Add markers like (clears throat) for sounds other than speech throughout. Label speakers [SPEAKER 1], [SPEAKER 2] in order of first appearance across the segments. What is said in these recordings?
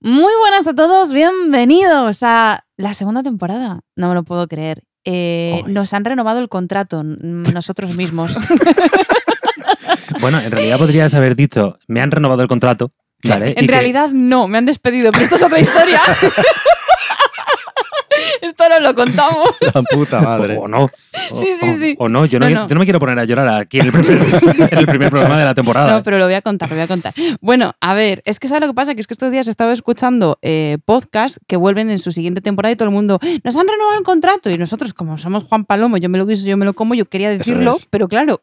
[SPEAKER 1] Muy buenas a todos, bienvenidos a la segunda temporada. No me lo puedo creer. Eh,
[SPEAKER 2] Ay. Eh,
[SPEAKER 1] nos han renovado el contrato n- nosotros
[SPEAKER 2] (laughs)
[SPEAKER 1] mismos.
[SPEAKER 2] Bueno, en realidad podrías haber dicho, me han renovado el contrato. ¿vale? Y
[SPEAKER 1] en
[SPEAKER 2] que-
[SPEAKER 1] realidad no, me han despedido, pero esto es otra
[SPEAKER 2] (laughs)
[SPEAKER 1] historia. esto no lo contamos.
[SPEAKER 3] La puta madre.
[SPEAKER 2] O no. O,
[SPEAKER 1] Sí, sí,
[SPEAKER 2] o-
[SPEAKER 1] sí.
[SPEAKER 2] o no, yo no,
[SPEAKER 1] No,
[SPEAKER 2] yo-
[SPEAKER 1] no.
[SPEAKER 2] yo no me quiero poner a llorar aquí en el primer, (laughs) en el primer programa de la temporada.
[SPEAKER 1] No, pero lo voy a contar, lo voy a contar. Bueno, a ver, es que ¿sabes lo que pasa? Que es que estos días he estado escuchando eh, podcasts que vuelven en su siguiente temporada y todo el mundo, nos han renovado el contrato y nosotros, como somos Juan Palomo, yo me lo guiso, yo me lo como, yo quería decirlo,
[SPEAKER 3] es.
[SPEAKER 1] pero claro,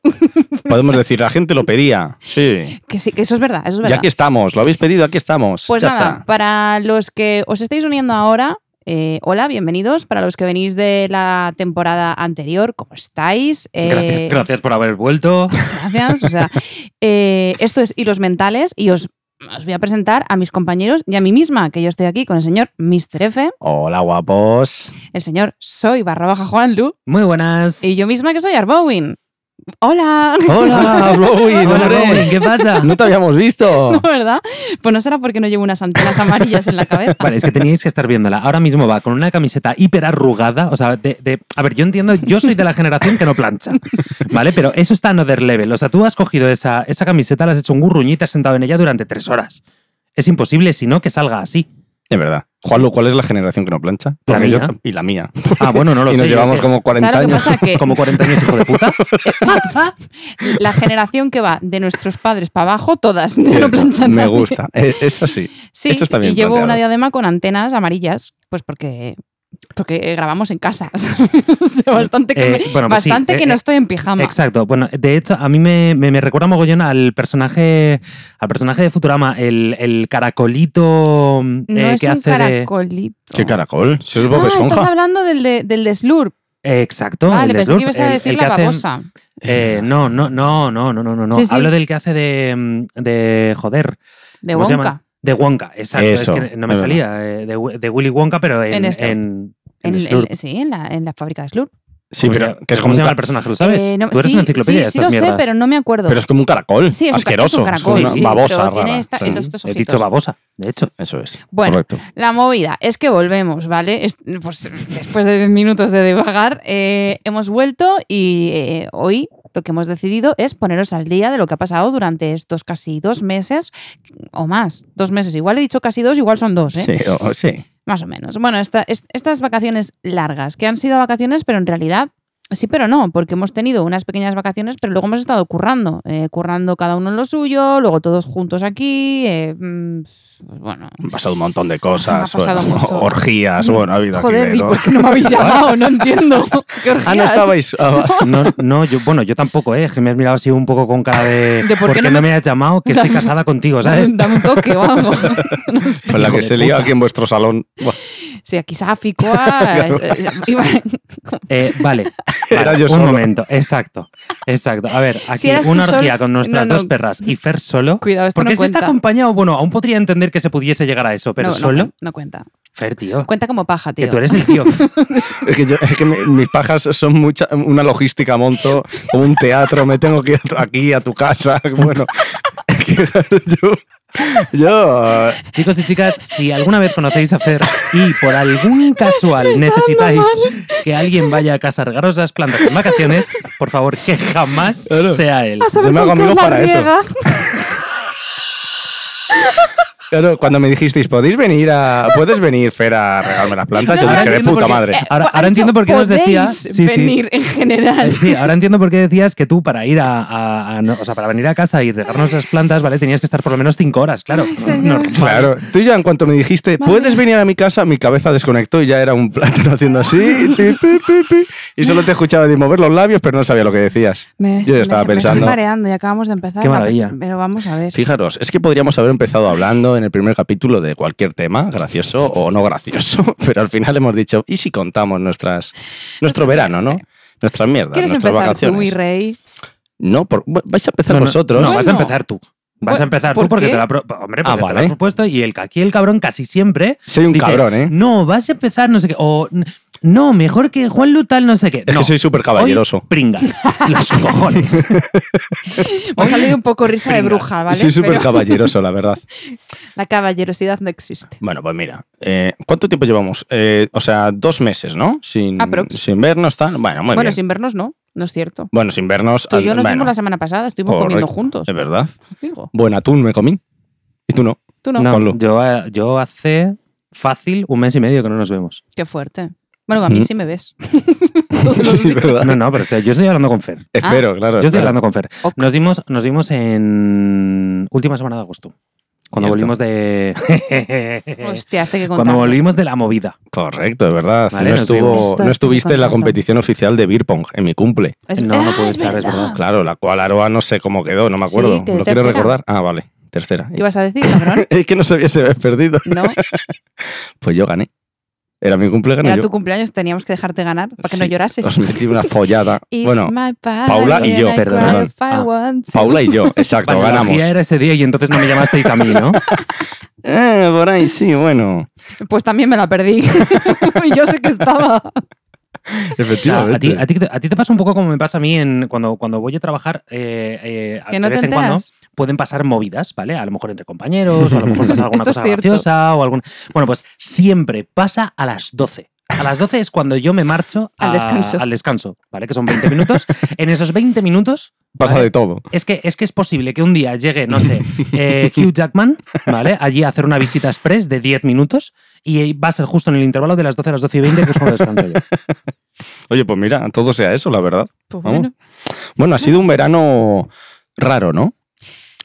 [SPEAKER 3] Podemos decir, la gente lo pedía. Sí.
[SPEAKER 1] que, sí, que eso es verdad, eso es
[SPEAKER 3] Ya
[SPEAKER 1] verdad.
[SPEAKER 3] aquí estamos, lo habéis pedido, aquí estamos.
[SPEAKER 1] Pues
[SPEAKER 3] ya
[SPEAKER 1] nada,
[SPEAKER 3] está.
[SPEAKER 1] para los que os estáis uniendo ahora, eh, hola, bienvenidos. Para los que venís de la temporada anterior, ¿cómo estáis? Eh, (laughs)
[SPEAKER 2] gracias, gracias por haber vuelto.
[SPEAKER 1] gracias. O sea, eh, esto es Hilos Mentales y os, os voy a presentar a mis compañeros y a mí misma, que yo estoy aquí con el señor Mr. F,
[SPEAKER 3] Hola, guapos.
[SPEAKER 1] el señor Soy barra baja Juan Lu
[SPEAKER 2] Muy buenas.
[SPEAKER 1] y yo misma que soy Arbowin. Hola.
[SPEAKER 3] (laughs) Hola, Blowin,
[SPEAKER 2] Hola,
[SPEAKER 3] hombre.
[SPEAKER 1] (laughs)
[SPEAKER 2] Robin, ¿qué pasa?
[SPEAKER 3] No te habíamos visto.
[SPEAKER 1] ¿No, ¿Verdad? Pues no será porque no llevo unas antenas amarillas en la
[SPEAKER 2] (laughs)
[SPEAKER 1] cabeza.
[SPEAKER 2] Vale, es que teníais que estar viéndola. Ahora mismo va con una camiseta hiper arrugada. O sea, de, de- a ver, yo entiendo, yo soy de la generación que no plancha. ¿Vale? Pero eso está another level. O sea, tú has cogido esa, esa camiseta, la has hecho un gurruñito, y te has sentado en ella durante tres horas. Es imposible, si no, que salga así.
[SPEAKER 3] Es verdad. Juanlu, ¿cuál es la generación que no plancha? Porque
[SPEAKER 2] mía.
[SPEAKER 3] tam- y la mía.
[SPEAKER 2] Ah, bueno, (laughs) no lo
[SPEAKER 3] y
[SPEAKER 2] sé.
[SPEAKER 3] nos
[SPEAKER 2] yo
[SPEAKER 3] llevamos
[SPEAKER 1] (laughs)
[SPEAKER 2] es que-
[SPEAKER 3] como 40
[SPEAKER 1] ¿Sabes lo que
[SPEAKER 3] años.
[SPEAKER 1] pasa? Que
[SPEAKER 2] Como 40 años, hijo
[SPEAKER 1] (laughs)
[SPEAKER 2] de puta.
[SPEAKER 1] la generación que va de nuestros padres para abajo, todas no (laughs)
[SPEAKER 3] Cierto,
[SPEAKER 1] planchan
[SPEAKER 3] Me
[SPEAKER 1] nadie.
[SPEAKER 3] gusta. E- Eso sí.
[SPEAKER 2] (laughs)
[SPEAKER 1] Sí,
[SPEAKER 3] Eso está bien
[SPEAKER 1] y llevo
[SPEAKER 3] planteado.
[SPEAKER 1] una diadema con antenas amarillas, pues porque porque grabamos en casa. (laughs) O sea, bastante que,
[SPEAKER 2] Eh,
[SPEAKER 1] me-
[SPEAKER 2] bueno, pues sí,
[SPEAKER 1] bastante que
[SPEAKER 2] eh,
[SPEAKER 1] no
[SPEAKER 2] eh,
[SPEAKER 1] estoy en pijama.
[SPEAKER 2] Exacto. Bueno, de hecho, a mí me, me- me recuerda mogollón al personaje, al personaje de Futurama, el, el caracolito eh,
[SPEAKER 1] No es
[SPEAKER 2] que
[SPEAKER 1] un
[SPEAKER 2] hace de.
[SPEAKER 1] caracolito.
[SPEAKER 3] ¿Qué caracol? Si es Bob
[SPEAKER 1] ah, estás
[SPEAKER 3] Esponja.
[SPEAKER 1] hablando del de, del de Slurp.
[SPEAKER 2] Eh, exacto. el
[SPEAKER 1] Vale, Ah,
[SPEAKER 2] de
[SPEAKER 1] pensé
[SPEAKER 2] Slurp,
[SPEAKER 1] que ibas a
[SPEAKER 2] el- el
[SPEAKER 1] decir
[SPEAKER 2] que
[SPEAKER 1] la
[SPEAKER 2] hace-
[SPEAKER 1] babosa.
[SPEAKER 2] eh, no, no, no, no, no, no, no, no.
[SPEAKER 1] Sí, sí.
[SPEAKER 2] Hablo del que hace de, mm, de joder.
[SPEAKER 1] De
[SPEAKER 2] ¿cómo se
[SPEAKER 1] Wonka.
[SPEAKER 2] llama? De Wonka, exacto.
[SPEAKER 3] Eso,
[SPEAKER 2] es que no me
[SPEAKER 3] es
[SPEAKER 2] salía. eh, de, Wi- de Willy Wonka, pero en,
[SPEAKER 1] En Slurp.
[SPEAKER 2] en- en
[SPEAKER 1] En- en-
[SPEAKER 2] Slurp.
[SPEAKER 1] sí, en la, en la fábrica de Slurp.
[SPEAKER 3] Sí,
[SPEAKER 2] ¿Cómo se
[SPEAKER 3] pero
[SPEAKER 2] llama-
[SPEAKER 3] que es
[SPEAKER 2] ¿Cómo
[SPEAKER 3] como
[SPEAKER 2] se
[SPEAKER 3] un
[SPEAKER 2] llama el
[SPEAKER 3] ca-
[SPEAKER 2] personaje? ¿Lo sabes?
[SPEAKER 1] Eh, no-
[SPEAKER 2] Tú eres
[SPEAKER 1] sí,
[SPEAKER 2] una enciclopedia
[SPEAKER 1] sí,
[SPEAKER 2] de
[SPEAKER 1] sí
[SPEAKER 2] estas
[SPEAKER 1] lo sé,
[SPEAKER 2] mierdas.
[SPEAKER 1] pero no me acuerdo.
[SPEAKER 3] Pero es como un caracol.
[SPEAKER 1] Sí, es un ca-
[SPEAKER 3] asqueroso.
[SPEAKER 1] es un caracol,
[SPEAKER 3] una
[SPEAKER 1] sí,
[SPEAKER 3] babosa
[SPEAKER 1] pero
[SPEAKER 3] rara.
[SPEAKER 1] tiene esta-
[SPEAKER 3] Sí.
[SPEAKER 1] los dos
[SPEAKER 2] He
[SPEAKER 1] ojitos.
[SPEAKER 2] dicho babosa, de hecho.
[SPEAKER 3] Eso
[SPEAKER 1] (laughs)
[SPEAKER 3] es.
[SPEAKER 1] Bueno, ¿Eh?
[SPEAKER 3] Correcto.
[SPEAKER 1] La movida es que volvemos, ¿vale? Es- pues, después de 10 minutos de divagar, eh, hemos vuelto y eh, hoy lo que hemos decidido es poneros al día de lo que ha pasado durante estos casi dos meses o más. Dos meses, igual he dicho casi dos, igual son dos, ¿eh?
[SPEAKER 3] Sí, o- sí.
[SPEAKER 1] Más o menos. Bueno, esta- est- estas vacaciones largas, que han sido vacaciones, pero en realidad sí, pero no, porque hemos tenido unas pequeñas vacaciones, pero luego hemos estado currando, eh, currando cada uno en lo suyo, luego todos juntos aquí, eh, mm, pues bueno,
[SPEAKER 3] Han pasado un montón de cosas.
[SPEAKER 1] Ha pasado
[SPEAKER 3] bueno,
[SPEAKER 1] mucho.
[SPEAKER 3] (laughs) Orgías, bueno, ha habido aquí
[SPEAKER 1] Joder,
[SPEAKER 3] de
[SPEAKER 1] ¿y
[SPEAKER 3] todo.
[SPEAKER 1] por qué no me habéis llamado? No
[SPEAKER 2] (laughs)
[SPEAKER 1] entiendo. ¿Qué
[SPEAKER 3] Ah, no
[SPEAKER 1] orgías?
[SPEAKER 3] estabais. ah, va.
[SPEAKER 1] Oh.
[SPEAKER 2] No, no, yo, bueno, yo tampoco, ¿eh? Que me has mirado así un poco con cara de.
[SPEAKER 1] De por qué no
[SPEAKER 2] no
[SPEAKER 1] me-
[SPEAKER 2] me... has llamado? Que estoy
[SPEAKER 1] (laughs)
[SPEAKER 2] casada contigo, ¿sabes?
[SPEAKER 1] Dame un toque o
[SPEAKER 2] (laughs)
[SPEAKER 1] algo.
[SPEAKER 3] (laughs) Con la
[SPEAKER 2] Hijo
[SPEAKER 3] que
[SPEAKER 2] de
[SPEAKER 3] se lió
[SPEAKER 2] puta.
[SPEAKER 3] aquí en vuestro salón. Buah,
[SPEAKER 1] Sí, aquí sáfico. ah, eh, eh,
[SPEAKER 2] Eh, vale.
[SPEAKER 3] (laughs) Era
[SPEAKER 2] Vale,
[SPEAKER 3] yo
[SPEAKER 2] un
[SPEAKER 3] solo.
[SPEAKER 2] momento, exacto. Exacto. A ver, aquí
[SPEAKER 1] eras tú
[SPEAKER 2] una
[SPEAKER 1] solo-
[SPEAKER 2] orgía con nuestras
[SPEAKER 1] No, no.
[SPEAKER 2] dos perras y Fer solo.
[SPEAKER 1] Cuidado, esto
[SPEAKER 2] Porque
[SPEAKER 1] no
[SPEAKER 2] si
[SPEAKER 1] cuenta.
[SPEAKER 2] está acompañado, bueno, aún podría entender que se pudiese llegar a eso, pero
[SPEAKER 1] No, no,
[SPEAKER 2] solo.
[SPEAKER 1] No, cuenta.
[SPEAKER 2] Fer, tío.
[SPEAKER 1] Cuenta como paja, tío.
[SPEAKER 2] Que tú eres el
[SPEAKER 1] (laughs)
[SPEAKER 2] tío.
[SPEAKER 3] Es que, yo- es que mi- mis pajas son mucha, una logística, monto como un teatro. Me tengo que ir a- aquí a tu casa. (laughs) Bueno, es que yo. Yo. eh,
[SPEAKER 2] Chicos y chicas, si alguna vez conocéis a Fer y por algún casual necesitáis que alguien vaya a casa a regaros las plantas en vacaciones, por favor, que jamás
[SPEAKER 3] Claro.
[SPEAKER 2] sea él.
[SPEAKER 1] A saber
[SPEAKER 3] Yo me hago
[SPEAKER 1] con qué
[SPEAKER 3] amigo
[SPEAKER 1] os la
[SPEAKER 3] para eso.
[SPEAKER 1] riega.
[SPEAKER 3] Claro, cuando me dijisteis, ¿podéis venir a. ¿Puedes venir, Fer, a regarme las plantas?
[SPEAKER 2] No,
[SPEAKER 3] Yo
[SPEAKER 2] ahora
[SPEAKER 3] dije, de
[SPEAKER 2] entiendo por
[SPEAKER 3] puta
[SPEAKER 2] qué.
[SPEAKER 3] madre.
[SPEAKER 1] Eh,
[SPEAKER 2] Ahora-
[SPEAKER 1] ha
[SPEAKER 2] ahora entiendo
[SPEAKER 1] dicho,
[SPEAKER 2] por qué nos
[SPEAKER 1] "Podéis
[SPEAKER 2] decía- sí, sí.
[SPEAKER 1] venir en
[SPEAKER 2] (laughs)
[SPEAKER 1] general.
[SPEAKER 2] Sí, ahora entiendo por qué decías que tú para ir a, a- a- no, o sea, para venir a casa y regarnos las plantas, ¿vale? Tenías que estar por lo menos cinco horas, claro.
[SPEAKER 1] Ay, señor.
[SPEAKER 2] Normal.
[SPEAKER 3] Claro, tú ya en cuanto me dijiste,
[SPEAKER 1] Madre
[SPEAKER 3] ¿puedes
[SPEAKER 1] mía.
[SPEAKER 3] venir a mi casa? Mi cabeza desconectó y ya era un plátano haciendo así. ti, pi, pi, pi, y solo te escuchaba de mover los labios, pero no sabía lo que decías.
[SPEAKER 1] Me,
[SPEAKER 3] Yo ya estaba
[SPEAKER 1] me- me estoy
[SPEAKER 3] pensando.
[SPEAKER 1] mareando y acabamos de empezar.
[SPEAKER 2] Qué
[SPEAKER 1] la-
[SPEAKER 2] maravilla.
[SPEAKER 1] Pero vamos a ver.
[SPEAKER 3] Fijaros, es que podríamos haber empezado hablando en el primer capítulo de cualquier tema, gracioso o no gracioso, (laughs) pero al final hemos dicho, ¿y si contamos nuestras, nuestro verano, no? Nuestras mierdas,
[SPEAKER 1] ¿Quieres empezar
[SPEAKER 3] nuestras
[SPEAKER 1] tú,
[SPEAKER 3] vacaciones.
[SPEAKER 1] mi rey?
[SPEAKER 3] No, por- vais a empezar
[SPEAKER 2] No, no,
[SPEAKER 3] vosotros.
[SPEAKER 2] No, vas a
[SPEAKER 1] Bueno.
[SPEAKER 2] empezar tú. Vas
[SPEAKER 1] Bueno,
[SPEAKER 2] a empezar
[SPEAKER 1] ¿por
[SPEAKER 2] tú porque
[SPEAKER 1] qué?
[SPEAKER 2] te la pro- hombre, porque
[SPEAKER 3] Ah,
[SPEAKER 2] te la
[SPEAKER 3] vale.
[SPEAKER 2] has propuesto y el, aquí el cabrón casi siempre
[SPEAKER 3] Soy un
[SPEAKER 2] dice,
[SPEAKER 3] cabrón, ¿eh?
[SPEAKER 2] No, vas a empezar no sé qué. O No, mejor que Juan Lutal, no sé qué.
[SPEAKER 3] Es
[SPEAKER 2] no.
[SPEAKER 3] que soy súper
[SPEAKER 2] Hoy
[SPEAKER 3] caballeroso.
[SPEAKER 2] pringas.
[SPEAKER 1] (laughs)
[SPEAKER 2] Los cojones.
[SPEAKER 1] Me ha salido un poco risa de bruja, ¿vale?
[SPEAKER 3] Soy súper
[SPEAKER 1] Pero
[SPEAKER 3] caballeroso, la verdad.
[SPEAKER 1] la caballerosidad no existe.
[SPEAKER 3] Bueno, pues mira, eh, ¿cuánto tiempo llevamos? Eh, o sea, dos meses, ¿no? Sin,
[SPEAKER 1] Aprox.
[SPEAKER 3] sin vernos, tal. Bueno, muy
[SPEAKER 1] bueno,
[SPEAKER 3] bien.
[SPEAKER 1] sin vernos no, no es cierto.
[SPEAKER 3] Bueno, sin vernos.
[SPEAKER 1] Tú y
[SPEAKER 3] al-
[SPEAKER 1] yo nos
[SPEAKER 3] bueno,
[SPEAKER 1] vimos la semana pasada, estuvimos
[SPEAKER 3] correcto.
[SPEAKER 1] comiendo juntos.
[SPEAKER 3] Es verdad.
[SPEAKER 1] os digo.
[SPEAKER 3] Buen atún me comí.
[SPEAKER 1] (laughs)
[SPEAKER 3] Y tú no.
[SPEAKER 1] Tú no.
[SPEAKER 2] No,
[SPEAKER 3] Juanlu.
[SPEAKER 2] yo, eh, yo hace fácil un mes y medio que no nos vemos.
[SPEAKER 1] Qué fuerte. Bueno, a mí
[SPEAKER 3] Mm.
[SPEAKER 1] sí me
[SPEAKER 3] (laughs)
[SPEAKER 1] ves. (laughs)
[SPEAKER 3] sí, verdad.
[SPEAKER 1] Ah.
[SPEAKER 2] No, no, pero estoy- yo estoy hablando con Fer.
[SPEAKER 3] Espero, claro.
[SPEAKER 2] Yo estoy
[SPEAKER 3] espero.
[SPEAKER 2] hablando con Fer.
[SPEAKER 1] Ok.
[SPEAKER 2] Nos vimos, nos vimos en última semana de agosto. Cuando
[SPEAKER 3] Cierto.
[SPEAKER 2] volvimos de.
[SPEAKER 1] Hostia, este que contar.
[SPEAKER 2] (laughs) cuando volvimos de la movida.
[SPEAKER 3] Correcto, es verdad.
[SPEAKER 2] Vale,
[SPEAKER 3] no,
[SPEAKER 2] nos
[SPEAKER 3] estuvo-
[SPEAKER 2] vimos.
[SPEAKER 3] no estuviste en la
[SPEAKER 1] Estoy contenta.
[SPEAKER 3] competición oficial de Beer Pong en mi cumple.
[SPEAKER 2] No,
[SPEAKER 1] Ah,
[SPEAKER 2] no puede estar, es verdad.
[SPEAKER 3] Claro, la cual Aroa no sé cómo quedó, no me
[SPEAKER 1] Sí,
[SPEAKER 3] acuerdo.
[SPEAKER 1] que
[SPEAKER 3] ¿Lo quieres
[SPEAKER 1] tercera.
[SPEAKER 3] recordar? Ah, vale, tercera.
[SPEAKER 1] ¿Qué ibas a decir, cabrón?
[SPEAKER 3] (laughs) Es que no sabía si habías perdido. (laughs)
[SPEAKER 1] No,
[SPEAKER 3] Pues yo gané. Era mi cumple, gané
[SPEAKER 1] era
[SPEAKER 3] yo.
[SPEAKER 1] tu cumpleaños, teníamos que dejarte ganar para que no
[SPEAKER 3] Sí,
[SPEAKER 1] llorases.
[SPEAKER 3] Os
[SPEAKER 1] (laughs)
[SPEAKER 3] metí una follada.
[SPEAKER 1] It's
[SPEAKER 3] bueno,
[SPEAKER 1] my party
[SPEAKER 3] Paula y
[SPEAKER 1] and
[SPEAKER 3] yo,
[SPEAKER 1] I
[SPEAKER 2] perdón.
[SPEAKER 1] cry if I
[SPEAKER 2] Ah,
[SPEAKER 1] want to.
[SPEAKER 3] Paula y yo, exacto,
[SPEAKER 2] Vaya, la
[SPEAKER 3] ganamos.
[SPEAKER 2] orgía era ese día y entonces no me llamasteis
[SPEAKER 1] (laughs)
[SPEAKER 2] a mí, ¿no?
[SPEAKER 3] Eh, por ahí sí, bueno.
[SPEAKER 1] Pues también me la perdí. (laughs) yo sé que estaba.
[SPEAKER 2] O sea, a,
[SPEAKER 3] (laughs) Efectivamente.
[SPEAKER 2] ti, a ti- a ti te pasa un poco como me pasa a mí en, cuando, cuando voy a trabajar. eh, eh,
[SPEAKER 1] Que
[SPEAKER 2] de
[SPEAKER 1] no te
[SPEAKER 2] vez en cuando
[SPEAKER 1] enteras.
[SPEAKER 2] pueden pasar movidas, ¿vale? A lo mejor entre compañeros, o a lo
[SPEAKER 1] (laughs)
[SPEAKER 2] mejor pasa alguna
[SPEAKER 1] Esto es
[SPEAKER 2] cosa
[SPEAKER 1] cierto.
[SPEAKER 2] graciosa, o algún. Bueno, pues siempre pasa a las 12. A las 12 es cuando yo me marcho
[SPEAKER 1] (laughs) Al
[SPEAKER 2] a-
[SPEAKER 1] descanso.
[SPEAKER 2] al descanso, ¿vale? Que son 20 minutos. En esos 20 minutos
[SPEAKER 3] Pasa
[SPEAKER 2] Vale.
[SPEAKER 3] de todo.
[SPEAKER 2] es que, es que es posible que un día llegue, no sé, eh, Hugh Jackman, ¿vale? Allí a hacer una visita express de 10 minutos y va a ser justo en el intervalo de las 12 a las 12 y 20, que es cuando descanso yo.
[SPEAKER 3] Oye, pues mira, todo sea eso, la verdad.
[SPEAKER 1] Pues
[SPEAKER 3] Vamos.
[SPEAKER 1] bueno,
[SPEAKER 3] Bueno, ha sido un verano raro, ¿no?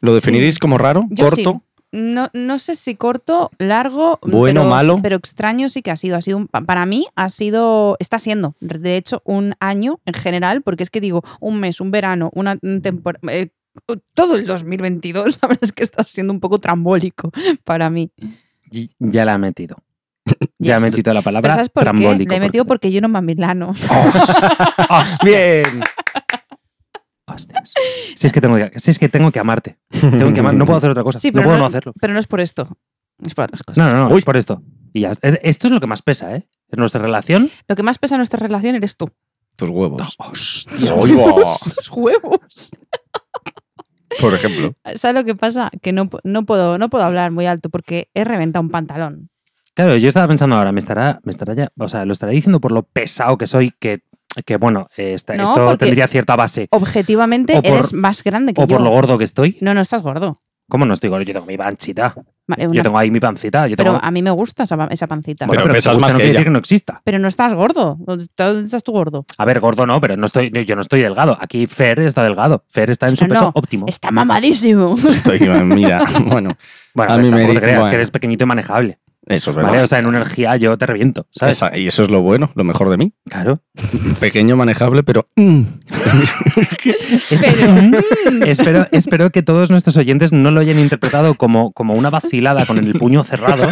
[SPEAKER 3] ¿Lo
[SPEAKER 1] Sí.
[SPEAKER 3] definiréis como raro?
[SPEAKER 1] Yo sí.
[SPEAKER 3] ¿Corto?
[SPEAKER 1] no, no sé si corto, largo,
[SPEAKER 3] Bueno,
[SPEAKER 1] pero,
[SPEAKER 3] malo.
[SPEAKER 1] pero extraño sí que ha sido. Ha sido un- pa- para mí ha sido, está siendo, de hecho, un año en general, porque es que digo, un mes, un verano, una temporada... todo el 2022, (laughs) la verdad es que está siendo un poco trambólico para mí.
[SPEAKER 2] Y ya la ha metido. Ya ha
[SPEAKER 1] Yes.
[SPEAKER 2] metido la
[SPEAKER 1] Pero
[SPEAKER 2] palabra
[SPEAKER 1] ¿Sabes por qué?
[SPEAKER 2] trambólico.
[SPEAKER 1] Le he metido porque yo no me milano.
[SPEAKER 3] Bien.
[SPEAKER 2] Hostias. Si es que tengo que, si es que, tengo que amarte. (laughs) Tengo (laughs) que amar- No puedo hacer otra cosa.
[SPEAKER 1] Sí,
[SPEAKER 2] no
[SPEAKER 1] pero
[SPEAKER 2] puedo
[SPEAKER 1] no-
[SPEAKER 2] no hacerlo.
[SPEAKER 1] (laughs) Pero no es por esto, es por otras cosas.
[SPEAKER 2] No, no, no.
[SPEAKER 3] Uy.
[SPEAKER 2] es por esto. Y ya. es- Esto es lo que más pesa, ¿eh? En nuestra relación.
[SPEAKER 1] Lo que más pesa en nuestra relación eres tú.
[SPEAKER 3] Tus huevos.
[SPEAKER 1] (laughs)
[SPEAKER 2] Hostias.
[SPEAKER 1] Los huevos.
[SPEAKER 3] Por ejemplo.
[SPEAKER 1] ¿Sabes lo que pasa? Que no, pu- no, puedo, no puedo hablar muy alto porque he reventado un pantalón.
[SPEAKER 2] Claro, yo estaba pensando ahora, me estará, me estará ya. O sea, lo estará diciendo por lo pesado que soy, que, que bueno, eh, esta-
[SPEAKER 1] No,
[SPEAKER 2] esto
[SPEAKER 1] porque-
[SPEAKER 2] tendría cierta base.
[SPEAKER 1] Objetivamente
[SPEAKER 2] O por-
[SPEAKER 1] eres más grande que
[SPEAKER 2] O
[SPEAKER 1] yo.
[SPEAKER 2] por lo gordo que estoy.
[SPEAKER 1] No, no estás gordo.
[SPEAKER 2] ¿Cómo no estoy gordo? Yo tengo mi panchita.
[SPEAKER 1] Vale,
[SPEAKER 2] Yo
[SPEAKER 1] una-
[SPEAKER 2] tengo ahí mi pancita. Yo tengo...
[SPEAKER 1] Pero a mí me gusta esa, pa- esa pancita.
[SPEAKER 3] Pero
[SPEAKER 2] que te
[SPEAKER 3] pesas
[SPEAKER 2] guste
[SPEAKER 3] más
[SPEAKER 2] no
[SPEAKER 3] que
[SPEAKER 2] quiere
[SPEAKER 3] ella.
[SPEAKER 2] decir que no exista.
[SPEAKER 1] Pero no estás gordo. ¿Dónde dónde estás tú gordo?
[SPEAKER 2] A ver, gordo no, pero no estoy, yo no estoy delgado. Aquí Fer está delgado. Fer está en su
[SPEAKER 1] No,
[SPEAKER 2] peso
[SPEAKER 1] no.
[SPEAKER 2] óptimo.
[SPEAKER 1] Está mamadísimo.
[SPEAKER 3] Estoy,
[SPEAKER 2] (laughs)
[SPEAKER 3] mira, (laughs) bueno,
[SPEAKER 2] Bueno,
[SPEAKER 3] a
[SPEAKER 2] a ver,
[SPEAKER 3] mí me
[SPEAKER 2] tampoco
[SPEAKER 3] di-
[SPEAKER 2] te creas
[SPEAKER 3] bueno.
[SPEAKER 2] que eres pequeñito y manejable.
[SPEAKER 3] eso es verdad.
[SPEAKER 2] ¿vale? O sea, en una energía yo te reviento, ¿sabes?
[SPEAKER 3] Esa- y eso es lo bueno, lo mejor de mí.
[SPEAKER 2] Claro.
[SPEAKER 3] Pequeño, manejable, pero... mm,
[SPEAKER 2] (laughs) Es-
[SPEAKER 1] mm.
[SPEAKER 2] espero, espero que todos nuestros oyentes no lo hayan interpretado como, como una vacilada con el puño cerrado,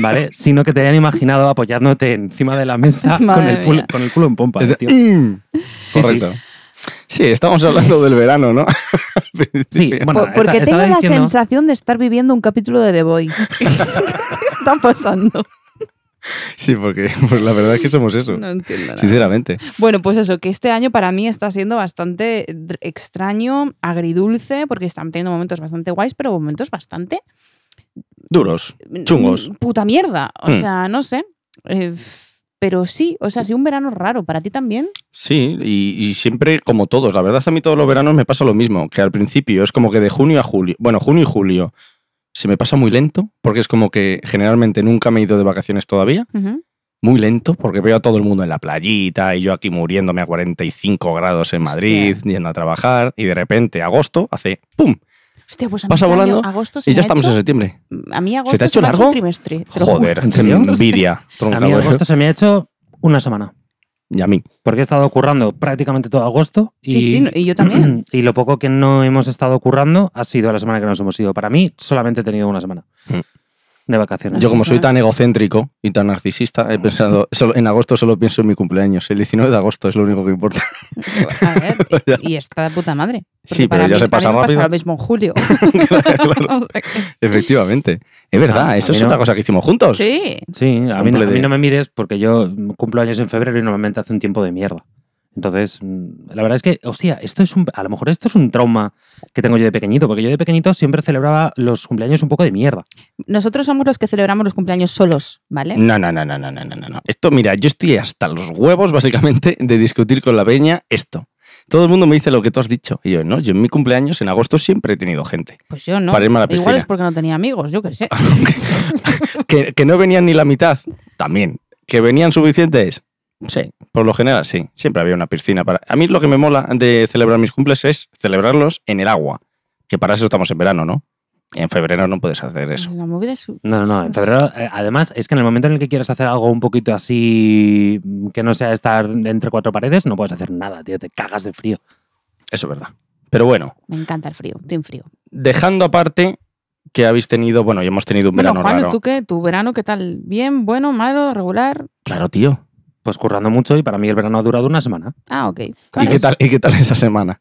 [SPEAKER 2] ¿vale? Sino que te hayan imaginado apoyándote encima de
[SPEAKER 1] (laughs)
[SPEAKER 2] la mesa con
[SPEAKER 1] Madre
[SPEAKER 2] el, pul-
[SPEAKER 1] mía.
[SPEAKER 2] con el culo en pompa, tío.
[SPEAKER 3] mm.
[SPEAKER 2] Sí, sí.
[SPEAKER 3] Correcto. Sí, estamos hablando del verano, ¿no? (laughs)
[SPEAKER 2] Sí, bueno,
[SPEAKER 1] Por- porque tengo
[SPEAKER 2] esta- estaba
[SPEAKER 1] la
[SPEAKER 2] diciendo-
[SPEAKER 1] sensación de estar viviendo un capítulo de The
[SPEAKER 2] (laughs)
[SPEAKER 1] Voice. (laughs) ¿Qué está pasando?
[SPEAKER 3] Sí, porque pues, la verdad es que somos eso,
[SPEAKER 1] No entiendo nada.
[SPEAKER 3] sinceramente.
[SPEAKER 1] Bueno, pues eso, que este año para mí está siendo bastante r- extraño, agridulce, porque están teniendo momentos bastante guays, pero momentos bastante...
[SPEAKER 3] Duros.
[SPEAKER 1] mm,
[SPEAKER 3] Chungos.
[SPEAKER 1] Puta mierda. O
[SPEAKER 3] Mm.
[SPEAKER 1] sea, no sé. Eh, f- pero sí, o sea, sí un verano raro. ¿Para ti también?
[SPEAKER 3] Sí, y, y siempre como todos. La verdad, a mí todos los veranos me pasa lo mismo, que al principio es como que de junio a julio, bueno, junio y julio, se me pasa muy lento, porque es como que generalmente nunca me he ido de vacaciones todavía,
[SPEAKER 1] Ujú.
[SPEAKER 3] muy lento, porque veo a todo el mundo en la playita y yo aquí muriéndome a 45 grados en Madrid, yendo a trabajar, y de repente agosto hace ¡pum!
[SPEAKER 1] Hostia, pues a mí
[SPEAKER 3] Pasa
[SPEAKER 1] este año,
[SPEAKER 3] volando
[SPEAKER 1] agosto se
[SPEAKER 3] Y
[SPEAKER 1] me
[SPEAKER 3] ya
[SPEAKER 1] ha
[SPEAKER 3] estamos en
[SPEAKER 1] hecho-
[SPEAKER 3] septiembre.
[SPEAKER 1] A mí agosto
[SPEAKER 3] ¿Se te ha hecho
[SPEAKER 1] me
[SPEAKER 3] largo?
[SPEAKER 1] un trimestre. te lo juro.
[SPEAKER 3] Joder,
[SPEAKER 2] ¿en
[SPEAKER 3] qué
[SPEAKER 2] serio?
[SPEAKER 1] (laughs)
[SPEAKER 3] envidia,
[SPEAKER 2] A
[SPEAKER 3] tronca,
[SPEAKER 2] mí
[SPEAKER 3] bueno.
[SPEAKER 2] agosto se me ha hecho una semana.
[SPEAKER 3] Y a mí.
[SPEAKER 2] Porque he estado currando prácticamente todo agosto y,
[SPEAKER 1] Sí, sí, no- y yo
[SPEAKER 3] (laughs)
[SPEAKER 1] también.
[SPEAKER 2] (clears throat) y lo poco que no hemos estado currando ha sido la semana que nos hemos ido. Para mí, solamente he tenido una semana.
[SPEAKER 3] Mm.
[SPEAKER 2] de vacaciones.
[SPEAKER 1] Eso
[SPEAKER 3] Yo como soy
[SPEAKER 1] es.
[SPEAKER 3] tan egocéntrico y tan narcisista, he pensado, solo- en agosto solo pienso en mi cumpleaños, el 19 de agosto es lo único que importa.
[SPEAKER 1] A
[SPEAKER 3] (laughs)
[SPEAKER 1] ver, y, y está de puta madre. Porque
[SPEAKER 3] Sí, pero
[SPEAKER 1] para
[SPEAKER 3] ya
[SPEAKER 1] mí-
[SPEAKER 3] se
[SPEAKER 1] a mí
[SPEAKER 3] pasa
[SPEAKER 1] me
[SPEAKER 3] rápido.
[SPEAKER 1] lo mismo en
[SPEAKER 3] (laughs)
[SPEAKER 1] julio. (laughs) O sea que-
[SPEAKER 3] Efectivamente. Es verdad,
[SPEAKER 2] Ah,
[SPEAKER 3] eso
[SPEAKER 2] a mí
[SPEAKER 3] es
[SPEAKER 2] no.
[SPEAKER 3] otra cosa que hicimos juntos.
[SPEAKER 1] sí.
[SPEAKER 2] Sí, a mí, no- a
[SPEAKER 3] Cumple
[SPEAKER 2] mí
[SPEAKER 3] de-
[SPEAKER 2] no me mires porque yo mm, cumplo años en febrero y normalmente hace un tiempo de mierda. Entonces, mm, la verdad es que, hostia, esto es un, a lo mejor esto es un trauma que tengo yo de pequeñito, porque yo de pequeñito siempre celebraba los cumpleaños un poco de mierda.
[SPEAKER 1] Nosotros somos los que celebramos los cumpleaños solos, ¿vale?
[SPEAKER 3] No, no, no, no, no, no, no, no, no. Esto, mira, yo estoy hasta los huevos, básicamente, de discutir con la peña esto. Todo el mundo me dice lo que tú has dicho. Y yo, no, yo en mi cumpleaños, en agosto, siempre he tenido gente.
[SPEAKER 1] Pues yo no.
[SPEAKER 3] Para irme a la
[SPEAKER 1] Igual
[SPEAKER 3] piscina. Ah,
[SPEAKER 1] es porque no tenía amigos, yo qué sé.
[SPEAKER 3] que, que no venían ni la mitad, también. Que venían suficientes, sí. Por lo general, sí. Siempre había una piscina para. A mí lo que me mola de celebrar mis cumples es celebrarlos en el agua. Que para eso estamos en verano, ¿no? En febrero no puedes hacer eso.
[SPEAKER 1] La movida es-
[SPEAKER 2] No, no, no. En febrero, eh, además, es que en el momento en el que quieras hacer algo un poquito así mm, que no sea estar entre cuatro paredes, no puedes hacer nada, tío. Te cagas de frío.
[SPEAKER 3] Eso es verdad. Pero bueno,
[SPEAKER 1] Me encanta el frío, team frío.
[SPEAKER 3] dejando aparte que habéis tenido, bueno, y hemos tenido un
[SPEAKER 1] Bueno,
[SPEAKER 3] verano
[SPEAKER 1] Juan,
[SPEAKER 3] raro.
[SPEAKER 1] ¿tú qué? ¿Tu verano qué tal? ¿Bien, bueno, malo, regular?
[SPEAKER 3] Claro, tío.
[SPEAKER 2] Pues currando mucho y para mí el verano ha durado una (laughs) semana.
[SPEAKER 1] Ah, ok.
[SPEAKER 3] ¿Y
[SPEAKER 1] Claro.
[SPEAKER 3] qué, tal, ¿Y qué tal esa semana?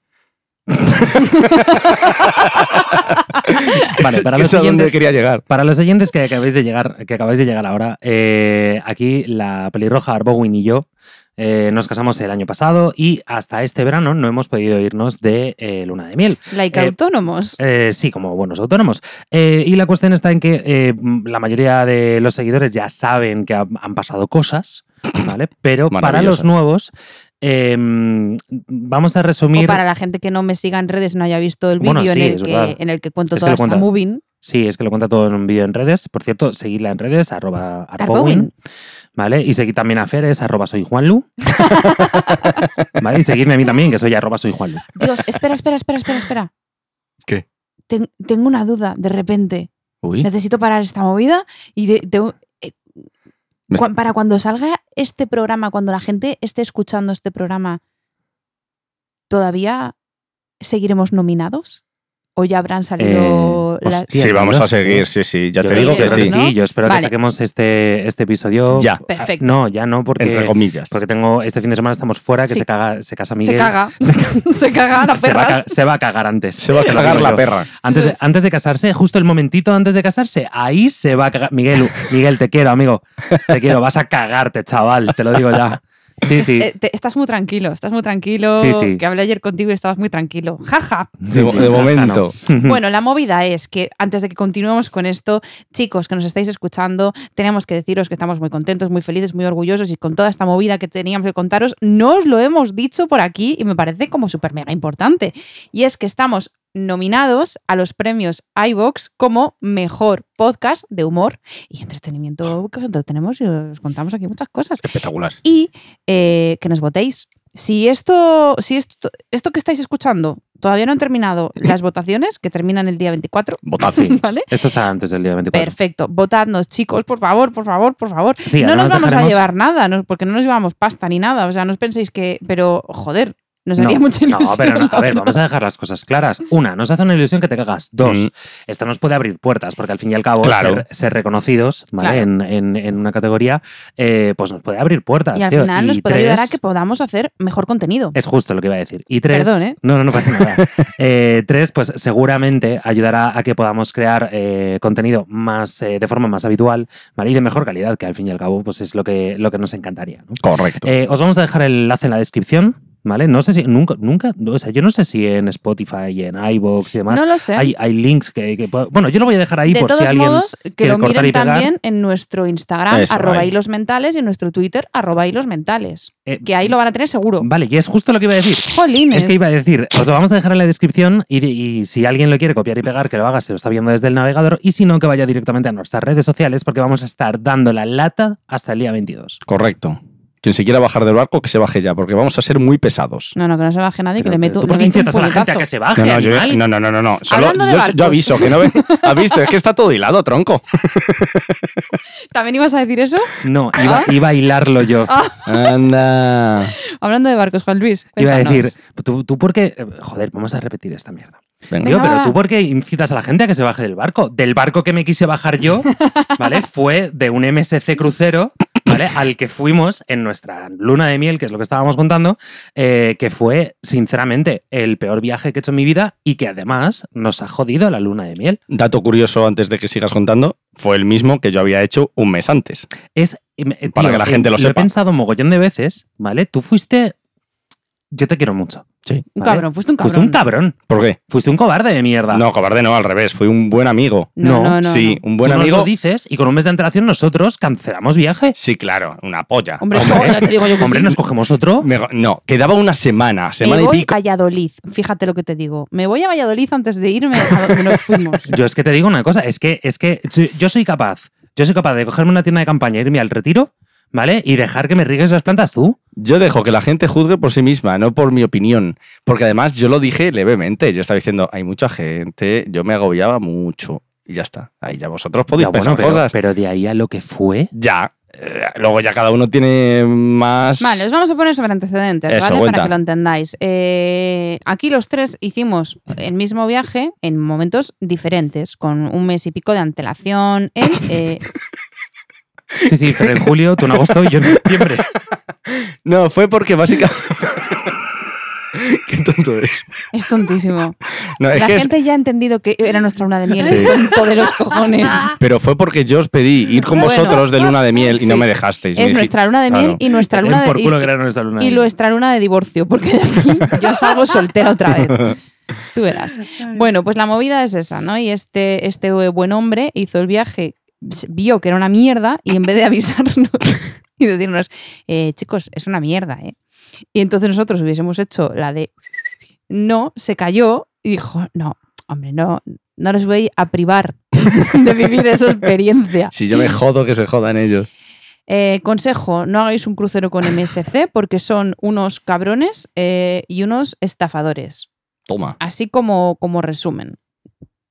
[SPEAKER 2] Vale, para
[SPEAKER 3] Que
[SPEAKER 2] los
[SPEAKER 3] es a donde
[SPEAKER 2] siguientes...
[SPEAKER 3] quería llegar.
[SPEAKER 2] Para los oyentes que acabáis de llegar, que acabáis de llegar ahora, eh, aquí la pelirroja Arbowin y yo eh, nos casamos el año pasado y hasta este verano no hemos podido irnos de eh, luna de miel.
[SPEAKER 1] Like
[SPEAKER 2] Eh,
[SPEAKER 1] autónomos.
[SPEAKER 2] Eh, sí, como buenos autónomos. Eh, y la cuestión está en que eh, m- la mayoría de los seguidores ya saben que ha- han pasado cosas, ¿vale? Pero para los
[SPEAKER 3] Maravilloso.
[SPEAKER 2] nuevos, eh, mm, vamos a resumir.
[SPEAKER 1] O para la gente que no me siga en redes no haya visto el vídeo
[SPEAKER 2] Bueno, sí,
[SPEAKER 1] en, el
[SPEAKER 2] es verdad.
[SPEAKER 1] que, en el que cuento
[SPEAKER 2] Es que
[SPEAKER 1] toda
[SPEAKER 2] lo
[SPEAKER 1] esta
[SPEAKER 2] cuenta.
[SPEAKER 1] moving.
[SPEAKER 2] Sí, es que lo cuenta todo en un vídeo en redes. Por cierto, seguidla en redes, arroba
[SPEAKER 1] Arbowin.
[SPEAKER 2] Arbowin. ¿Vale? Y seguid también a Feres, arroba soy
[SPEAKER 1] (laughs)
[SPEAKER 2] Juanlu. ¿Vale? Y seguidme a mí también, que soy arroba soy Juanlu.
[SPEAKER 1] Dios, espera, espera, espera, espera,
[SPEAKER 2] (laughs)
[SPEAKER 1] espera.
[SPEAKER 3] ¿Qué?
[SPEAKER 1] Ten- tengo una duda, de repente.
[SPEAKER 3] Uy,
[SPEAKER 1] Necesito parar esta movida y de- tengo- eh,
[SPEAKER 3] Me
[SPEAKER 1] cua- para cuando salga este programa, cuando la gente esté escuchando este programa, ¿todavía seguiremos nominados? ¿O ya habrán salido
[SPEAKER 2] Eh,
[SPEAKER 1] las...
[SPEAKER 2] hostia,
[SPEAKER 3] sí, vamos
[SPEAKER 2] no
[SPEAKER 3] a
[SPEAKER 2] sé.
[SPEAKER 3] seguir, sí, sí. Ya
[SPEAKER 2] Yo
[SPEAKER 3] te
[SPEAKER 2] creo
[SPEAKER 3] digo que
[SPEAKER 2] yo creo
[SPEAKER 3] sí.
[SPEAKER 1] ¿no?
[SPEAKER 2] Yo espero
[SPEAKER 1] Vale.
[SPEAKER 2] que saquemos este, este episodio.
[SPEAKER 3] Ya.
[SPEAKER 1] Perfecto.
[SPEAKER 2] Ah, No, ya no,
[SPEAKER 3] Entre
[SPEAKER 2] porque,
[SPEAKER 3] comillas.
[SPEAKER 2] porque tengo este fin de semana estamos fuera, que
[SPEAKER 1] Sí.
[SPEAKER 2] se, caga, (laughs) se casa
[SPEAKER 1] Se
[SPEAKER 2] Miguel.
[SPEAKER 1] caga. (laughs) se caga la
[SPEAKER 2] Se va, a,
[SPEAKER 1] perra.
[SPEAKER 2] ca- se va a cagar antes.
[SPEAKER 3] Se va a
[SPEAKER 2] Te lo
[SPEAKER 3] cagar
[SPEAKER 2] digo
[SPEAKER 3] la
[SPEAKER 2] yo.
[SPEAKER 3] perra.
[SPEAKER 2] Antes de, antes de casarse, justo el momentito antes de casarse, ahí se va a cagar. Miguel, Miguel, te quiero, amigo. Te quiero, vas a cagarte, chaval, te lo digo ya. Sí, sí.
[SPEAKER 1] Eh, te- estás muy tranquilo, estás muy tranquilo.
[SPEAKER 2] Sí, sí.
[SPEAKER 1] Que hablé ayer contigo y estabas muy tranquilo. Jaja.
[SPEAKER 2] Sí,
[SPEAKER 3] de,
[SPEAKER 2] sí.
[SPEAKER 3] de
[SPEAKER 2] Ajá,
[SPEAKER 3] momento.
[SPEAKER 2] no.
[SPEAKER 1] Bueno, la movida es que antes de que continuemos con esto, chicos que nos estáis escuchando, tenemos que deciros que estamos muy contentos, muy felices, muy orgullosos y con toda esta movida que teníamos que contaros, no os lo hemos dicho por aquí y me parece como súper mega importante. Y es que estamos nominados a los premios iVox como mejor podcast de humor y entretenimiento que os entretenemos y os contamos aquí muchas cosas
[SPEAKER 3] Espectacular.
[SPEAKER 1] y eh, que nos votéis. Si esto, si esto, esto que estáis escuchando todavía no han terminado las votaciones, que terminan el día 24, (laughs)
[SPEAKER 2] (laughs)
[SPEAKER 3] Votad sí.
[SPEAKER 1] ¿vale?
[SPEAKER 2] Esto está antes del día 24.
[SPEAKER 1] Perfecto, votadnos, chicos, por favor, por favor, por favor.
[SPEAKER 2] Sí,
[SPEAKER 1] no nos
[SPEAKER 2] además
[SPEAKER 1] vamos a
[SPEAKER 2] dejaremos-
[SPEAKER 1] llevar nada, no- porque no nos llevamos pasta ni nada. O sea, no os penséis que. Pero, joder, nos haría
[SPEAKER 2] no,
[SPEAKER 1] mucha ilusión.
[SPEAKER 2] no, pero no, a ver,
[SPEAKER 1] la
[SPEAKER 2] vamos a dejar las cosas claras. Una, nos hace una ilusión que te cagas. Dos,
[SPEAKER 3] Mm.
[SPEAKER 2] esto nos puede abrir puertas, porque al fin y al cabo,
[SPEAKER 3] Claro.
[SPEAKER 2] ser, ser reconocidos ¿vale?
[SPEAKER 1] Claro.
[SPEAKER 2] en, en- en una categoría, eh, pues nos puede abrir puertas.
[SPEAKER 1] Y al
[SPEAKER 2] tío.
[SPEAKER 1] final
[SPEAKER 2] Y Eh,
[SPEAKER 1] nos puede ayudar a
[SPEAKER 2] tres,
[SPEAKER 1] que podamos hacer mejor contenido.
[SPEAKER 2] Es justo lo que iba a decir. Y tres.
[SPEAKER 1] Perdón, ¿eh?
[SPEAKER 2] No, no, no
[SPEAKER 1] (laughs)
[SPEAKER 2] pasa nada. Eh, tres, pues seguramente ayudará a que podamos crear eh, contenido más eh, de forma más habitual ¿vale? y de mejor calidad, que al fin y al cabo, pues es lo que, lo que nos encantaría. ¿no?
[SPEAKER 3] Correcto.
[SPEAKER 2] Eh, os vamos a dejar el enlace en la descripción. ¿Vale? No sé si. Nunca, nunca. O sea, yo no sé si en Spotify y en iBox y demás.
[SPEAKER 1] no lo sé.
[SPEAKER 2] hay, hay links que, que puedo- Bueno, yo lo voy a dejar ahí
[SPEAKER 1] de
[SPEAKER 2] por
[SPEAKER 1] todos
[SPEAKER 2] si alguien.
[SPEAKER 1] modos, que
[SPEAKER 2] quiere
[SPEAKER 1] lo
[SPEAKER 2] cortar
[SPEAKER 1] miren
[SPEAKER 2] y pegar.
[SPEAKER 1] también en nuestro Instagram,
[SPEAKER 3] Eso,
[SPEAKER 1] arroba
[SPEAKER 3] ahí.
[SPEAKER 1] hilos mentales, y en nuestro Twitter, arroba hilos mentales.
[SPEAKER 2] eh,
[SPEAKER 1] Que ahí lo van a tener seguro.
[SPEAKER 2] Vale, y es justo lo que iba a decir.
[SPEAKER 1] Jolines.
[SPEAKER 2] Mm. Es que iba a decir, os lo vamos a dejar en la descripción y, de- y si alguien lo quiere copiar y pegar, que lo haga si lo está viendo desde el navegador y si no, que vaya directamente a nuestras redes sociales porque vamos a estar dando la lata hasta el día 22.
[SPEAKER 3] Correcto. Quien se quiera bajar del barco, que se baje ya, porque vamos a ser muy pesados.
[SPEAKER 1] No, no, que no se baje nadie, que
[SPEAKER 2] Pero-
[SPEAKER 1] le meto, le
[SPEAKER 2] ¿Tú por qué
[SPEAKER 1] meto un
[SPEAKER 2] incitas a la gente a
[SPEAKER 1] puñetazo.
[SPEAKER 2] que se baje,
[SPEAKER 3] No, no, yo,
[SPEAKER 2] animal?
[SPEAKER 3] no, no, no, no, no. Solo-
[SPEAKER 1] Ah, Hablando de
[SPEAKER 3] yo,
[SPEAKER 1] barcos.
[SPEAKER 3] yo aviso
[SPEAKER 1] (laughs)
[SPEAKER 3] que no ve- ¿Has visto? Es que está todo hilado, tronco.
[SPEAKER 1] ¿También ibas a decir eso?
[SPEAKER 2] No, iba, iba a hilarlo yo.
[SPEAKER 1] Ah.
[SPEAKER 3] Anda.
[SPEAKER 1] Hablando de barcos, Juan Luis.
[SPEAKER 2] Iba a
[SPEAKER 1] cuéntanos.
[SPEAKER 2] decir, tú, tú por qué... eh, Joder, vamos a repetir esta mierda.
[SPEAKER 3] Venga.
[SPEAKER 2] Tío,
[SPEAKER 1] Venga,
[SPEAKER 2] pero
[SPEAKER 1] va.
[SPEAKER 2] tú por qué incitas a la gente a que se baje del barco. Del barco que me quise
[SPEAKER 1] (laughs)
[SPEAKER 2] bajar yo, ¿vale? Fue de un MSC crucero, ¿vale? Al que fuimos en nuestra luna de miel, que es lo que estábamos contando, eh, que fue, sinceramente, el peor viaje que he hecho en mi vida y que además nos ha jodido la luna de miel.
[SPEAKER 3] Dato curioso antes de que sigas contando, fue el mismo que yo había hecho un mes antes.
[SPEAKER 2] Es, eh, me-
[SPEAKER 3] Para que la gente lo
[SPEAKER 2] Lo he
[SPEAKER 3] sepa.
[SPEAKER 2] pensado mogollón de veces, ¿vale? Tú fuiste... Yo te quiero mucho.
[SPEAKER 3] Sí.
[SPEAKER 1] Un
[SPEAKER 2] ¿vale?
[SPEAKER 1] cabrón, fuiste un cabrón.
[SPEAKER 2] Fuiste pues un cabrón.
[SPEAKER 3] ¿Por qué?
[SPEAKER 2] Fuiste un cobarde de mierda.
[SPEAKER 3] No, cobarde no, al revés, fui un buen amigo.
[SPEAKER 1] No, no, no.
[SPEAKER 3] sí,
[SPEAKER 1] no.
[SPEAKER 3] un buen
[SPEAKER 2] Tú nos lo
[SPEAKER 3] amigo.
[SPEAKER 2] dices y con un mes de antelación nosotros cancelamos viajes.
[SPEAKER 3] Sí, claro, una polla.
[SPEAKER 1] Hombre, no, ya te digo yo que
[SPEAKER 2] Hombre,
[SPEAKER 1] sí.
[SPEAKER 2] nos cogemos otro.
[SPEAKER 3] Me- no, quedaba una semana, semana
[SPEAKER 1] Me
[SPEAKER 3] y
[SPEAKER 1] voy
[SPEAKER 3] pico.
[SPEAKER 1] a Valladolid. Fíjate lo que te digo. Me voy a Valladolid antes de irme a donde nos
[SPEAKER 2] (laughs)
[SPEAKER 1] fuimos.
[SPEAKER 2] Yo es que te digo una cosa, es que, es que soy- yo soy capaz, yo soy capaz de cogerme una tienda de campaña, irme al retiro, ¿vale? Y dejar que me riegues las plantas tú.
[SPEAKER 3] Yo dejo que la gente juzgue por sí misma, no por mi opinión. Porque además yo lo dije levemente. Yo estaba diciendo, hay mucha gente, yo me agobiaba mucho. Y ya está. Ahí ya vosotros podéis
[SPEAKER 2] Ya,
[SPEAKER 3] pensar
[SPEAKER 2] bueno, pero,
[SPEAKER 3] cosas.
[SPEAKER 2] pero de ahí a lo que fue.
[SPEAKER 3] Ya. eh, Luego ya cada uno tiene más.
[SPEAKER 1] Vale, os vamos a poner sobre antecedentes,
[SPEAKER 3] Eso,
[SPEAKER 1] ¿vale?
[SPEAKER 3] cuenta.
[SPEAKER 1] Para que lo entendáis. Eh, aquí los tres hicimos el mismo viaje en momentos diferentes, con un mes y pico de antelación. En, eh,
[SPEAKER 2] Sí, sí, pero en julio, tú en agosto y yo
[SPEAKER 1] (laughs)
[SPEAKER 2] en septiembre.
[SPEAKER 3] No, fue porque (laughs) básicamente. Qué tonto eres.
[SPEAKER 1] es tontísimo.
[SPEAKER 3] No, es
[SPEAKER 1] La
[SPEAKER 3] que es-
[SPEAKER 1] gente ya ha entendido que era nuestra luna de miel.
[SPEAKER 3] Sí.
[SPEAKER 1] Tonto de los cojones.
[SPEAKER 3] Pero fue porque yo os pedí ir con
[SPEAKER 1] Bueno.
[SPEAKER 3] vosotros de luna de miel y no
[SPEAKER 1] Sí.
[SPEAKER 3] me dejasteis. Me
[SPEAKER 1] Es
[SPEAKER 3] dij-
[SPEAKER 1] nuestra luna de miel
[SPEAKER 3] Claro.
[SPEAKER 1] y nuestra luna
[SPEAKER 2] En
[SPEAKER 1] de
[SPEAKER 2] Eh, por culo que
[SPEAKER 1] y-
[SPEAKER 2] era nuestra luna. de
[SPEAKER 1] y
[SPEAKER 2] miel.
[SPEAKER 1] nuestra luna de divorcio, porque de aquí
[SPEAKER 3] (laughs)
[SPEAKER 1] yo salgo soltera otra vez. Tú verás. Bueno, pues la movida es esa, ¿no? Y este, este buen hombre hizo el viaje, s- vio que era una mierda y en vez de avisarnos (laughs) y decirnos, eh, chicos, es una mierda, ¿eh? Y entonces nosotros hubiésemos hecho la de no, se cayó y dijo, no, hombre, no, no les voy a privar (laughs) de vivir
[SPEAKER 3] (laughs)
[SPEAKER 1] esa experiencia.
[SPEAKER 3] Si yo me jodo, que se jodan ellos.
[SPEAKER 1] Eh, consejo, no hagáis un crucero con MSC porque son unos cabrones eh, y unos estafadores.
[SPEAKER 3] Toma.
[SPEAKER 1] Así como, como resumen.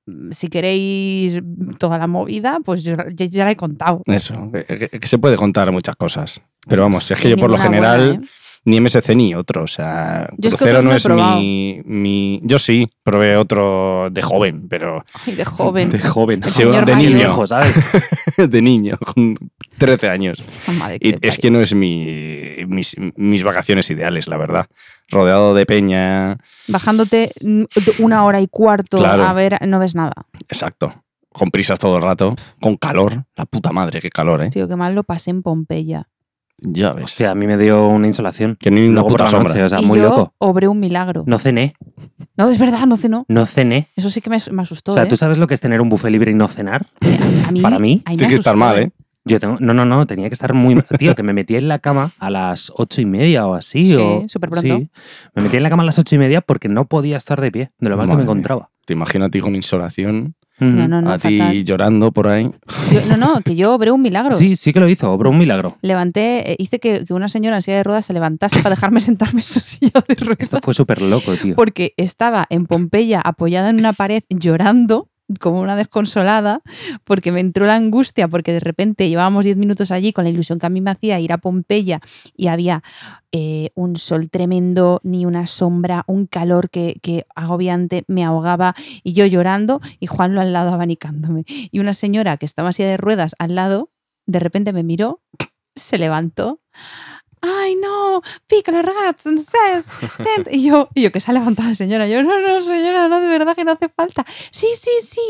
[SPEAKER 1] Mm, Si queréis toda la movida, pues yo, ya- ya la he contado.
[SPEAKER 3] Eso. Que, que- que se puede contar muchas cosas. Pero vamos, es que yo por lo
[SPEAKER 1] Ninguna
[SPEAKER 3] general.
[SPEAKER 1] buena, ¿eh?
[SPEAKER 3] ni MSC ni otro. O sea,
[SPEAKER 1] Yo es que
[SPEAKER 3] crucero
[SPEAKER 1] otros no
[SPEAKER 3] no
[SPEAKER 1] he
[SPEAKER 3] es mi, mi- Yo sí, probé otro de joven, pero
[SPEAKER 1] Ay, de joven.
[SPEAKER 2] De joven.
[SPEAKER 1] El señor
[SPEAKER 2] de
[SPEAKER 1] mayor.
[SPEAKER 2] niño, ¿sabes?
[SPEAKER 3] (laughs) de niño, con 13 años.
[SPEAKER 1] Ah, madre
[SPEAKER 3] Y
[SPEAKER 1] que
[SPEAKER 3] es
[SPEAKER 1] parió.
[SPEAKER 3] que no es mi, mis, mis vacaciones ideales, la verdad. Rodeado de peña.
[SPEAKER 1] Bajándote mm, una hora y cuarto
[SPEAKER 3] Claro.
[SPEAKER 1] a ver, no ves nada.
[SPEAKER 3] Exacto. Con prisas todo el rato, con calor. La puta madre, qué calor, ¿eh?
[SPEAKER 1] Tío, qué mal lo pasé en Pompeya.
[SPEAKER 3] Ya
[SPEAKER 2] O
[SPEAKER 3] ves.
[SPEAKER 2] sea, a mí me dio una insolación.
[SPEAKER 3] Que ni una
[SPEAKER 2] Luego por
[SPEAKER 3] puta
[SPEAKER 2] la
[SPEAKER 3] sombra.
[SPEAKER 2] noche, o sea,
[SPEAKER 1] y
[SPEAKER 2] muy
[SPEAKER 1] yo
[SPEAKER 2] loco.
[SPEAKER 1] obré un milagro. No.
[SPEAKER 2] No cené,
[SPEAKER 1] es verdad, no cenó.
[SPEAKER 2] no cené.
[SPEAKER 1] Eso sí que me, as- me asustó.
[SPEAKER 2] O sea,
[SPEAKER 1] ¿eh?
[SPEAKER 2] ¿tú sabes lo que es tener un buffet libre y no cenar?
[SPEAKER 1] A mí-
[SPEAKER 2] Para mí,
[SPEAKER 1] a mí me
[SPEAKER 3] Tienes que
[SPEAKER 1] asustó,
[SPEAKER 3] estar mal,
[SPEAKER 1] ¿eh?
[SPEAKER 3] ¿eh?
[SPEAKER 2] Yo tengo, no, no, no, tenía que estar muy. (laughs) Tío, que me metí en la cama a las ocho y media o así.
[SPEAKER 1] Sí,
[SPEAKER 2] o-
[SPEAKER 1] superpronto.
[SPEAKER 2] sí. Me metí en la cama a las ocho y media porque no podía estar de pie, de lo mal que
[SPEAKER 3] Madre
[SPEAKER 2] me
[SPEAKER 3] mía.
[SPEAKER 2] encontraba.
[SPEAKER 3] Te imagino a ti con insolación,
[SPEAKER 2] Mm.
[SPEAKER 1] No, no, no,
[SPEAKER 3] a ti
[SPEAKER 1] fatal.
[SPEAKER 3] llorando por ahí.
[SPEAKER 1] ¿eh? Yo- no, no, que yo obré un
[SPEAKER 3] (laughs)
[SPEAKER 1] milagro.
[SPEAKER 2] Sí, sí que lo hizo, obró un milagro.
[SPEAKER 1] Levanté, eh, hice que, que una señora en silla de ruedas se levantase para dejarme (laughs) sentarme en su silla de ruedas.
[SPEAKER 2] Esto fue súper loco, tío.
[SPEAKER 1] Porque estaba en Pompeya apoyada en una pared llorando como una desconsolada, porque me entró la angustia, porque de repente llevábamos 10 minutos allí con la ilusión que a mí me hacía ir a Pompeya y había eh, un sol tremendo, ni una sombra, un calor que, que agobiante me ahogaba y yo llorando y Juanlo al lado abanicándome. Y una señora que estaba así de ruedas al lado, de repente me miró, se levantó. Ay, no, piccolo ragazzi, no sé, sent-". Y yo, y yo que se ha levantado la señora. Yo, no, no, señora, no, de verdad que no hace falta. Sí, sí, sí,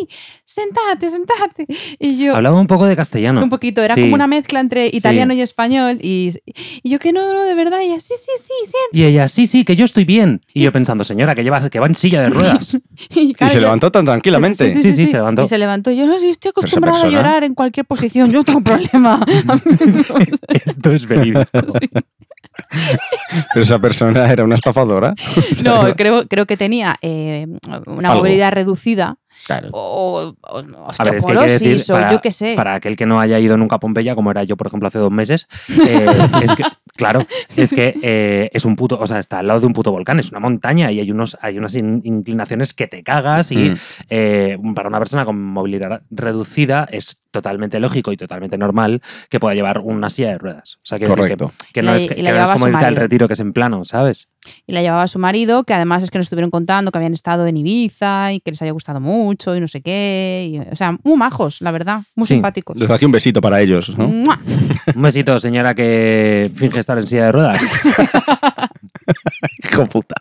[SPEAKER 1] sentate, sentate. Y yo,
[SPEAKER 2] Hablaba un poco de castellano.
[SPEAKER 1] un poquito, era
[SPEAKER 2] Sí.
[SPEAKER 1] como una mezcla entre italiano y español. Y, y yo que no, no, de verdad, y ella, sí, sí, sí,
[SPEAKER 2] Y ella, sí, sí, que yo estoy bien. Y yo pensando, señora, que, llevas, que va en silla de
[SPEAKER 1] (laughs)
[SPEAKER 2] ruedas.
[SPEAKER 1] sí. Y,
[SPEAKER 3] Y
[SPEAKER 1] claro,
[SPEAKER 3] se
[SPEAKER 1] yo-
[SPEAKER 3] levantó tan tranquilamente.
[SPEAKER 2] Sí, sí, se levantó.
[SPEAKER 1] Y se levantó. Yo no sé, estoy
[SPEAKER 3] esa
[SPEAKER 1] acostumbrada a
[SPEAKER 3] persona-
[SPEAKER 1] llorar en cualquier posición, yo no tengo
[SPEAKER 2] (laughs)
[SPEAKER 1] problema. (laughs)
[SPEAKER 2] Esto es verídico.
[SPEAKER 3] Pero esa persona era una estafadora.
[SPEAKER 1] (laughs)
[SPEAKER 3] (laughs)
[SPEAKER 1] no, creo, creo que tenía eh, una
[SPEAKER 3] Algo.
[SPEAKER 1] movilidad reducida
[SPEAKER 3] Claro.
[SPEAKER 1] o, o- o
[SPEAKER 2] A ver, es que hay que
[SPEAKER 1] osteoporosis
[SPEAKER 2] decir,
[SPEAKER 1] o
[SPEAKER 2] para,
[SPEAKER 1] yo qué sé. (laughs)
[SPEAKER 2] para aquel que no haya ido nunca a Pompeya, como era yo, por ejemplo, hace dos meses, eh, es que Claro, es que eh, es un puto, o sea, está al lado de un puto volcán, es una montaña y hay, unos, hay unas in- inclinaciones que te cagas y
[SPEAKER 3] Mm.
[SPEAKER 2] eh, para una persona con movilidad reducida es totalmente lógico y totalmente normal que pueda llevar una silla de ruedas. O sea, quiero decir que,
[SPEAKER 3] Correcto.
[SPEAKER 2] que
[SPEAKER 1] Y
[SPEAKER 2] no
[SPEAKER 1] la-
[SPEAKER 2] es, que-
[SPEAKER 1] y la
[SPEAKER 2] que no es
[SPEAKER 1] llevaba
[SPEAKER 2] como
[SPEAKER 1] su
[SPEAKER 2] irte al
[SPEAKER 1] marido.
[SPEAKER 2] retiro que es en plano, ¿sabes?
[SPEAKER 1] Y la llevaba su marido, que además es que nos estuvieron contando que habían estado en Ibiza y que les había gustado mucho y no sé qué. y- o sea, muy majos, la verdad, muy
[SPEAKER 2] Sí.
[SPEAKER 1] simpáticos.
[SPEAKER 3] Desde aquí un besito para ellos, ¿no?
[SPEAKER 1] ¡Mua!
[SPEAKER 2] Un besito, señora que finge estar en silla de ruedas.
[SPEAKER 3] Hijo puta.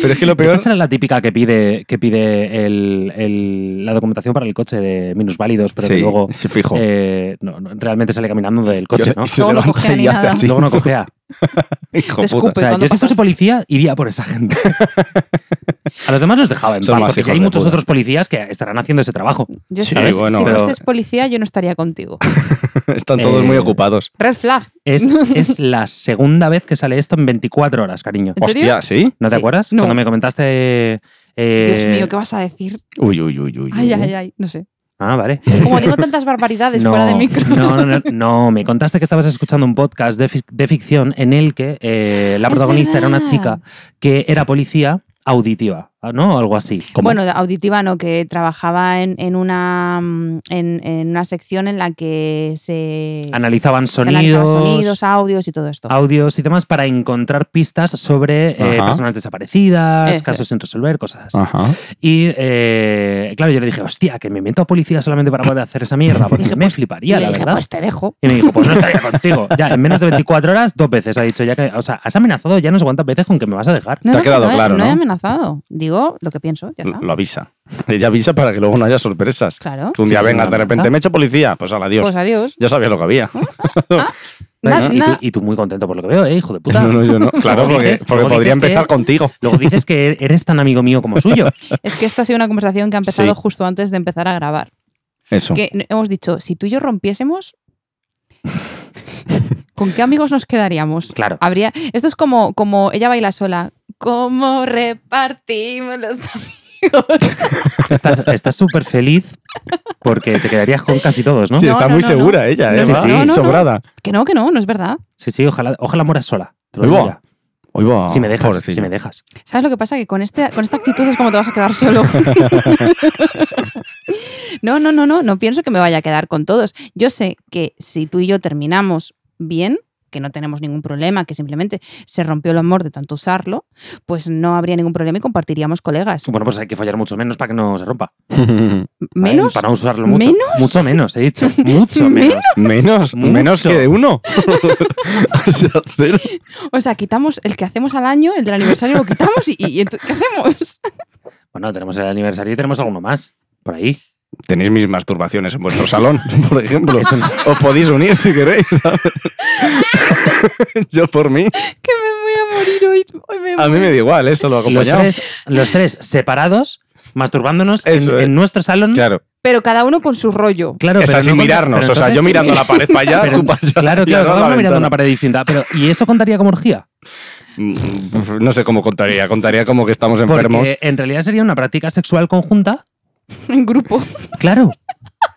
[SPEAKER 3] Pero es que lo peor.
[SPEAKER 2] Esta será la típica que pide, que pide el- el- la documentación para el coche de minusválidos, pero que
[SPEAKER 3] sí,
[SPEAKER 2] luego
[SPEAKER 3] sí, fijo.
[SPEAKER 2] eh, no, no, realmente sale caminando del coche,
[SPEAKER 3] (laughs) Yo-
[SPEAKER 2] ¿no?
[SPEAKER 3] y se
[SPEAKER 1] Luego no
[SPEAKER 3] levanta
[SPEAKER 1] cogea
[SPEAKER 3] y
[SPEAKER 1] ni
[SPEAKER 3] hace
[SPEAKER 1] nada.
[SPEAKER 2] (laughs)
[SPEAKER 3] así.
[SPEAKER 2] Luego no cogea.
[SPEAKER 3] (laughs) Hijo
[SPEAKER 1] Te
[SPEAKER 2] O
[SPEAKER 3] puta.
[SPEAKER 2] sea,
[SPEAKER 1] Pues cuando
[SPEAKER 2] yo si fuese
[SPEAKER 1] pasas-
[SPEAKER 2] policía iría por esa gente. A los demás los dejaba en
[SPEAKER 3] Son
[SPEAKER 2] paz,
[SPEAKER 3] más
[SPEAKER 2] porque
[SPEAKER 3] hijos
[SPEAKER 2] hay
[SPEAKER 3] de
[SPEAKER 2] muchos
[SPEAKER 3] puta.
[SPEAKER 2] otros policías que estarán haciendo ese trabajo.
[SPEAKER 1] Yo
[SPEAKER 3] Sí,
[SPEAKER 1] si, fueses-
[SPEAKER 3] bueno,
[SPEAKER 1] si
[SPEAKER 3] pero-
[SPEAKER 1] fueses policía, yo no estaría contigo.
[SPEAKER 3] Están todos
[SPEAKER 2] Eh,
[SPEAKER 3] muy ocupados.
[SPEAKER 1] Red flag.
[SPEAKER 2] Es, es la segunda vez que sale esto en 24 horas, cariño.
[SPEAKER 1] ¿En serio?
[SPEAKER 3] Hostia, ¿sí?
[SPEAKER 2] ¿No te
[SPEAKER 1] Sí.
[SPEAKER 2] acuerdas?
[SPEAKER 1] No.
[SPEAKER 2] Cuando me comentaste... eh,
[SPEAKER 1] Dios mío, ¿qué vas a decir?
[SPEAKER 3] Uy, uy, uy, uy.
[SPEAKER 1] Ay,
[SPEAKER 3] uy.
[SPEAKER 1] ay, ay, no sé.
[SPEAKER 2] Ah, vale.
[SPEAKER 1] Como digo tantas barbaridades fuera de micro.
[SPEAKER 2] (laughs) No,
[SPEAKER 1] (laughs)
[SPEAKER 2] no, no, no, me contaste que estabas escuchando un podcast de, fic- de ficción en el que eh, la
[SPEAKER 1] Es
[SPEAKER 2] protagonista era una
[SPEAKER 1] verdad.
[SPEAKER 2] chica que era policía auditiva, ¿no? O algo así.
[SPEAKER 1] Bueno, auditiva no, que trabajaba en, en una, mm, en, en una sección en la que se
[SPEAKER 2] Analizaban
[SPEAKER 1] se
[SPEAKER 2] sonidos, Ah,
[SPEAKER 1] analizaban sonidos, audios y todo esto.
[SPEAKER 2] audios y demás para encontrar pistas sobre eh,
[SPEAKER 3] Ajá. Ah.
[SPEAKER 2] personas desaparecidas,
[SPEAKER 1] Ese.
[SPEAKER 2] casos sin resolver, cosas así.
[SPEAKER 3] Ajá.
[SPEAKER 2] Y eh, claro, yo le dije, hostia, que me invento a policía solamente para poder hacer esa mierda,
[SPEAKER 1] (laughs)
[SPEAKER 2] porque me
[SPEAKER 1] y
[SPEAKER 2] fliparía,
[SPEAKER 1] le
[SPEAKER 2] la
[SPEAKER 1] dije,
[SPEAKER 2] verdad.
[SPEAKER 1] pues te dejo.
[SPEAKER 2] Y me dijo, pues no estaría contigo. Ya, en menos de 24 horas, dos veces ha dicho ya que. O sea, has amenazado ya no sé cuántas veces con que me vas a dejar.
[SPEAKER 1] No,
[SPEAKER 3] Te ha
[SPEAKER 1] no,
[SPEAKER 3] quedado
[SPEAKER 1] no he-
[SPEAKER 3] claro,
[SPEAKER 1] No he
[SPEAKER 3] ¿no? Mm,
[SPEAKER 1] amenazado. Digo lo que pienso, ya está.
[SPEAKER 3] Lo avisa. Ella avisa para que luego no haya sorpresas.
[SPEAKER 1] Claro.
[SPEAKER 3] Que un día
[SPEAKER 2] Sí, sí,
[SPEAKER 3] venga,
[SPEAKER 2] no,
[SPEAKER 3] de
[SPEAKER 2] no,
[SPEAKER 3] repente
[SPEAKER 2] no.
[SPEAKER 3] me echa policía. Pues al adiós.
[SPEAKER 1] Pues adiós.
[SPEAKER 3] ya sabía lo que había.
[SPEAKER 2] Pero,
[SPEAKER 1] Na-
[SPEAKER 2] y, tú,
[SPEAKER 1] na-
[SPEAKER 2] y tú muy contento por lo que veo, ¿eh, hijo de puta?
[SPEAKER 3] (laughs) No,
[SPEAKER 2] (laughs)
[SPEAKER 3] no, yo no. Claro,
[SPEAKER 2] Luego
[SPEAKER 3] porque,
[SPEAKER 2] dices-
[SPEAKER 3] porque
[SPEAKER 2] luego
[SPEAKER 3] podría
[SPEAKER 2] dices que-
[SPEAKER 3] empezar contigo.
[SPEAKER 2] Luego dices que er, eres tan amigo mío como suyo.
[SPEAKER 1] Es que esta ha sido una conversación que ha empezado
[SPEAKER 3] Sí.
[SPEAKER 1] justo antes de empezar a grabar.
[SPEAKER 3] Eso.
[SPEAKER 1] Que n- hemos dicho, si tú y yo rompiésemos, ¿con qué amigos nos quedaríamos?
[SPEAKER 2] Claro.
[SPEAKER 1] Habría. Esto es como, como ella baila sola. ¿Cómo repartimos los amigos?
[SPEAKER 2] Estás estás súper feliz porque te quedarías con casi todos, ¿no?
[SPEAKER 3] Sí,
[SPEAKER 2] Sí,
[SPEAKER 1] No,
[SPEAKER 3] está
[SPEAKER 1] no,
[SPEAKER 3] muy
[SPEAKER 1] no,
[SPEAKER 3] segura ella, ¿eh?
[SPEAKER 2] No,
[SPEAKER 3] Va
[SPEAKER 2] sí, no,
[SPEAKER 1] no,
[SPEAKER 3] sobrada.
[SPEAKER 1] que no, que no, no es verdad.
[SPEAKER 2] sí, ojalá, ojalá mueras sola. te lo
[SPEAKER 3] Ahí
[SPEAKER 2] digo
[SPEAKER 3] va.
[SPEAKER 2] ya.
[SPEAKER 3] Hoy va,
[SPEAKER 2] Si me dejas,
[SPEAKER 3] pobrecillo.
[SPEAKER 2] si me dejas.
[SPEAKER 1] ¿Sabes lo que pasa? Que con, este, con esta actitud es como te vas a quedar (laughs) solo. no, no, no, no, no pienso que me vaya a quedar con todos. Yo sé que si tú y yo terminamos bien, que no tenemos ningún problema, que simplemente se rompió el amor de tanto usarlo, pues no habría ningún problema y compartiríamos colegas.
[SPEAKER 2] Bueno, pues hay que fallar mucho menos para que no se rompa. ¿vale?
[SPEAKER 1] Menos,
[SPEAKER 2] Para no usarlo mucho.
[SPEAKER 1] ¿Menos?
[SPEAKER 2] Mucho menos, he dicho. Mucho menos.
[SPEAKER 3] (laughs) menos,
[SPEAKER 2] Mucho.
[SPEAKER 3] menos que
[SPEAKER 2] (laughs)
[SPEAKER 3] de uno. (laughs) O sea, cero.
[SPEAKER 1] o sea, quitamos el que hacemos al año, el del aniversario lo quitamos y, y ento- ¿qué hacemos?
[SPEAKER 2] Bueno, tenemos el aniversario y tenemos alguno más. Por ahí.
[SPEAKER 3] Tenéis mis masturbaciones en vuestro salón, (laughs) por ejemplo.
[SPEAKER 2] Eso no-
[SPEAKER 3] Os podéis unir si queréis.
[SPEAKER 2] (laughs)
[SPEAKER 3] ¿sabes? (laughs) Yo por mí.
[SPEAKER 1] que me voy a morir hoy. hoy me
[SPEAKER 3] A mí me da igual, eso lo
[SPEAKER 2] los,
[SPEAKER 3] acompañado.
[SPEAKER 2] tres, los tres separados, masturbándonos en,
[SPEAKER 3] Eso es.
[SPEAKER 2] en nuestro salón.
[SPEAKER 3] Claro,
[SPEAKER 1] Pero cada uno con su rollo. (laughs)
[SPEAKER 2] Claro,
[SPEAKER 3] es
[SPEAKER 2] pero
[SPEAKER 3] así
[SPEAKER 2] no con-
[SPEAKER 3] mirarnos.
[SPEAKER 2] pero
[SPEAKER 3] o sea, yo
[SPEAKER 2] entonces- (laughs)
[SPEAKER 3] mirando la pared para allá,
[SPEAKER 2] Pero-
[SPEAKER 3] tú para allá.
[SPEAKER 2] Claro,
[SPEAKER 3] y al
[SPEAKER 2] claro,
[SPEAKER 3] lado
[SPEAKER 2] cada uno
[SPEAKER 3] la
[SPEAKER 2] mirando
[SPEAKER 3] ventana.
[SPEAKER 2] una pared distinta. Pero, ¿y eso contaría como orgía?
[SPEAKER 3] Mm, No sé cómo contaría. Contaría como que estamos enfermos.
[SPEAKER 2] Porque en realidad sería una práctica sexual conjunta.
[SPEAKER 1] En grupo.
[SPEAKER 2] Claro.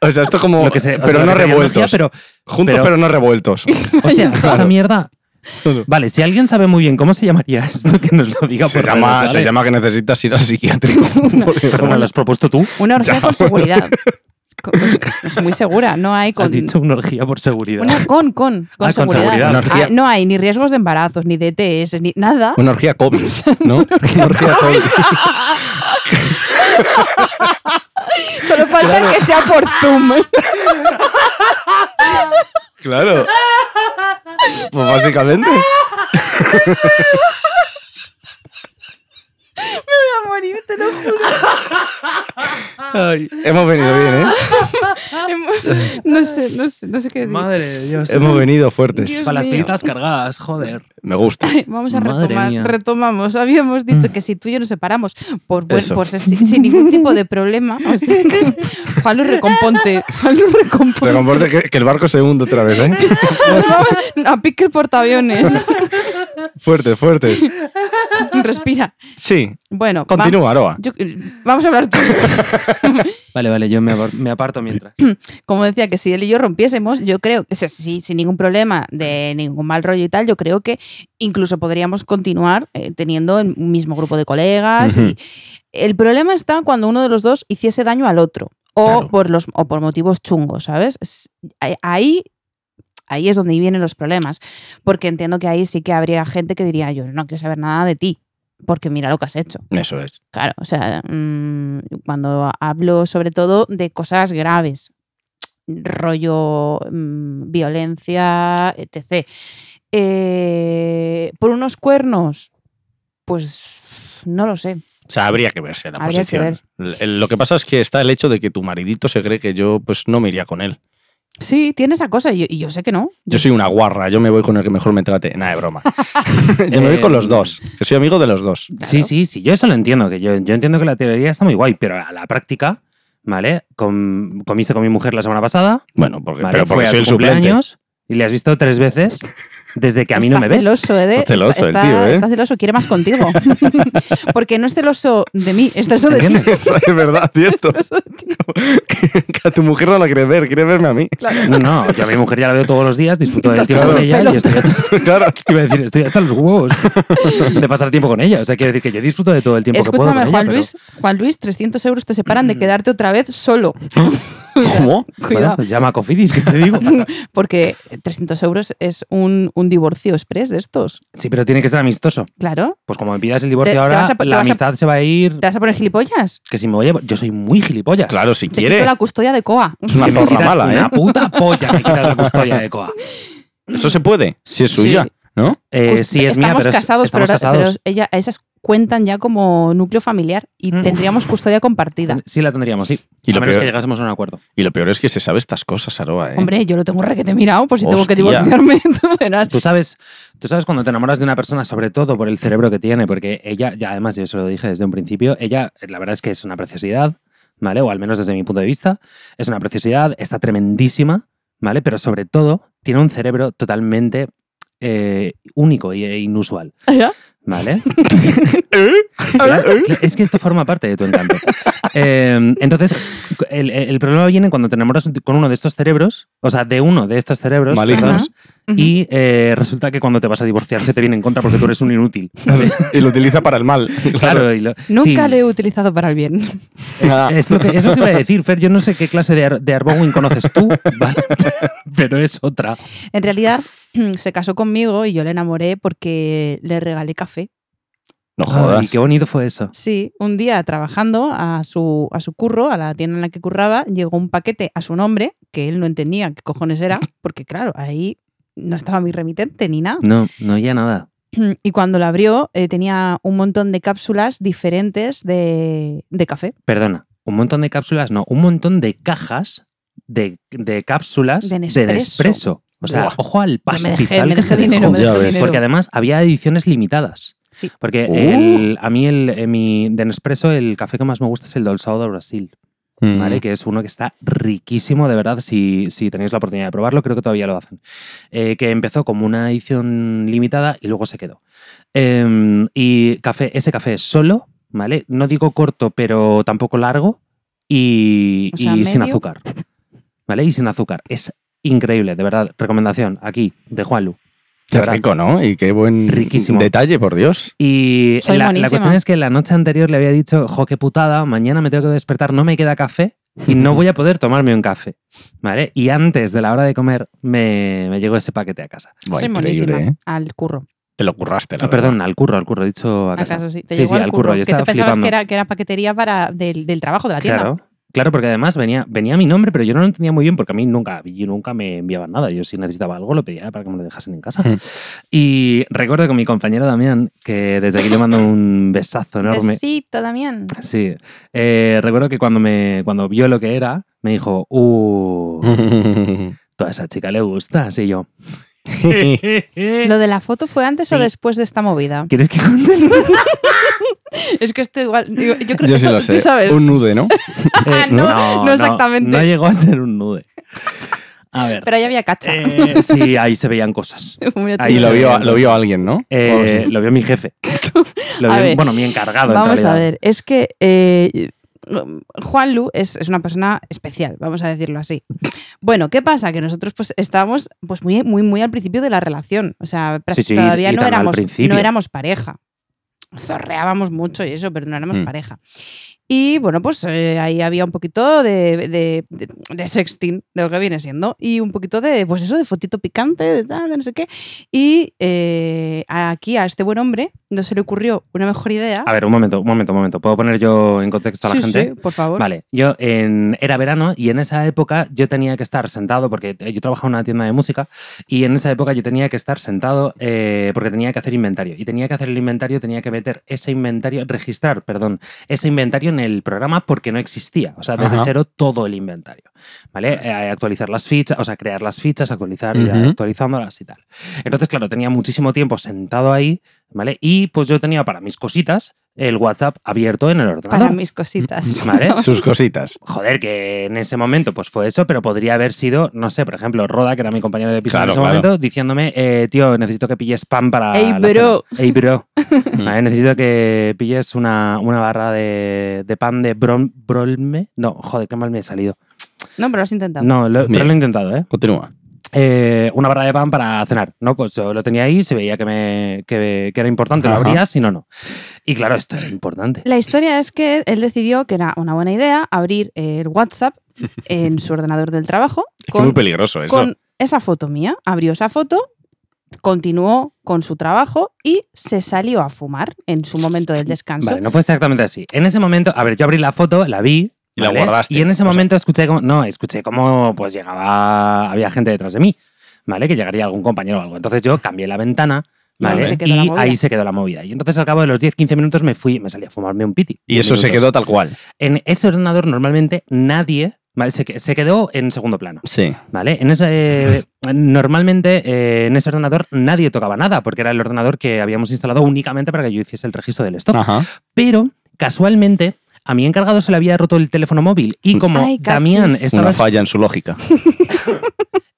[SPEAKER 3] O sea, esto como.
[SPEAKER 2] lo que se- o sea,
[SPEAKER 3] Oh, pero
[SPEAKER 2] lo
[SPEAKER 3] no
[SPEAKER 2] que sería orgía,
[SPEAKER 3] revueltos.
[SPEAKER 2] pero,
[SPEAKER 3] Juntos,
[SPEAKER 2] pero-
[SPEAKER 3] pero
[SPEAKER 2] (laughs)
[SPEAKER 3] no revueltos. (laughs)
[SPEAKER 2] hostia, esta
[SPEAKER 3] Claro.
[SPEAKER 2] mierda. Vale, si alguien sabe muy bien cómo se llamaría esto, que nos lo diga
[SPEAKER 3] Se
[SPEAKER 2] por
[SPEAKER 3] llama,
[SPEAKER 2] redes,
[SPEAKER 3] se
[SPEAKER 2] pues ¿vale?
[SPEAKER 3] llama que necesitas ir
[SPEAKER 2] (laughs)
[SPEAKER 3] al psiquiátrico. (laughs) Porque-
[SPEAKER 2] Perdona, ¿lo has propuesto tú?
[SPEAKER 1] Una orgía
[SPEAKER 3] Ya,
[SPEAKER 1] con
[SPEAKER 3] bueno.
[SPEAKER 1] seguridad. Co- Es muy segura, no hay con.
[SPEAKER 2] Has dicho una orgía por seguridad. (laughs)
[SPEAKER 1] Una con, con, con
[SPEAKER 2] Ah, con
[SPEAKER 1] seguridad.
[SPEAKER 2] seguridad.
[SPEAKER 3] Una orgía.
[SPEAKER 1] Ah, no hay ni riesgos de embarazos, ni DTS, ni nada.
[SPEAKER 3] Una orgía COVID, ¿no?
[SPEAKER 2] (laughs)
[SPEAKER 1] (laughs)
[SPEAKER 3] Una orgía COVID.
[SPEAKER 1] Solo falta que sea por Zoom. (laughs)
[SPEAKER 3] Claro. Pues básicamente.
[SPEAKER 1] Voy a morir, te lo juro.
[SPEAKER 3] Hemos venido bien, ¿eh?
[SPEAKER 1] Em, No sé, no sé, no sé qué decir.
[SPEAKER 2] Madre de Dios.
[SPEAKER 3] Hemos venido fuertes.
[SPEAKER 1] Dios
[SPEAKER 2] Para las
[SPEAKER 1] mío.
[SPEAKER 2] pilitas cargadas, joder.
[SPEAKER 3] Me gusta.
[SPEAKER 1] Ay, Vamos a
[SPEAKER 2] Madre
[SPEAKER 1] retomar,
[SPEAKER 2] mía.
[SPEAKER 1] retomamos. Habíamos dicho que si tú y yo nos separamos por, buen-
[SPEAKER 3] Mm. Eso.
[SPEAKER 1] por ser- sin, sin ningún tipo de
[SPEAKER 3] (laughs)
[SPEAKER 1] problema, o sea, que- Juan Luis recomponte, Juan Luis
[SPEAKER 3] Te
[SPEAKER 1] recomponte. (laughs)
[SPEAKER 2] (laughs)
[SPEAKER 3] comporte que, que el barco se hunde otra vez, ¿eh?
[SPEAKER 1] Nos vamos a pique el portaaviones.
[SPEAKER 3] Fuertes, fuertes.
[SPEAKER 1] Respira.
[SPEAKER 3] Sí,
[SPEAKER 1] Bueno, va-
[SPEAKER 3] continúa, Aroa.
[SPEAKER 1] yo- eh, vamos a hablar tú. (laughs)
[SPEAKER 2] Vale, vale, yo me, apar- me aparto mientras.
[SPEAKER 1] Como decía, que si él y yo rompiésemos, yo creo, o sea, sí, sin ningún problema, de ningún mal rollo y tal, yo creo que incluso podríamos continuar eh, teniendo el mismo grupo de colegas.
[SPEAKER 3] Ujú.
[SPEAKER 1] y- el problema está cuando uno de los dos hiciese daño al otro. O,
[SPEAKER 3] Claro.
[SPEAKER 1] por, los, o por motivos chungos, ¿sabes? Es- Ahí ahí es donde vienen los problemas. Porque entiendo que ahí sí que habría gente que diría, yo no quiero saber nada de ti, porque mira lo que has hecho.
[SPEAKER 3] Eso es.
[SPEAKER 1] Claro, o sea, mm, cuando hablo sobre todo de cosas graves, rollo, mm, violencia, etc. Eh, por unos cuernos, pues no lo sé.
[SPEAKER 3] O sea, habría que verse la
[SPEAKER 1] Habría que
[SPEAKER 3] posición. L- el- Lo que pasa es que está el hecho de que tu maridito se cree que yo pues no me iría con él.
[SPEAKER 1] Sí, tiene esa cosa y yo, y yo sé que no.
[SPEAKER 3] Yo soy una guarra, yo me voy con el que mejor me trate. Nada, de
[SPEAKER 2] (laughs)
[SPEAKER 3] broma. yo me voy con los
[SPEAKER 2] Eh,
[SPEAKER 3] dos, que soy amigo de los dos.
[SPEAKER 2] Sí, sí, sí, yo eso lo entiendo, que yo, yo entiendo que la teoría está muy guay, pero a la práctica, ¿vale? Com- comiste con mi mujer la semana pasada,
[SPEAKER 3] Bueno, porque,
[SPEAKER 2] ¿vale?
[SPEAKER 3] pero porque
[SPEAKER 2] Fue a
[SPEAKER 3] soy el
[SPEAKER 2] tu
[SPEAKER 3] suplente.
[SPEAKER 2] cumpleaños y le has visto tres veces desde que a mí no
[SPEAKER 1] Está
[SPEAKER 2] me ves.
[SPEAKER 1] Celoso, ¿eh? de-
[SPEAKER 3] Está celoso el
[SPEAKER 1] está,
[SPEAKER 3] tío, ¿eh?
[SPEAKER 1] está celoso, quiere más
[SPEAKER 2] (laughs)
[SPEAKER 1] contigo. (laughs) Porque no es celoso de mí, es celoso de ti. (laughs)
[SPEAKER 2] ¿Entiendes?
[SPEAKER 3] Eso es verdad, cierto. que, que a tu mujer no la quieres ver, quieres verme a mí. (laughs)
[SPEAKER 2] No, no, yo a mi mujer ya la veo todos los días, disfruto del
[SPEAKER 3] Estás
[SPEAKER 2] tiempo
[SPEAKER 3] todo
[SPEAKER 2] con ella y estoy,
[SPEAKER 3] claro.
[SPEAKER 2] iba a decir, estoy hasta los huevos de pasar tiempo con ella. O sea, quiero decir que yo disfruto de todo el tiempo que puedo
[SPEAKER 1] Escúchame,
[SPEAKER 2] con
[SPEAKER 1] Juan
[SPEAKER 2] ella, Mm.
[SPEAKER 1] Luis, Juan Luis, 300 euros te separan de quedarte otra vez solo.
[SPEAKER 3] ¿Cómo?
[SPEAKER 2] pero,
[SPEAKER 1] Cuidado.
[SPEAKER 2] bueno, pues llama a Cofidis, que te digo.
[SPEAKER 1] (laughs) Porque 300 euros es un, un divorcio express de estos.
[SPEAKER 2] Sí, pero tiene que ser amistoso.
[SPEAKER 1] Claro.
[SPEAKER 2] Pues como me pidas el
[SPEAKER 1] Te-
[SPEAKER 2] divorcio
[SPEAKER 1] te
[SPEAKER 2] ahora,
[SPEAKER 1] vas a- te
[SPEAKER 2] la
[SPEAKER 1] vas a-
[SPEAKER 2] amistad se va a ir.
[SPEAKER 1] ¿Te vas a poner gilipollas?
[SPEAKER 2] Que si me voy a... Yo soy muy gilipollas. (laughs)
[SPEAKER 3] Claro, si
[SPEAKER 1] Te quito
[SPEAKER 3] quieres.
[SPEAKER 1] la custodia de COA.
[SPEAKER 3] Es una
[SPEAKER 2] Que me
[SPEAKER 3] zorra
[SPEAKER 2] quitan
[SPEAKER 3] mala, ¿eh?
[SPEAKER 2] Una puta polla me quitas la custodia
[SPEAKER 1] (laughs)
[SPEAKER 2] de Coa.
[SPEAKER 3] Eso se puede, si es
[SPEAKER 1] Sí.
[SPEAKER 3] suya, ¿no?
[SPEAKER 2] Eh,
[SPEAKER 1] Cust-
[SPEAKER 2] sí, es mía,
[SPEAKER 1] estamos
[SPEAKER 2] pero es-
[SPEAKER 1] casados,
[SPEAKER 2] estamos
[SPEAKER 1] pero, ahora-
[SPEAKER 2] casados.
[SPEAKER 1] pero ella, esas cuentan ya como núcleo familiar y
[SPEAKER 2] Mm.
[SPEAKER 1] tendríamos custodia compartida.
[SPEAKER 2] Sí la tendríamos, sí.
[SPEAKER 3] Y
[SPEAKER 2] a
[SPEAKER 3] lo
[SPEAKER 2] menos
[SPEAKER 3] peor-
[SPEAKER 2] que llegásemos a un acuerdo.
[SPEAKER 3] Y lo peor es que se sabe estas cosas, Aroa, ¿eh?
[SPEAKER 1] Hombre, yo lo tengo requete mirado por si tengo que
[SPEAKER 3] Hostia.
[SPEAKER 1] divorciarme. (laughs) tú verás.
[SPEAKER 2] Tú sabes, tú sabes cuando te enamoras de una persona, sobre todo por el cerebro que tiene, porque ella, ya además yo se lo dije desde un principio, ella la verdad es que es una preciosidad, ¿vale? O al menos desde mi punto de vista, es una preciosidad, está tremendísima, ¿vale? Pero sobre todo tiene un cerebro totalmente eh, único e inusual,
[SPEAKER 1] ¿Ya?
[SPEAKER 2] (laughs)
[SPEAKER 3] ¿Eh?
[SPEAKER 2] ¿vale? Claro, cl- es que esto forma parte de tu encanto. Eh, entonces, el, el problema viene cuando te enamoras con uno de estos cerebros, o sea, de uno de estos cerebros,
[SPEAKER 3] Malignos.
[SPEAKER 2] perdón, y eh, resulta que cuando te vas a divorciar se te viene en contra porque tú eres un
[SPEAKER 3] (laughs)
[SPEAKER 2] inútil.
[SPEAKER 3] Y lo utiliza para el mal.
[SPEAKER 2] Claro, eh, y lo-
[SPEAKER 1] Ujú. Nunca
[SPEAKER 2] sí,
[SPEAKER 1] le he utilizado para el bien.
[SPEAKER 3] Ah,
[SPEAKER 2] Es lo, que, es lo que iba a decir, Fer. Yo no sé qué clase de, ar- de Arbowin conoces tú, (laughs) ¿vale? pero es otra.
[SPEAKER 1] En realidad, (clears throat) se casó conmigo y yo le enamoré porque le regalé café.
[SPEAKER 3] No
[SPEAKER 2] Ay,
[SPEAKER 3] jodas.
[SPEAKER 2] qué bonito fue eso.
[SPEAKER 1] Sí, un día trabajando a su, a su curro, a la tienda en la que curraba, llegó un paquete a su nombre, que él no entendía qué cojones
[SPEAKER 2] (laughs)
[SPEAKER 1] era, porque claro, ahí no estaba mi remitente ni nada.
[SPEAKER 2] No, no ya nada.
[SPEAKER 1] (clears throat) Y cuando lo abrió, eh, tenía un montón de cápsulas diferentes de, de café,
[SPEAKER 2] Perdona, un montón de cápsulas, no, un montón de cajas de, de cápsulas
[SPEAKER 1] De
[SPEAKER 2] de
[SPEAKER 1] Nespresso.
[SPEAKER 2] Nespresso. O sea,
[SPEAKER 3] Buah.
[SPEAKER 2] ojo al
[SPEAKER 1] No, me dejé-
[SPEAKER 2] pastizal
[SPEAKER 1] me
[SPEAKER 2] que
[SPEAKER 1] dejé
[SPEAKER 2] se
[SPEAKER 1] dinero,
[SPEAKER 2] dejó.
[SPEAKER 1] me
[SPEAKER 3] Ya
[SPEAKER 1] dejé
[SPEAKER 3] ves.
[SPEAKER 1] dinero.
[SPEAKER 2] Porque además había ediciones limitadas.
[SPEAKER 1] Sí.
[SPEAKER 2] Porque
[SPEAKER 3] Uh.
[SPEAKER 2] el- a mí el, eh, mi, de Nespresso el café que más me gusta es el Dolçao de Brasil, ¿vale?
[SPEAKER 3] Mm.
[SPEAKER 2] Que es uno que está riquísimo, de verdad, si, si tenéis la oportunidad de probarlo, creo que todavía lo hacen. Eh, que empezó como una edición limitada y luego se quedó. Em, y café, ese café es solo, ¿vale? No digo corto, pero tampoco largo y,
[SPEAKER 1] O sea,
[SPEAKER 2] y sin
[SPEAKER 1] medio.
[SPEAKER 2] azúcar, ¿vale? Y sin azúcar. Es increíble, de verdad. Recomendación aquí, de Juanlu.
[SPEAKER 3] Qué
[SPEAKER 2] verdad.
[SPEAKER 3] rico, ¿no? Y qué buen
[SPEAKER 2] Riquísimo.
[SPEAKER 3] detalle, por Dios.
[SPEAKER 2] Y
[SPEAKER 1] Soy
[SPEAKER 2] la, la
[SPEAKER 1] monísima.
[SPEAKER 2] cuestión es que la noche anterior le había dicho, jo, qué putada, mañana me tengo que despertar, no me queda café y no voy a poder tomarme un café. ¿Vale? Y antes de la hora de comer me, me llegó ese paquete a casa.
[SPEAKER 3] Buah,
[SPEAKER 1] Soy
[SPEAKER 3] increíble,
[SPEAKER 1] monísima
[SPEAKER 3] ¿eh?
[SPEAKER 1] al curro.
[SPEAKER 3] Te lo curraste, la
[SPEAKER 2] Ah, perdón, al curro, al curro, he dicho a casa.
[SPEAKER 1] ¿Acaso sí? ¿Te
[SPEAKER 2] sí,
[SPEAKER 1] llegó
[SPEAKER 2] sí, al curro. Yo
[SPEAKER 1] Que te
[SPEAKER 2] estaba
[SPEAKER 1] pensabas
[SPEAKER 2] flipando.
[SPEAKER 1] que era, que era paquetería para del, del trabajo de la tienda.
[SPEAKER 2] Claro. Claro, porque además venía, venía mi nombre, pero yo no lo entendía muy bien porque a mí nunca, yo nunca me enviaban nada. Yo si necesitaba algo lo pedía para que me lo dejasen en casa.
[SPEAKER 3] Ujú.
[SPEAKER 2] y recuerdo que mi compañero Damián, que desde aquí le mando un besazo enorme,
[SPEAKER 1] Besito, Damián.
[SPEAKER 2] Sí. Eh, recuerdo que cuando me cuando vio lo que era, me dijo, uh, (laughs)
[SPEAKER 3] verdad.
[SPEAKER 2] toda esa chica le gusta. Y yo.
[SPEAKER 1] ¿Lo de la foto fue antes o
[SPEAKER 2] Sí.
[SPEAKER 1] después de esta movida?
[SPEAKER 2] ¿Quieres que (laughs) conte?
[SPEAKER 1] Es que esto igual. digo, yo creo
[SPEAKER 3] Yo
[SPEAKER 1] que
[SPEAKER 3] sí
[SPEAKER 1] esto-
[SPEAKER 3] lo
[SPEAKER 1] tú
[SPEAKER 3] sé.
[SPEAKER 1] sabes. (laughs)
[SPEAKER 3] Un nude, Eh, ¿no?
[SPEAKER 1] Ah, no, no exactamente.
[SPEAKER 2] No, llegó a ser un nude. A ver.
[SPEAKER 1] Pero ahí había cacha.
[SPEAKER 2] Eh, sí, ahí se veían (laughs) cosas.
[SPEAKER 1] Muy atrás.
[SPEAKER 2] ahí
[SPEAKER 3] Y Eh, lo
[SPEAKER 2] se
[SPEAKER 3] vio,
[SPEAKER 2] veían
[SPEAKER 3] lo vio
[SPEAKER 2] cosas.
[SPEAKER 3] alguien, ¿no?
[SPEAKER 2] Eh,
[SPEAKER 3] O algo así.
[SPEAKER 2] lo vio mi (laughs) jefe. Lo
[SPEAKER 1] A
[SPEAKER 2] vio-
[SPEAKER 1] ver,
[SPEAKER 2] bueno, mi encargado. en
[SPEAKER 1] Vamos a
[SPEAKER 2] realidad.
[SPEAKER 1] ver, es que eh, Juanlu es, es una persona especial, vamos a decirlo así. Bueno, ¿qué pasa? Que nosotros pues estábamos pues muy, muy, muy al principio de la relación. O sea, pra-
[SPEAKER 2] Sí, sí,
[SPEAKER 1] todavía
[SPEAKER 2] y
[SPEAKER 1] no
[SPEAKER 2] tan al
[SPEAKER 1] éramos,
[SPEAKER 2] principio.
[SPEAKER 1] no éramos pareja. Zorreábamos mucho y eso, pero no éramos
[SPEAKER 3] Mm.
[SPEAKER 1] pareja. Y bueno, pues eh, ahí había un poquito de, de- de- de sexting, de lo que viene siendo, y un poquito de, pues eso, de fotito picante, de tal, de no sé qué. Y eh, aquí a este buen hombre no se le ocurrió una mejor idea.
[SPEAKER 2] A ver, un momento, un momento, un momento. ¿Puedo poner yo en contexto a la
[SPEAKER 1] Sí,
[SPEAKER 2] gente?
[SPEAKER 1] sí, por favor.
[SPEAKER 2] Vale, yo en, era verano y en esa época yo tenía que estar sentado, porque eh, yo trabajaba en una tienda de música, y en esa época yo tenía que estar sentado eh, porque tenía que hacer inventario. Y tenía que hacer el inventario, tenía que meter ese inventario, registrar, perdón, ese inventario en el programa porque no existía. O sea, desde
[SPEAKER 3] Ajá.
[SPEAKER 2] cero todo el inventario. ¿Vale? Eh, actualizar las fichas, o sea, crear las fichas, actualizar y
[SPEAKER 3] Ujú.
[SPEAKER 2] actualizándolas y tal. Entonces, claro, tenía muchísimo tiempo sentado ahí, ¿vale? Y pues yo tenía para mis cositas el WhatsApp abierto en el ordenador.
[SPEAKER 1] Para mis cositas.
[SPEAKER 3] (laughs)
[SPEAKER 2] ¿Vale? (laughs)
[SPEAKER 3] Sus cositas.
[SPEAKER 2] joder, que en ese momento pues fue eso, pero podría haber sido, no sé, por ejemplo, Roda, que era mi compañero de piso en
[SPEAKER 3] Claro,
[SPEAKER 2] ese
[SPEAKER 3] claro.
[SPEAKER 2] momento, diciéndome, eh, tío, necesito que pilles pan para.
[SPEAKER 1] Ey,
[SPEAKER 2] la
[SPEAKER 1] bro.
[SPEAKER 2] cena. Ey,
[SPEAKER 3] (laughs)
[SPEAKER 2] bro.
[SPEAKER 3] Mm.
[SPEAKER 2] Vale, necesito que pilles una, una barra de, de pan de bron- brolme. No, joder, qué mal me he salido.
[SPEAKER 1] No, pero lo has intentado.
[SPEAKER 2] No, lo, pero
[SPEAKER 3] Bien.
[SPEAKER 2] lo he intentado, ¿eh?
[SPEAKER 3] Continúa.
[SPEAKER 2] Eh, Una barra de pan para cenar, ¿no? Pues yo lo tenía ahí, se veía que, me, que, que era importante,
[SPEAKER 3] Ajá.
[SPEAKER 2] lo abrías, si no, no. Y claro, esto era importante.
[SPEAKER 1] La historia es que él decidió que era una buena idea abrir el WhatsApp
[SPEAKER 2] (laughs)
[SPEAKER 1] en su ordenador del trabajo
[SPEAKER 3] Es que
[SPEAKER 1] con,
[SPEAKER 3] muy peligroso eso.
[SPEAKER 1] con esa foto mía. Abrió esa foto, continuó con su trabajo y se salió a fumar en su momento del descanso.
[SPEAKER 2] Vale, no fue exactamente así. En ese momento, a ver, yo abrí la foto, la vi.
[SPEAKER 3] Y la
[SPEAKER 2] ¿vale?
[SPEAKER 3] guardaste.
[SPEAKER 2] Y en ese
[SPEAKER 3] O sea-
[SPEAKER 2] momento escuché como. No, escuché como pues llegaba. Había gente detrás de mí, ¿vale? Que llegaría algún compañero o algo. Entonces yo cambié la ventana,
[SPEAKER 1] Y ahí
[SPEAKER 2] ¿vale?
[SPEAKER 1] se quedó la movida.
[SPEAKER 2] ahí se quedó la movida. Y entonces al cabo de los 10-15 minutos me fui, me salí a fumarme un piti.
[SPEAKER 3] y
[SPEAKER 2] Diez
[SPEAKER 3] eso se
[SPEAKER 2] minutos.
[SPEAKER 3] quedó tal cual.
[SPEAKER 2] En ese ordenador normalmente nadie. ¿Vale? Se, que- se quedó en segundo plano,
[SPEAKER 3] Sí.
[SPEAKER 2] ¿vale? En ese, eh, normalmente eh, en ese ordenador nadie tocaba nada, porque era el ordenador que habíamos instalado únicamente para que yo hiciese el registro del stock.
[SPEAKER 3] Ajá.
[SPEAKER 2] Pero, casualmente, a mi encargado se le había roto el teléfono móvil. Y como
[SPEAKER 1] Ay, cachis.
[SPEAKER 2] Damián
[SPEAKER 3] Una
[SPEAKER 2] estaba.
[SPEAKER 3] falla en su
[SPEAKER 2] (laughs)
[SPEAKER 3] lógica.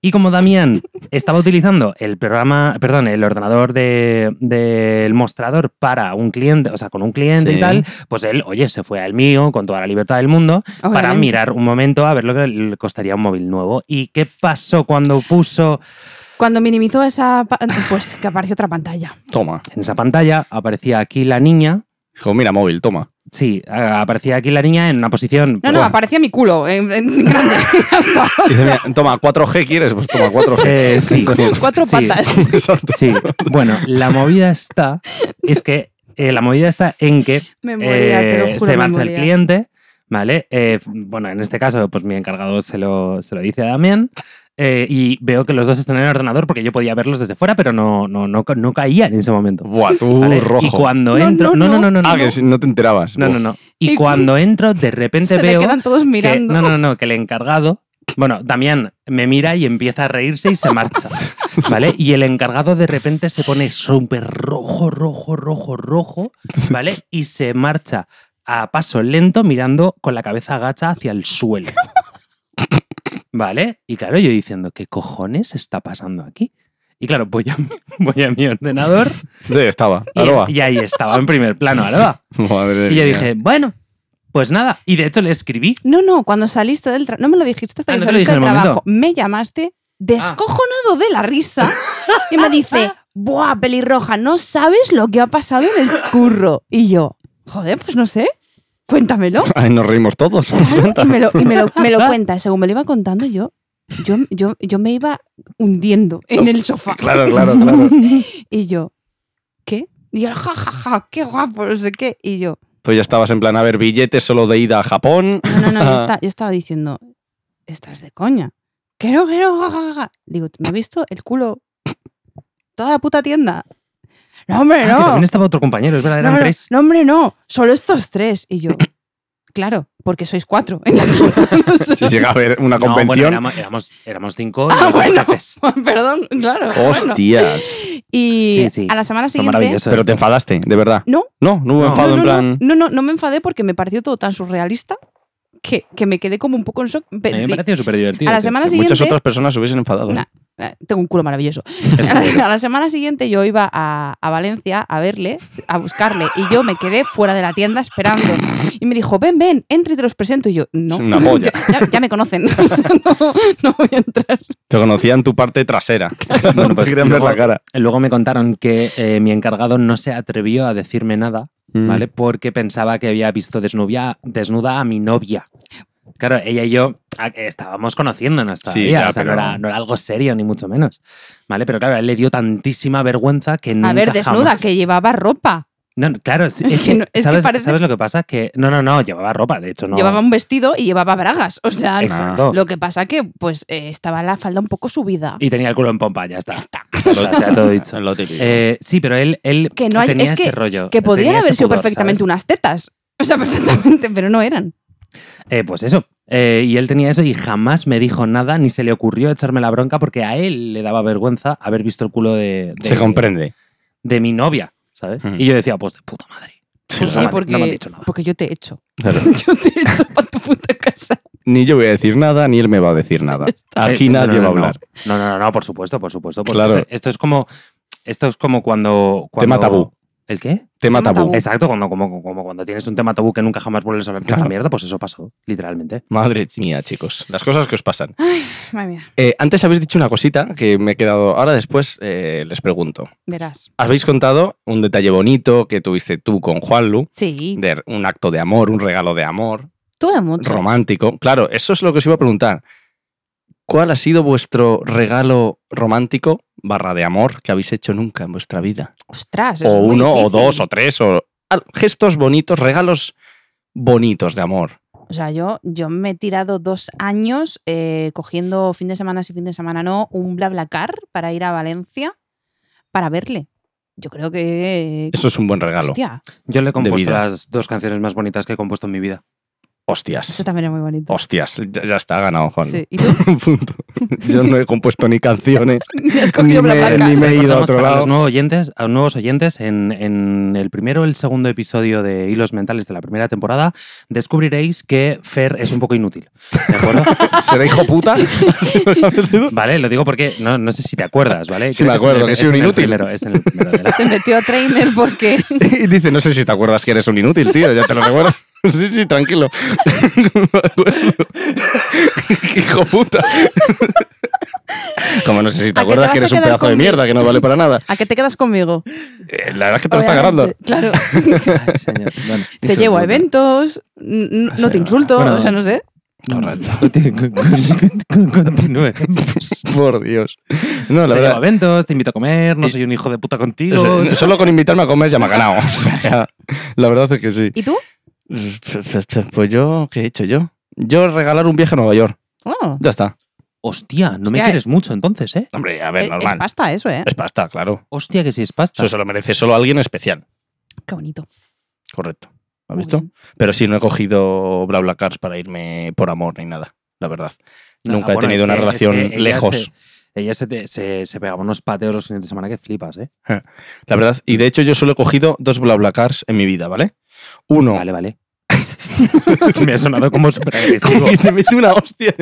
[SPEAKER 2] Y como Damián estaba utilizando el programa, perdón, el ordenador de- del mostrador para un cliente, o sea, con un cliente
[SPEAKER 3] Sí.
[SPEAKER 2] y tal, pues él, oye, se fue al mío con toda la libertad del mundo para
[SPEAKER 1] Obviamente.
[SPEAKER 2] mirar un momento a ver lo que le costaría un móvil nuevo. ¿Y qué pasó cuando puso
[SPEAKER 1] Cuando minimizó esa. pa- Pues que apareció otra pantalla.
[SPEAKER 3] Toma.
[SPEAKER 2] en esa pantalla? Aparecía aquí la niña.
[SPEAKER 3] Dijo, mira,
[SPEAKER 2] (laughs)
[SPEAKER 3] móvil, toma.
[SPEAKER 2] Sí, a- aparecía aquí la niña en una posición.
[SPEAKER 1] No,
[SPEAKER 2] pues,
[SPEAKER 1] no, aparecía mi culo en, en (laughs) grande. Ya está.
[SPEAKER 3] Dice, mira, toma, 4G quieres, pues toma 4G.
[SPEAKER 2] eh,
[SPEAKER 3] (laughs)
[SPEAKER 2] sí. (laughs)
[SPEAKER 1] Cuatro
[SPEAKER 2] Sí.
[SPEAKER 1] patas.
[SPEAKER 2] (laughs)
[SPEAKER 3] Exacto.
[SPEAKER 2] Sí, bueno, la movida está, es que eh, la movida está en que
[SPEAKER 1] Me moría, te lo
[SPEAKER 2] eh,
[SPEAKER 1] juro.
[SPEAKER 2] se
[SPEAKER 1] me
[SPEAKER 2] marcha el
[SPEAKER 1] moría.
[SPEAKER 2] cliente, ¿vale? Eh, bueno, en este caso, pues mi encargado se lo, se lo dice a Damián. eh, y veo que los dos están en el ordenador porque yo podía verlos desde fuera, pero no, no, no, ca- no caía en ese momento.
[SPEAKER 3] Buah, tú
[SPEAKER 2] ¿vale?
[SPEAKER 3] Uh, rojo.
[SPEAKER 2] Y cuando
[SPEAKER 1] No,
[SPEAKER 2] entro.
[SPEAKER 1] no,
[SPEAKER 2] No, no,
[SPEAKER 1] no.
[SPEAKER 2] no, no. No,
[SPEAKER 3] ah, que si- no te enterabas.
[SPEAKER 2] no,
[SPEAKER 3] Buah.
[SPEAKER 2] no, no. Y
[SPEAKER 1] Y cu-
[SPEAKER 2] cuando entro, de repente
[SPEAKER 1] (laughs) Se le
[SPEAKER 2] veo.
[SPEAKER 1] quedan todos
[SPEAKER 2] que-
[SPEAKER 1] mirando.
[SPEAKER 2] no, no, no, que el encargado. Bueno, Damián me mira y empieza a reírse y se marcha. ¿Vale? Y el encargado de repente se pone súper rojo, rojo, rojo, rojo. ¿Vale? Y se marcha a paso lento mirando con la cabeza agacha hacia el suelo. ¿Vale? Y claro, yo diciendo, ¿qué cojones está pasando aquí? Y claro, voy a, (laughs) mi- voy a mi ordenador
[SPEAKER 3] Sí, estaba.
[SPEAKER 2] y,
[SPEAKER 3] Aroa.
[SPEAKER 2] y ahí estaba en primer plano, Aroa.
[SPEAKER 3] (laughs) Madre
[SPEAKER 2] Y yo
[SPEAKER 3] mía.
[SPEAKER 2] dije, bueno, pues nada. Y de hecho le escribí
[SPEAKER 1] No, no, cuando saliste del trabajo. No me lo dijiste hasta
[SPEAKER 2] Ah,
[SPEAKER 1] que
[SPEAKER 2] no te lo
[SPEAKER 1] saliste
[SPEAKER 2] dije
[SPEAKER 1] del
[SPEAKER 2] en el
[SPEAKER 1] trabajo. Me llamaste descojonado de la risa y me
[SPEAKER 2] (laughs)
[SPEAKER 1] dice: Buah, pelirroja, no sabes lo que ha pasado en el curro. Y yo, joder, pues no sé.
[SPEAKER 2] (laughs)
[SPEAKER 1] Cuéntamelo.
[SPEAKER 3] Ay, nos reímos todos.
[SPEAKER 1] Y me lo, y me lo- me lo cuenta. Según me lo iba contando yo, yo, yo, yo me iba hundiendo en el sofá.
[SPEAKER 3] claro, claro, claro.
[SPEAKER 1] Y yo, ¿qué? Y él, ja, ja, ja, qué guapo, no sé qué. Y yo,
[SPEAKER 3] Tú ya estabas en plan a ver billetes solo de ida a Japón.
[SPEAKER 1] No, no, no,
[SPEAKER 2] (laughs)
[SPEAKER 1] yo, esta- yo estaba diciendo, estás de coña. Que no, que no, ja, ja, ja". Digo, ¿me ha visto el culo toda la puta tienda? No, hombre,
[SPEAKER 2] Ah, que
[SPEAKER 1] no.
[SPEAKER 2] también estaba otro compañero, es verdad,
[SPEAKER 1] no,
[SPEAKER 2] eran
[SPEAKER 1] no,
[SPEAKER 2] tres.
[SPEAKER 1] no, hombre, no. Solo estos tres. Y yo, claro, porque sois cuatro. (laughs) en la tienda". O sea, (laughs)
[SPEAKER 3] Si llega a haber una
[SPEAKER 2] No, bueno,
[SPEAKER 3] convención.
[SPEAKER 2] éramos, éramos, éramos cinco y
[SPEAKER 1] Ah,
[SPEAKER 2] los dos
[SPEAKER 1] bueno. (laughs)
[SPEAKER 2] jefes.
[SPEAKER 1] Perdón, claro. bueno.
[SPEAKER 3] Hostias.
[SPEAKER 1] Y
[SPEAKER 2] Sí, sí.
[SPEAKER 1] a la semana
[SPEAKER 2] Fue
[SPEAKER 1] siguiente...
[SPEAKER 2] maravilloso.
[SPEAKER 3] Pero te enfadaste, de verdad.
[SPEAKER 1] No.
[SPEAKER 3] No, no hubo
[SPEAKER 2] No.
[SPEAKER 3] enfado
[SPEAKER 1] no,
[SPEAKER 3] en
[SPEAKER 1] no,
[SPEAKER 3] plan.
[SPEAKER 1] no, no, no, no me enfadé porque me pareció todo tan surrealista que, que me quedé como un poco en shock. Pe-
[SPEAKER 2] A mí me
[SPEAKER 1] pe-
[SPEAKER 2] pareció súper divertido.
[SPEAKER 1] a la semana
[SPEAKER 3] Que Muchas
[SPEAKER 1] siguiente.
[SPEAKER 3] otras personas se hubiesen enfadado.
[SPEAKER 1] Nah, eh, tengo un culo
[SPEAKER 2] (laughs)
[SPEAKER 1] maravilloso. a la semana siguiente yo iba a, a Valencia a verle, a buscarle, y yo me quedé fuera de la tienda esperando. Y me dijo, ven, ven, entra y te los presento. Y yo, no,
[SPEAKER 3] Es una boya.
[SPEAKER 1] (laughs) ya, ya- ya me conocen, O sea, no, no voy a entrar.
[SPEAKER 3] Te conocían tu parte trasera.
[SPEAKER 2] Bueno,
[SPEAKER 3] No
[SPEAKER 2] pues
[SPEAKER 3] te querían ver
[SPEAKER 2] luego-
[SPEAKER 3] la cara.
[SPEAKER 2] Luego me contaron que eh, mi encargado no se atrevió a decirme nada,
[SPEAKER 3] Mm.
[SPEAKER 2] ¿vale? Porque pensaba que había visto desnubia- desnuda a mi novia. Claro, ella y yo ah, eh, estábamos conociéndonos
[SPEAKER 3] Sí,
[SPEAKER 2] todavía,
[SPEAKER 3] ya,
[SPEAKER 2] o sea, no,
[SPEAKER 3] pero-
[SPEAKER 2] era, no era algo serio, ni mucho menos. ¿Vale? Pero claro, a él le dio tantísima vergüenza que nunca
[SPEAKER 1] A ver, desnuda,
[SPEAKER 2] jamás-
[SPEAKER 1] que llevaba ropa.
[SPEAKER 2] No, no, claro, es, es
[SPEAKER 1] que
[SPEAKER 2] que,
[SPEAKER 1] no- (laughs) es que
[SPEAKER 2] ¿sabes,
[SPEAKER 1] parece-
[SPEAKER 2] ¿sabes lo que pasa? Que no, no, no, llevaba ropa, de hecho no.
[SPEAKER 1] Llevaba un vestido y llevaba bragas. O sea,
[SPEAKER 2] Exacto.
[SPEAKER 1] lo que pasa que pues eh, estaba la falda un poco subida.
[SPEAKER 2] Y tenía el culo en pompa, ya está.
[SPEAKER 1] Ya está.
[SPEAKER 2] O sea, se ha todo dicho.
[SPEAKER 3] Lo típico.
[SPEAKER 2] Eh, sí, pero él, él
[SPEAKER 1] Que no hay-
[SPEAKER 2] tenía
[SPEAKER 1] es
[SPEAKER 2] ese
[SPEAKER 1] que-
[SPEAKER 2] rollo.
[SPEAKER 1] Que
[SPEAKER 2] tenía
[SPEAKER 1] podrían
[SPEAKER 2] ese
[SPEAKER 1] haber sido
[SPEAKER 2] pudor,
[SPEAKER 1] perfectamente
[SPEAKER 2] ¿sabes?
[SPEAKER 1] unas tetas. O sea, (laughs) perfectamente, pero no eran.
[SPEAKER 2] Eh, pues eso. Eh, y él tenía eso y jamás me dijo nada, ni se le ocurrió echarme la bronca porque a él le daba vergüenza haber visto el culo de, de,
[SPEAKER 3] Se Hmm. comprende.
[SPEAKER 2] de mi novia, ¿sabes?
[SPEAKER 3] Ujú.
[SPEAKER 2] Y yo decía, pues de puta madre.
[SPEAKER 1] Pues
[SPEAKER 2] no
[SPEAKER 1] sí,
[SPEAKER 2] me-
[SPEAKER 1] porque,
[SPEAKER 2] no me han dicho nada.
[SPEAKER 1] porque yo te he hecho.
[SPEAKER 3] Claro.
[SPEAKER 1] (laughs) Yo te he hecho para tu puta casa.
[SPEAKER 3] Ni yo voy a decir nada, ni él me (laughs) va Ah. a
[SPEAKER 1] (laughs)
[SPEAKER 3] decir nada.
[SPEAKER 1] Ya está.
[SPEAKER 3] Aquí
[SPEAKER 2] Eh, no,
[SPEAKER 3] nadie
[SPEAKER 2] no,
[SPEAKER 3] va a
[SPEAKER 2] no, no.
[SPEAKER 3] hablar.
[SPEAKER 2] No, no, no, no, por supuesto, por supuesto. por
[SPEAKER 3] Claro.
[SPEAKER 2] supuesto. Esto es como. Esto es como cuando. cuando
[SPEAKER 3] Tema tabú.
[SPEAKER 2] ¿El qué?
[SPEAKER 3] Tema
[SPEAKER 1] Tema
[SPEAKER 3] tabú.
[SPEAKER 1] tabú.
[SPEAKER 2] Exacto, cuando, como, como cuando tienes un tema tabú que nunca jamás vuelves a hablar de esta
[SPEAKER 3] Claro.
[SPEAKER 2] mierda, pues eso pasó, literalmente.
[SPEAKER 3] Madre mía, chicos. Las cosas que os pasan.
[SPEAKER 1] Madre mía,
[SPEAKER 3] Eh, antes habéis dicho una cosita que me he quedado. Ahora después eh, les pregunto.
[SPEAKER 1] verás.
[SPEAKER 3] Habéis contado un detalle bonito que tuviste tú con Juanlu,
[SPEAKER 1] Sí,
[SPEAKER 3] de un acto de amor, un regalo de amor,
[SPEAKER 1] tuve muchos.
[SPEAKER 3] romántico. Claro, eso es lo que os iba a preguntar. ¿Cuál ha sido vuestro regalo romántico barra de amor que habéis hecho nunca en vuestra vida?
[SPEAKER 1] Ostras, eso
[SPEAKER 3] O
[SPEAKER 1] es muy
[SPEAKER 3] uno, o
[SPEAKER 1] difícil.
[SPEAKER 3] dos, o tres, o al- gestos bonitos, regalos bonitos de amor.
[SPEAKER 1] O sea, yo, yo me he tirado dos años eh, cogiendo fin de semana sí, fin de semana no, un BlaBlaCar para ir a Valencia para verle. Yo creo que...
[SPEAKER 3] Eso es un buen regalo.
[SPEAKER 1] Hostia,
[SPEAKER 2] Yo le he compuesto
[SPEAKER 3] vida.
[SPEAKER 2] las dos canciones más bonitas que he compuesto en mi vida.
[SPEAKER 1] eso
[SPEAKER 3] Hostias.
[SPEAKER 1] también es muy bonito.
[SPEAKER 3] Hostias, ya, ya está ganado, Juan.
[SPEAKER 1] Sí, ¿Y tú?
[SPEAKER 3] Un punto. Yo no he compuesto ni canciones,
[SPEAKER 1] Has
[SPEAKER 3] ni
[SPEAKER 1] cogido
[SPEAKER 3] (laughs) me,
[SPEAKER 1] BlaBlaCar.
[SPEAKER 3] ni Eh, me he ido a
[SPEAKER 2] Recordamos
[SPEAKER 3] otro
[SPEAKER 2] para
[SPEAKER 3] lado.
[SPEAKER 2] los nuevos oyentes, a los nuevos oyentes en, en el primero o el segundo episodio de Hilos Mentales de la primera temporada, descubriréis que Fer es un poco inútil. ¿De
[SPEAKER 3] (laughs)
[SPEAKER 2] acuerdo?
[SPEAKER 3] ¿Será hijo puta? (laughs)
[SPEAKER 2] vale, lo digo porque no, no sé si te acuerdas, ¿vale?
[SPEAKER 3] Sí,
[SPEAKER 2] Creo
[SPEAKER 3] me
[SPEAKER 2] que es en
[SPEAKER 3] acuerdo,
[SPEAKER 2] el-
[SPEAKER 3] que
[SPEAKER 2] es
[SPEAKER 3] soy un
[SPEAKER 2] en el
[SPEAKER 3] inútil.
[SPEAKER 2] primero, es en el primero
[SPEAKER 3] (laughs)
[SPEAKER 2] de la-
[SPEAKER 1] Se metió a trainer porque...
[SPEAKER 3] y dice, no sé si te acuerdas que eres un inútil, tío, ya te lo recuerdo. (laughs) sí, sí, tranquilo. (laughs) Me acuerdo. Qué hijo puta. Como no sé si
[SPEAKER 1] te
[SPEAKER 3] te acuerdas
[SPEAKER 1] vas
[SPEAKER 3] que
[SPEAKER 1] a
[SPEAKER 3] eres un
[SPEAKER 1] quedar
[SPEAKER 3] pedazo de
[SPEAKER 1] conmigo?
[SPEAKER 3] mierda que no vale para nada.
[SPEAKER 1] ¿A qué te quedas conmigo?
[SPEAKER 3] Eh, la verdad es que te lo está
[SPEAKER 1] Obviamente,
[SPEAKER 3] ganando.
[SPEAKER 1] Claro.
[SPEAKER 2] Ay, señor. Bueno.
[SPEAKER 1] Te llevo
[SPEAKER 3] ¿eh,
[SPEAKER 1] a eventos, n- n- no te insulto,
[SPEAKER 2] Bueno.
[SPEAKER 1] o sea, no sé.
[SPEAKER 3] (laughs)
[SPEAKER 2] Correcto. Continúe.
[SPEAKER 3] Por Dios. No,
[SPEAKER 2] te llevo
[SPEAKER 3] la
[SPEAKER 2] a
[SPEAKER 3] verdad. Eh,
[SPEAKER 2] eventos, te invito a comer, no
[SPEAKER 3] Y-
[SPEAKER 2] soy un hijo de puta contigo.
[SPEAKER 3] o sea, Solo con invitarme a comer ya me ha ganado. (laughs) O sea, ya, la verdad es que sí.
[SPEAKER 1] ¿Y tú?
[SPEAKER 3] Pues yo, ¿qué he hecho yo? Yo regalar un viaje a Nueva York.
[SPEAKER 1] Oh,
[SPEAKER 3] Ya está.
[SPEAKER 2] Hostia, no me
[SPEAKER 1] Hostia,
[SPEAKER 2] quieres mucho entonces, ¿eh?
[SPEAKER 3] Hombre, a
[SPEAKER 1] Oh, es,
[SPEAKER 3] ver,
[SPEAKER 1] es
[SPEAKER 3] normal.
[SPEAKER 1] pasta eso, ¿eh?
[SPEAKER 3] Es pasta, claro.
[SPEAKER 2] Hostia, que si es pasta.
[SPEAKER 3] Eso se lo merece solo alguien especial.
[SPEAKER 1] Qué bonito.
[SPEAKER 3] Correcto. ¿Has
[SPEAKER 1] Muy
[SPEAKER 3] visto?
[SPEAKER 1] bien.
[SPEAKER 3] Pero sí, no he cogido BlaBlaCars para irme por amor ni nada, la verdad.
[SPEAKER 2] No,
[SPEAKER 3] Nunca he
[SPEAKER 2] bueno, es
[SPEAKER 3] tenido una
[SPEAKER 2] que- es
[SPEAKER 3] relación
[SPEAKER 2] que ella
[SPEAKER 3] lejos.
[SPEAKER 2] se- ella se, te- se- se pegaba unos pateos los fines de semana que flipas, ¿eh?
[SPEAKER 3] La verdad, y de hecho yo solo he cogido dos BlaBlaCars en mi vida, ¿vale? Uno. (laughs)
[SPEAKER 2] Vale, vale. (laughs) Me ha sonado como súper agresivo.
[SPEAKER 3] Como que te mete una hostia.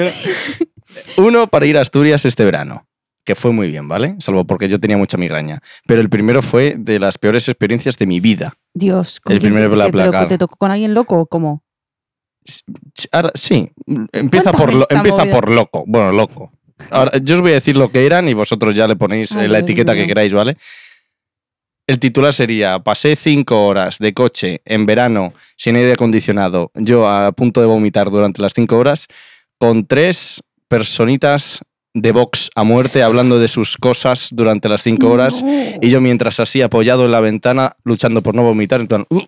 [SPEAKER 3] Uno para ir a Asturias este verano, que fue muy bien, ¿vale? Salvo porque yo tenía mucha migraña. Pero el primero fue de las peores experiencias de mi vida.
[SPEAKER 1] Dios, ¿con
[SPEAKER 3] El
[SPEAKER 1] quién
[SPEAKER 3] primer
[SPEAKER 1] te,
[SPEAKER 3] bla,
[SPEAKER 1] te-
[SPEAKER 3] bla,
[SPEAKER 1] pero
[SPEAKER 3] claro.
[SPEAKER 1] ¿Te tocó con alguien loco o cómo?
[SPEAKER 3] Ahora, sí, mm, empieza,
[SPEAKER 1] Cuéntame
[SPEAKER 3] por, lo-
[SPEAKER 1] esta
[SPEAKER 3] empieza
[SPEAKER 1] movida.
[SPEAKER 3] por loco. Bueno, loco. Ahora, yo os voy a decir lo que eran y vosotros ya le ponéis
[SPEAKER 1] Ay,
[SPEAKER 3] eh, la
[SPEAKER 1] Dios
[SPEAKER 3] etiqueta
[SPEAKER 1] mío.
[SPEAKER 3] que queráis, ¿vale? El titular sería, pasé cinco horas de coche en verano sin aire acondicionado, yo a punto de vomitar durante las cinco horas, con tres personitas de box a muerte hablando de sus cosas durante las cinco horas y yo mientras así apoyado en la ventana luchando por no vomitar, en plan, "Uh,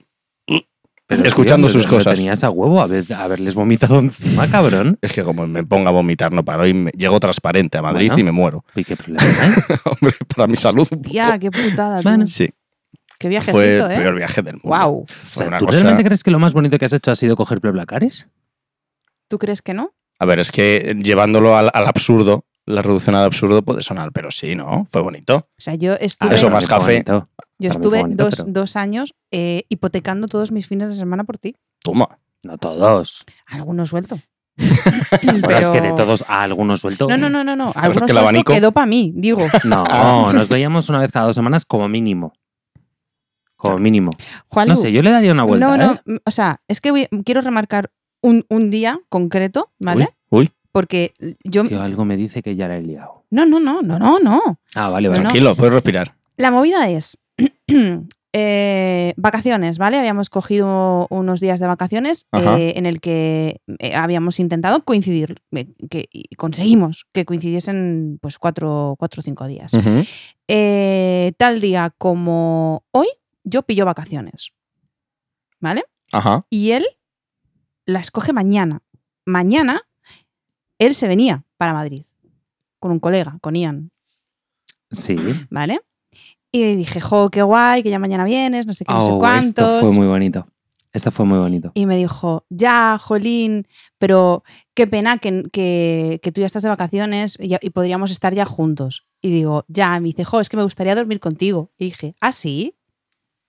[SPEAKER 2] Pero,
[SPEAKER 3] Escuchando
[SPEAKER 2] tío,
[SPEAKER 3] sus
[SPEAKER 2] lo- Lo
[SPEAKER 3] cosas.
[SPEAKER 2] tenías a huevo haber- haberles vomitado encima, cabrón.
[SPEAKER 3] Es que como me ponga a vomitar, no paro. Y me- llego transparente a Madrid
[SPEAKER 2] Bueno.
[SPEAKER 3] y me muero.
[SPEAKER 2] Uy, qué problema, (laughs) ¿eh?
[SPEAKER 3] (laughs) Hombre, para mi salud. un poco. (laughs)
[SPEAKER 1] Ya, qué putada. tú.
[SPEAKER 2] Bueno,
[SPEAKER 3] Sí,
[SPEAKER 1] qué viajecito,
[SPEAKER 3] fue el
[SPEAKER 1] ¿eh?
[SPEAKER 3] peor viaje del mundo.
[SPEAKER 1] Wow.
[SPEAKER 2] O
[SPEAKER 3] Fue
[SPEAKER 2] sea,
[SPEAKER 3] una
[SPEAKER 2] ¿Tú
[SPEAKER 3] cosa-
[SPEAKER 2] realmente crees que lo más bonito que has hecho ha sido coger pleblacares?
[SPEAKER 1] ¿Tú crees que no?
[SPEAKER 3] A ver, es que llevándolo al, al absurdo, la reducción al absurdo puede sonar, pero sí, ¿no? Fue bonito.
[SPEAKER 1] O sea, yo estuve,
[SPEAKER 3] ver, eso más café.
[SPEAKER 1] yo
[SPEAKER 2] para mí fue
[SPEAKER 1] estuve
[SPEAKER 2] bonito,
[SPEAKER 1] dos,
[SPEAKER 2] pero-
[SPEAKER 1] dos años eh, hipotecando todos mis fines de semana por ti.
[SPEAKER 3] Toma.
[SPEAKER 2] No todos.
[SPEAKER 1] Alguno
[SPEAKER 2] (laughs)
[SPEAKER 1] suelto.
[SPEAKER 2] Bueno, es que
[SPEAKER 1] Pero-
[SPEAKER 2] de todos a algunos suelto.
[SPEAKER 1] No, no, no, no, no.
[SPEAKER 3] es
[SPEAKER 1] Alguno
[SPEAKER 3] que el
[SPEAKER 1] suelto
[SPEAKER 3] abanico-
[SPEAKER 1] quedó para mí, digo.
[SPEAKER 2] (laughs) No, nos veíamos una vez cada dos semanas como mínimo. Como mínimo.
[SPEAKER 1] Juanlu,
[SPEAKER 2] No sé, yo le daría una vuelta.
[SPEAKER 1] no, no,
[SPEAKER 2] ¿eh?
[SPEAKER 1] mm, o sea, es que voy- quiero remarcar un, un día concreto, ¿vale?
[SPEAKER 3] Uy, uy.
[SPEAKER 1] Porque yo...
[SPEAKER 2] Tío, algo me dice que ya la he liado.
[SPEAKER 1] No, no, no, no, no, no.
[SPEAKER 2] Ah,
[SPEAKER 1] No,
[SPEAKER 2] vale, vale.
[SPEAKER 1] no.
[SPEAKER 3] Tranquilo, puedes respirar.
[SPEAKER 1] La movida es (clears throat) eh, vacaciones, ¿vale? Habíamos cogido unos días de vacaciones
[SPEAKER 3] Ajá.
[SPEAKER 1] eh, en el que eh, habíamos intentado coincidir, eh, que y conseguimos que coincidiesen pues cuatro, cuatro o cinco días.
[SPEAKER 2] Mm.
[SPEAKER 3] Ujú.
[SPEAKER 1] Eh, tal día como hoy, yo pillo vacaciones, ¿vale?
[SPEAKER 3] Ajá.
[SPEAKER 1] Y él las coge mañana. Mañana él se venía para Madrid con un colega, con Ian.
[SPEAKER 2] Sí.
[SPEAKER 1] ¿vale? Y dije, jo, qué guay, que ya mañana vienes, no sé qué, no sé
[SPEAKER 2] Oh,
[SPEAKER 1] cuántos.
[SPEAKER 2] esto fue muy bonito. Esto fue muy bonito.
[SPEAKER 1] Y me dijo, ya, jolín, pero qué pena que, que- que tú ya estás de vacaciones y, y podríamos estar ya juntos. Y digo, ya, me dice, jo, es que me gustaría dormir contigo. Y dije, ¿ah, sí?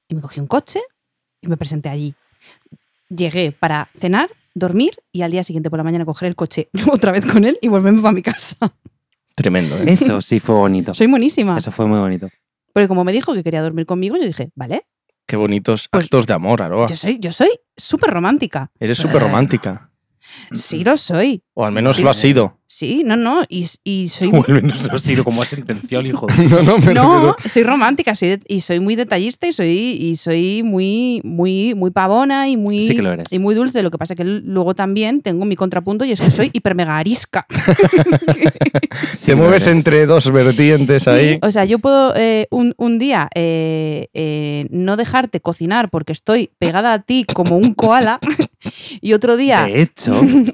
[SPEAKER 1] Y me cogí un coche y me presenté allí. Llegué para cenar, dormir y al día siguiente por la mañana coger el coche (laughs) otra vez con él y volverme para mi casa. (laughs)
[SPEAKER 3] Tremendo, ¿eh?
[SPEAKER 2] (laughs) Eso sí fue bonito.
[SPEAKER 1] Soy buenísima.
[SPEAKER 2] Eso fue muy bonito.
[SPEAKER 1] Porque como me dijo que quería dormir conmigo, yo dije, vale,
[SPEAKER 3] Qué bonitos
[SPEAKER 1] Pues-
[SPEAKER 3] actos de amor, Aroa.
[SPEAKER 1] yo soy, yo soy súper romántica.
[SPEAKER 3] Eres súper romántica.
[SPEAKER 1] Sí lo soy.
[SPEAKER 3] O al menos
[SPEAKER 1] Sí.
[SPEAKER 3] lo has sido.
[SPEAKER 1] Sí, no, no. Y, y soy...
[SPEAKER 2] O al menos lo ha sido como ha sentenciado el hijo. de-
[SPEAKER 3] (laughs) No, no, me
[SPEAKER 1] No, soy romántica soy de- y soy muy detallista y soy, y soy muy, muy, muy pavona y muy,
[SPEAKER 2] Sí que lo eres.
[SPEAKER 1] y muy dulce. Lo que pasa que l- luego también tengo mi contrapunto y es que soy hiper mega
[SPEAKER 2] (laughs)
[SPEAKER 1] arisca.
[SPEAKER 2] (laughs) Sí
[SPEAKER 3] Te
[SPEAKER 2] que lo
[SPEAKER 3] mueves
[SPEAKER 2] eres.
[SPEAKER 3] entre dos vertientes
[SPEAKER 1] Sí,
[SPEAKER 3] ahí.
[SPEAKER 1] o sea, yo puedo eh, un, un día eh, eh, no dejarte cocinar porque estoy pegada a ti como un
[SPEAKER 2] (laughs)
[SPEAKER 1] koala (laughs) y otro día...
[SPEAKER 2] De
[SPEAKER 1] (laughs)
[SPEAKER 2] hecho,
[SPEAKER 1] Hoy-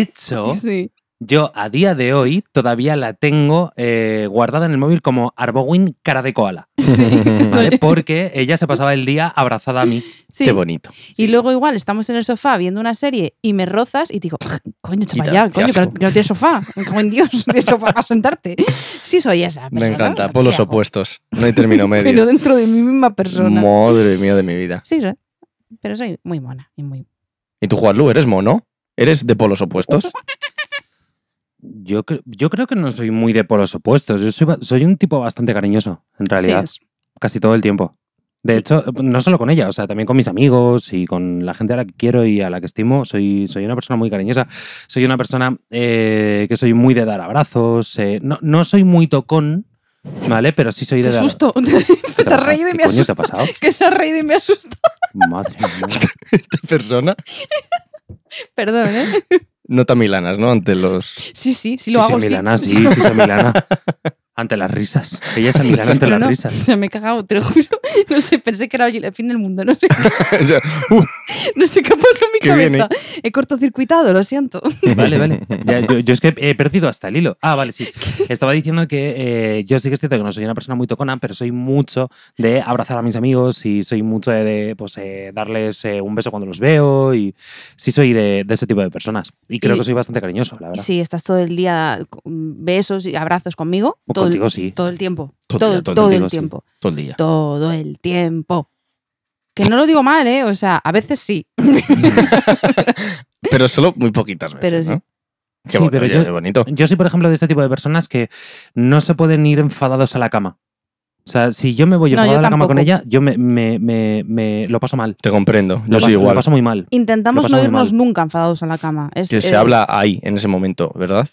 [SPEAKER 1] (laughs)
[SPEAKER 2] hecho, (laughs)
[SPEAKER 1] Sí.
[SPEAKER 2] yo a día de hoy todavía la tengo eh, guardada en el móvil como Arbowin cara de koala,
[SPEAKER 1] (laughs)
[SPEAKER 2] ¿vale? Porque ella se pasaba el día abrazada a mí.
[SPEAKER 1] sí.
[SPEAKER 3] Qué bonito.
[SPEAKER 1] Y luego igual estamos en el sofá viendo una serie y me rozas y te digo, "Ah, coño, chaval,
[SPEAKER 3] Quita,
[SPEAKER 1] ya,
[SPEAKER 3] qué
[SPEAKER 1] coño, que no,
[SPEAKER 3] asco".
[SPEAKER 1] que no tienes sofá. Me cago en Dios, no tienes sofá para sentarte. Sí soy esa
[SPEAKER 3] Me
[SPEAKER 1] persona,
[SPEAKER 3] encanta.
[SPEAKER 1] ¿qué
[SPEAKER 3] Por los
[SPEAKER 1] hago?
[SPEAKER 3] opuestos. No hay término
[SPEAKER 1] (laughs) Pero
[SPEAKER 3] medio.
[SPEAKER 1] dentro de mi misma persona.
[SPEAKER 3] Madre mía de mi vida.
[SPEAKER 1] sí, soy. Pero soy muy mona y muy...
[SPEAKER 3] ¿Y tú, Juanlu, eres mono? ¿Eres (laughs) de polos opuestos?
[SPEAKER 2] Yo, cre- yo creo que no soy muy de polos opuestos. Yo soy, ba- soy un tipo bastante cariñoso, en realidad,
[SPEAKER 1] Sí, es-
[SPEAKER 2] casi todo el tiempo. De
[SPEAKER 1] Sí.
[SPEAKER 2] hecho, no solo con ella, o sea, también con mis amigos y con la gente a la que quiero y a la que estimo. Soy, soy una persona muy cariñosa. Soy una persona eh, que soy muy de dar abrazos. eh, no, no soy muy tocón, ¿vale? Pero sí soy de
[SPEAKER 1] Qué
[SPEAKER 2] dar
[SPEAKER 1] susto.
[SPEAKER 2] ¿Qué
[SPEAKER 1] te has
[SPEAKER 2] pasa?
[SPEAKER 1] reído y
[SPEAKER 2] ¿Qué
[SPEAKER 1] me
[SPEAKER 2] coño
[SPEAKER 1] asusta.
[SPEAKER 2] te ha pasado?
[SPEAKER 1] (laughs) que se ha reído y me asusta. (laughs)
[SPEAKER 2] Madre mía.
[SPEAKER 3] ¿De persona?
[SPEAKER 1] Perdón, ¿eh?
[SPEAKER 3] No tan milanas, ¿no? Ante (laughs) los...
[SPEAKER 1] Sí, sí, sí lo hago.
[SPEAKER 2] soy
[SPEAKER 1] sí.
[SPEAKER 2] Milana,
[SPEAKER 1] (laughs)
[SPEAKER 2] sí, sí, soy Milana. Ante las risas. Ella es Milana ante
[SPEAKER 1] No,
[SPEAKER 2] las
[SPEAKER 1] no,
[SPEAKER 2] risas.
[SPEAKER 1] Se me he cagado, te lo juro. (laughs) No sé, pensé que era el fin del mundo. No sé,
[SPEAKER 3] Uh,
[SPEAKER 1] no sé qué ha pasado en mi
[SPEAKER 3] Que
[SPEAKER 1] cabeza.
[SPEAKER 3] viene.
[SPEAKER 1] He cortocircuitado, lo siento.
[SPEAKER 2] Vale, vale. Ya, yo, yo es que he perdido hasta el hilo. Ah,
[SPEAKER 1] (laughs)
[SPEAKER 2] vale, sí. Estaba diciendo que eh, yo sí que es cierto que no soy una persona muy tocona, pero soy mucho de abrazar a mis amigos y soy mucho de, de, pues, eh, darles eh, un beso cuando los veo y sí soy de, de ese tipo de personas. Y creo
[SPEAKER 1] Y-
[SPEAKER 2] que soy bastante cariñoso, la verdad.
[SPEAKER 1] Sí, estás todo el día con besos y abrazos conmigo.
[SPEAKER 2] O
[SPEAKER 1] Todo, el-
[SPEAKER 2] contigo sí.
[SPEAKER 1] todo el tiempo.
[SPEAKER 3] (laughs) Todo el
[SPEAKER 1] Todo,
[SPEAKER 3] día, todo el
[SPEAKER 1] todo
[SPEAKER 2] día,
[SPEAKER 1] el
[SPEAKER 2] sí.
[SPEAKER 1] tiempo.
[SPEAKER 3] todo el día.
[SPEAKER 1] Todo el tiempo. Que no lo digo mal, ¿eh? O sea, a veces sí.
[SPEAKER 3] Pero solo muy poquitas veces,
[SPEAKER 1] Pero sí.
[SPEAKER 3] ¿no? Qué,
[SPEAKER 2] Sí,
[SPEAKER 3] bueno,
[SPEAKER 2] pero
[SPEAKER 3] oye,
[SPEAKER 2] yo-
[SPEAKER 3] qué bonito.
[SPEAKER 2] Yo soy, por ejemplo, de este tipo de personas que no se pueden ir enfadados a la cama. O sea, si yo me voy
[SPEAKER 1] No,
[SPEAKER 2] enfadado
[SPEAKER 1] yo
[SPEAKER 2] a la cama con
[SPEAKER 1] tampoco.
[SPEAKER 2] ella, yo me, me- me- me- lo paso mal.
[SPEAKER 3] Te comprendo. Yo
[SPEAKER 2] Lo
[SPEAKER 3] soy
[SPEAKER 2] paso, lo
[SPEAKER 3] igual.
[SPEAKER 2] paso muy mal. Lo
[SPEAKER 1] Intentamos
[SPEAKER 2] pasa
[SPEAKER 1] no
[SPEAKER 2] muy
[SPEAKER 1] irnos
[SPEAKER 2] mal.
[SPEAKER 1] nunca enfadados a la cama. Es,
[SPEAKER 3] Que se
[SPEAKER 1] eh,
[SPEAKER 3] habla ahí, en ese momento, ¿verdad?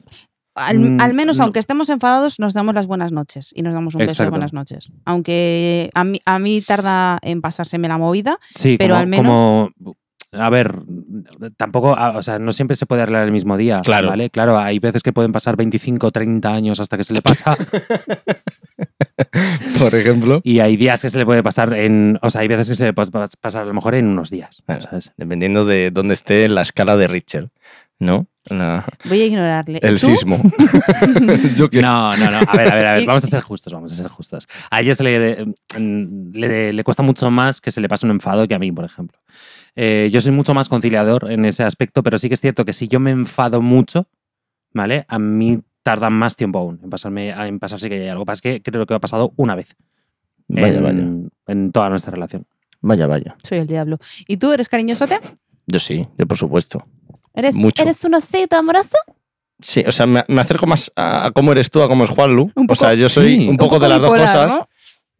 [SPEAKER 1] Al,
[SPEAKER 2] Mm,
[SPEAKER 1] al menos,
[SPEAKER 2] no.
[SPEAKER 1] aunque estemos enfadados, nos damos las buenas noches y nos damos un beso de
[SPEAKER 2] Exacto.
[SPEAKER 1] buenas noches. Aunque a mí, a mí tarda en pasárseme la movida.
[SPEAKER 2] Sí,
[SPEAKER 1] Pero
[SPEAKER 2] como,
[SPEAKER 1] al menos-
[SPEAKER 2] como- a ver, tampoco, a- o sea, no siempre se puede arreglar el mismo día.
[SPEAKER 3] Claro.
[SPEAKER 2] ¿vale? Claro, hay veces que pueden pasar 25, 30 años hasta que se le
[SPEAKER 3] (laughs)
[SPEAKER 2] pasa.
[SPEAKER 3] (laughs) Por ejemplo.
[SPEAKER 2] y hay días que se le puede pasar en. O sea, hay veces que se le puede pas- pasar a lo mejor en unos días.
[SPEAKER 3] Claro.
[SPEAKER 2] ¿sabes?
[SPEAKER 3] Dependiendo de dónde esté la escala de Richard, ¿no? La-
[SPEAKER 1] Voy a ignorarle.
[SPEAKER 3] el
[SPEAKER 1] ¿Tú?
[SPEAKER 2] (laughs)
[SPEAKER 3] sismo. Yo qué-
[SPEAKER 2] ¿Eh, No, no, no. A ver, a ver, a ver.
[SPEAKER 1] (laughs) Y-
[SPEAKER 2] Vamos a ser justos, vamos a ser justos. A ella se le, mm, le, le cuesta mucho más que se le pase un enfado que a mí, por ejemplo. Eh, yo soy mucho más conciliador en ese aspecto, pero sí que es cierto que si yo me enfado mucho, ¿vale? A mí tarda más tiempo aún en, pasarme, en pasarse que hay algo. Pasa es que creo que ha pasado una vez
[SPEAKER 3] Vaya,
[SPEAKER 2] en,
[SPEAKER 3] vaya.
[SPEAKER 2] en toda nuestra relación.
[SPEAKER 3] Vaya, vaya.
[SPEAKER 1] Soy el diablo. ¿Y tú eres cariñosote?
[SPEAKER 3] Yo sí, yo por supuesto.
[SPEAKER 1] ¿Eres,
[SPEAKER 3] Mucho.
[SPEAKER 1] ¿Eres un osito amoroso?
[SPEAKER 3] Sí, o sea, me, me acerco más a, a cómo eres tú, a cómo es Juanlu.
[SPEAKER 1] Un
[SPEAKER 3] o sea,
[SPEAKER 1] poco-
[SPEAKER 3] yo soy
[SPEAKER 2] Sí.
[SPEAKER 3] un,
[SPEAKER 2] Un
[SPEAKER 3] poco de las dos
[SPEAKER 1] bipolar,
[SPEAKER 3] cosas.
[SPEAKER 1] ¿no?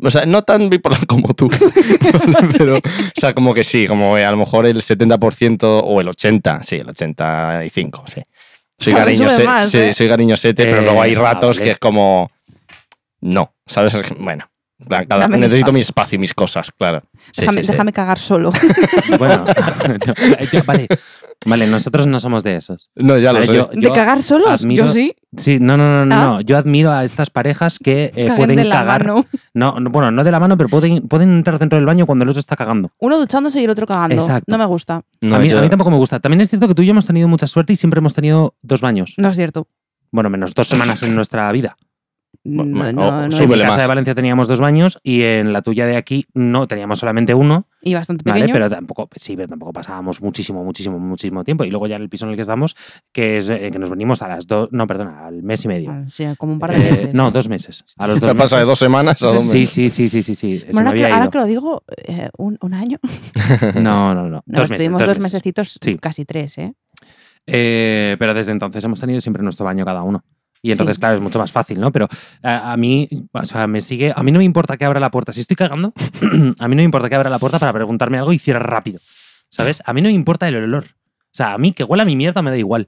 [SPEAKER 3] O sea, no tan bipolar como
[SPEAKER 1] (laughs)
[SPEAKER 3] tú. (laughs) pero, o sea, como que sí, como eh, a lo mejor el 70% o el 80%, sí, el 85%, sí. Soy
[SPEAKER 1] Cada vez sube
[SPEAKER 3] cariñosete,
[SPEAKER 1] más,
[SPEAKER 3] sí,
[SPEAKER 1] ¿eh?
[SPEAKER 3] soy cariñosete, pero
[SPEAKER 2] Eh,
[SPEAKER 3] luego hay
[SPEAKER 2] ah,
[SPEAKER 3] ratos
[SPEAKER 2] vale.
[SPEAKER 3] que es como. No, ¿sabes? Es que, Bueno, en plan, cada-
[SPEAKER 1] Dame mi
[SPEAKER 3] necesito
[SPEAKER 1] espacio.
[SPEAKER 3] mi espacio y mis cosas, claro. Sí,
[SPEAKER 1] déjame,
[SPEAKER 3] sí, sí.
[SPEAKER 1] déjame cagar
[SPEAKER 2] (laughs)
[SPEAKER 1] solo.
[SPEAKER 2] Bueno, yo- yo- vale, vale, nosotros no somos de esos.
[SPEAKER 3] No, ya lo
[SPEAKER 2] Vale,
[SPEAKER 3] sé.
[SPEAKER 2] yo-
[SPEAKER 1] ¿De cagar solos?
[SPEAKER 2] admiro-
[SPEAKER 1] Yo sí.
[SPEAKER 2] Sí, no, no, no, no,
[SPEAKER 1] Ah.
[SPEAKER 2] no. Yo admiro a estas parejas que eh,
[SPEAKER 1] Caguen
[SPEAKER 2] pueden
[SPEAKER 1] de la
[SPEAKER 2] cagar.
[SPEAKER 1] mano.
[SPEAKER 2] No, no, bueno, no de la mano, pero pueden, pueden entrar dentro del baño cuando el otro está cagando.
[SPEAKER 1] Uno duchándose y el otro cagando.
[SPEAKER 2] Exacto.
[SPEAKER 1] No me gusta.
[SPEAKER 3] No,
[SPEAKER 2] a, mí,
[SPEAKER 3] yo-
[SPEAKER 2] a
[SPEAKER 3] (laughs)
[SPEAKER 2] mí tampoco me gusta. También es cierto que tú y yo hemos tenido mucha suerte y siempre hemos tenido dos baños.
[SPEAKER 1] No es cierto.
[SPEAKER 2] Bueno, menos dos semanas
[SPEAKER 3] (laughs)
[SPEAKER 2] en nuestra vida.
[SPEAKER 1] No,
[SPEAKER 3] Bueno,
[SPEAKER 1] no,
[SPEAKER 3] o-
[SPEAKER 1] no es-
[SPEAKER 2] en mi
[SPEAKER 3] súbele
[SPEAKER 2] casa
[SPEAKER 3] más.
[SPEAKER 2] de Valencia teníamos dos baños y en la tuya de aquí no, teníamos solamente uno,
[SPEAKER 1] Y bastante
[SPEAKER 2] ¿vale?
[SPEAKER 1] pequeño.
[SPEAKER 2] Pero tampoco, sí, pero tampoco pasábamos muchísimo, muchísimo, muchísimo tiempo. Y luego ya en el piso en el que estamos, que es eh, que nos venimos a las dos, no, perdona, al mes y medio.
[SPEAKER 1] Ah, sí, como un par de
[SPEAKER 2] Eh,
[SPEAKER 1] meses.
[SPEAKER 2] no, dos meses. A los dos
[SPEAKER 3] ¿Te (laughs) pasa de
[SPEAKER 2] meses.
[SPEAKER 3] dos semanas a dos
[SPEAKER 2] Sí,
[SPEAKER 3] meses?
[SPEAKER 2] sí, sí, sí, sí, sí. se me
[SPEAKER 1] Bueno, ahora,
[SPEAKER 2] había
[SPEAKER 1] que, ahora
[SPEAKER 2] ido.
[SPEAKER 1] que lo digo, eh, un, un año.
[SPEAKER 2] No, no, no.
[SPEAKER 1] No,
[SPEAKER 2] dos meses,
[SPEAKER 1] estuvimos
[SPEAKER 2] dos
[SPEAKER 1] dos
[SPEAKER 2] meses.
[SPEAKER 1] mesecitos,
[SPEAKER 2] Sí.
[SPEAKER 1] casi tres, ¿eh?
[SPEAKER 2] Eh, pero desde entonces hemos tenido siempre nuestro baño cada uno. Y entonces,
[SPEAKER 1] Sí.
[SPEAKER 2] claro, es mucho más fácil, ¿no? Pero a, a mí, o sea, me sigue. A mí no me importa que abra la puerta. Si estoy cagando, (clears throat) a mí no me importa que abra la puerta para preguntarme algo y cierre rápido. ¿Sabes? A mí no me importa el olor. O sea, a mí que huela mi mierda me da igual.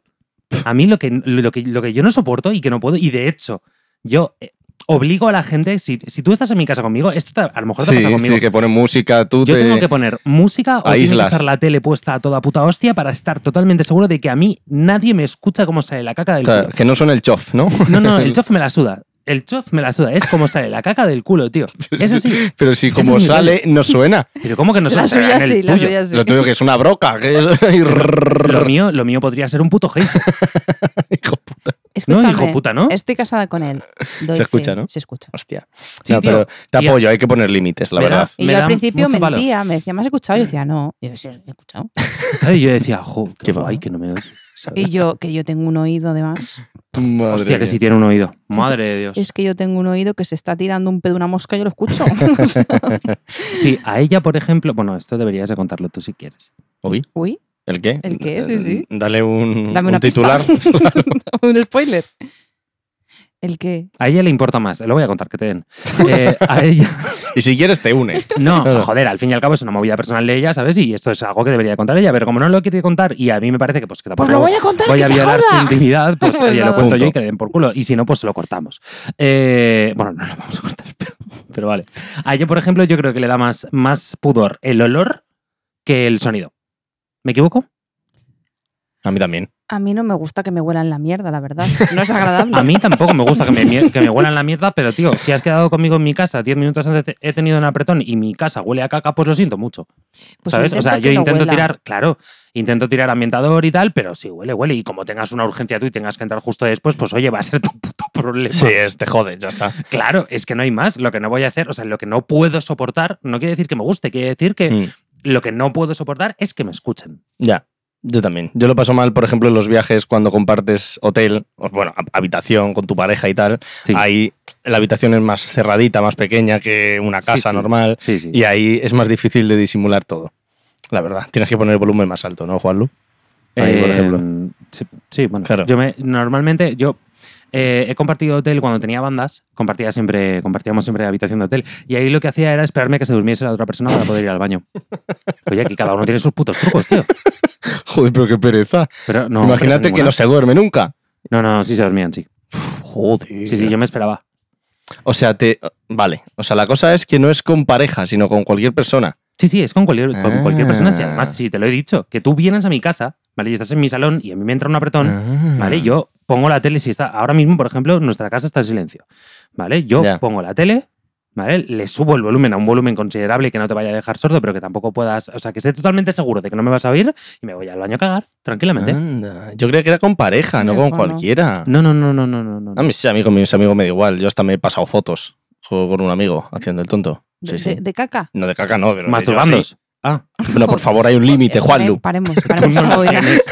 [SPEAKER 2] A mí lo que, lo que, lo que yo no soporto y que no puedo, y de hecho, yo eh, obligo a la gente, si, si tú estás en mi casa conmigo, esto te- a lo mejor te
[SPEAKER 3] Sí,
[SPEAKER 2] pasa
[SPEAKER 3] sí,
[SPEAKER 2] conmigo.
[SPEAKER 3] que ponen música, tú
[SPEAKER 2] Yo
[SPEAKER 3] te...
[SPEAKER 2] tengo que poner música o tiene que
[SPEAKER 3] Aíslas.
[SPEAKER 2] estar la tele puesta a toda puta hostia para estar totalmente seguro de que a mí nadie me escucha cómo sale la caca del
[SPEAKER 3] Claro,
[SPEAKER 2] culo.
[SPEAKER 3] que no son el chof,
[SPEAKER 2] (laughs)
[SPEAKER 3] ¿no?
[SPEAKER 2] No, no,
[SPEAKER 3] (laughs)
[SPEAKER 2] el chof me la suda. El chof me la suda. Es como sale la caca del culo,
[SPEAKER 3] (laughs)
[SPEAKER 2] tío. Eso sí.
[SPEAKER 3] Pero si como
[SPEAKER 2] es mi
[SPEAKER 3] sale,
[SPEAKER 2] (laughs)
[SPEAKER 3] no suena.
[SPEAKER 2] Pero ¿cómo que no
[SPEAKER 1] la
[SPEAKER 2] suena?
[SPEAKER 1] suya
[SPEAKER 2] En el
[SPEAKER 1] sí, la
[SPEAKER 2] tuyo.
[SPEAKER 1] suya sí.
[SPEAKER 3] Lo tuyo que es una broca. Que es... (laughs) y
[SPEAKER 2] Lo
[SPEAKER 3] rrrr,
[SPEAKER 2] mío, lo mío podría ser un puto geyser.
[SPEAKER 3] hijo puta.
[SPEAKER 2] No,
[SPEAKER 1] Escúchame,
[SPEAKER 2] hijo puta, ¿no?
[SPEAKER 1] Estoy casada con
[SPEAKER 2] (laughs)
[SPEAKER 1] él. Doy
[SPEAKER 3] Se escucha,
[SPEAKER 1] fe,
[SPEAKER 3] ¿no?
[SPEAKER 1] Se escucha.
[SPEAKER 3] Hostia.
[SPEAKER 2] Sí,
[SPEAKER 3] No,
[SPEAKER 2] tío.
[SPEAKER 3] pero te
[SPEAKER 2] Y a-
[SPEAKER 3] apoyo, hay que poner límites, la
[SPEAKER 2] Me da-
[SPEAKER 3] verdad.
[SPEAKER 1] Y
[SPEAKER 2] Me
[SPEAKER 1] yo al
[SPEAKER 2] da
[SPEAKER 1] principio
[SPEAKER 2] mucho valor.
[SPEAKER 1] mentía, me decía, ¿me has escuchado? Y yo decía, no. Y yo, sí,
[SPEAKER 2] (laughs)
[SPEAKER 1] he escuchado.
[SPEAKER 2] Y yo decía, jo, qué
[SPEAKER 3] Qué va.
[SPEAKER 2] guay que no me oye.
[SPEAKER 1] Y yo, que yo tengo un oído además.
[SPEAKER 3] Madre
[SPEAKER 2] Hostia, que
[SPEAKER 3] mía.
[SPEAKER 2] sí tiene un oído. Madre de Dios.
[SPEAKER 1] Es que yo tengo un oído que se está tirando un pedo una mosca y yo lo escucho.
[SPEAKER 2] (laughs) Sí, a ella, por ejemplo, bueno, esto deberías de contarlo tú si quieres.
[SPEAKER 3] Uy,
[SPEAKER 1] Uy,
[SPEAKER 3] ¿el qué?
[SPEAKER 1] ¿El qué? Sí, sí.
[SPEAKER 3] Dale un,
[SPEAKER 1] dame
[SPEAKER 3] un
[SPEAKER 1] una
[SPEAKER 2] (laughs)
[SPEAKER 3] titular.
[SPEAKER 1] pista. (laughs) un spoiler. ¿El qué?
[SPEAKER 2] A ella le importa más, lo voy a contar, que
[SPEAKER 3] (laughs)
[SPEAKER 2] te den. Eh, a ella,
[SPEAKER 3] Y si quieres, te unes.
[SPEAKER 2] No,
[SPEAKER 3] Claro.
[SPEAKER 2] joder, al fin y al cabo es una movida personal de ella, ¿sabes? Y esto es algo que debería contar ella, pero como no lo quiere contar y a mí me parece que pues que
[SPEAKER 1] Pues
[SPEAKER 2] tampoco
[SPEAKER 1] lo voy a contar
[SPEAKER 2] voy
[SPEAKER 1] que
[SPEAKER 2] a
[SPEAKER 1] se
[SPEAKER 2] violar su
[SPEAKER 1] joda. (laughs)
[SPEAKER 2] intimidad, pues,
[SPEAKER 1] Pues
[SPEAKER 2] oye, lo
[SPEAKER 1] nada.
[SPEAKER 2] cuento yo y
[SPEAKER 3] Punto.
[SPEAKER 2] que le den por culo. Y si no, pues lo cortamos. Eh, bueno, no lo vamos a cortar, (laughs) pero, pero vale. A ella, por ejemplo, yo creo que le da más, más pudor el olor que el sonido. ¿Me equivoco?
[SPEAKER 3] A
[SPEAKER 2] (laughs)
[SPEAKER 3] mí también.
[SPEAKER 1] A mí no me gusta que me huelan la mierda, la verdad. No es
[SPEAKER 2] A
[SPEAKER 1] agradable.
[SPEAKER 2] mí tampoco me gusta que me, mier- que me huelan la mierda, pero tío, si has quedado conmigo en mi casa 10 minutos antes te- he tenido un apretón y mi casa huele a caca, pues lo siento mucho.
[SPEAKER 1] Pues
[SPEAKER 2] ¿Sabes? O sea,
[SPEAKER 1] que
[SPEAKER 2] yo
[SPEAKER 1] no
[SPEAKER 2] intento
[SPEAKER 1] huela.
[SPEAKER 2] tirar, claro, intento tirar ambientador y tal, pero sí huele, huele. Y como tengas una urgencia tú y tengas que entrar justo después, pues oye, va a ser tu puto problema.
[SPEAKER 3] Sí, es, te jode, ya está.
[SPEAKER 2] Claro, es que no hay más. Lo que no voy a hacer, o sea, lo que no puedo soportar, no quiere decir que me guste, quiere decir que
[SPEAKER 3] Mm,
[SPEAKER 2] lo que no puedo soportar es que me escuchen.
[SPEAKER 3] Ya. Yo también. Yo lo paso mal, por ejemplo, en los viajes cuando compartes hotel, o, bueno, hab- habitación con tu pareja y tal.
[SPEAKER 2] Sí.
[SPEAKER 3] Ahí la habitación es más cerradita, más pequeña que una
[SPEAKER 2] Sí,
[SPEAKER 3] casa
[SPEAKER 2] sí.
[SPEAKER 3] normal.
[SPEAKER 2] Sí, sí.
[SPEAKER 3] Y ahí es más difícil de disimular todo. La verdad. Tienes que poner el volumen más alto, ¿no, Juanlu? Ahí,
[SPEAKER 2] (laughs)
[SPEAKER 3] por ejemplo.
[SPEAKER 2] Eh, Sí, sí, bueno.
[SPEAKER 3] Claro.
[SPEAKER 2] Yo me, normalmente, yo eh, he compartido hotel cuando tenía bandas, compartía siempre, compartíamos siempre habitación de hotel. Y ahí lo que hacía era esperarme que se durmiese la otra persona para poder ir al
[SPEAKER 3] (laughs)
[SPEAKER 2] baño. Oye, aquí cada uno tiene sus putos trucos, tío.
[SPEAKER 3] Joder, pero qué pereza.
[SPEAKER 2] Pero no,
[SPEAKER 3] Imagínate
[SPEAKER 2] pero
[SPEAKER 3] que no
[SPEAKER 2] ninguna.
[SPEAKER 3] se duerme nunca.
[SPEAKER 2] No, no, sí se dormían, sí.
[SPEAKER 3] Joder.
[SPEAKER 2] Sí, sí, yo me esperaba.
[SPEAKER 3] O sea, te. Vale. O sea, la cosa es que no es con pareja, sino con cualquier persona.
[SPEAKER 2] Sí, sí, es con cualquier, con cualquier persona. Si
[SPEAKER 3] Ah.
[SPEAKER 2] además, si te lo he dicho, que tú vienes a mi casa, ¿vale? Y estás en mi salón y a mí me entra un apretón.
[SPEAKER 3] Ah, Mm.
[SPEAKER 2] ¿Vale? Yo pongo la tele si está. Ahora mismo, por ejemplo, nuestra casa está en silencio. ¿Vale? Yo
[SPEAKER 3] Ya.
[SPEAKER 2] pongo la tele, ¿vale? Le subo el volumen a un volumen considerable que no te vaya a dejar sordo, pero que tampoco puedas. O sea, que esté totalmente seguro de que no me vas a oír y me voy al baño a cagar, tranquilamente.
[SPEAKER 3] Ah. Anda. Yo creía que era con pareja, no
[SPEAKER 1] Qué
[SPEAKER 3] con
[SPEAKER 1] fono.
[SPEAKER 3] cualquiera.
[SPEAKER 2] No, no, no, no, no, no. no.
[SPEAKER 3] A mí sí, amigo, mis amigos me da igual. Yo hasta me he pasado fotos. Juego con un amigo haciendo el tonto.
[SPEAKER 1] De,
[SPEAKER 3] Sí, sí.
[SPEAKER 1] de- de caca.
[SPEAKER 3] No de caca, no. Pero
[SPEAKER 2] Masturbando.
[SPEAKER 3] yo sí.
[SPEAKER 2] Ah,
[SPEAKER 3] No, por favor, hay un límite,
[SPEAKER 1] Eh,
[SPEAKER 3] Juanlu.
[SPEAKER 1] Paremos,
[SPEAKER 2] (laughs) tú
[SPEAKER 1] paremos.
[SPEAKER 2] no lo
[SPEAKER 1] paremos.
[SPEAKER 2] tienes.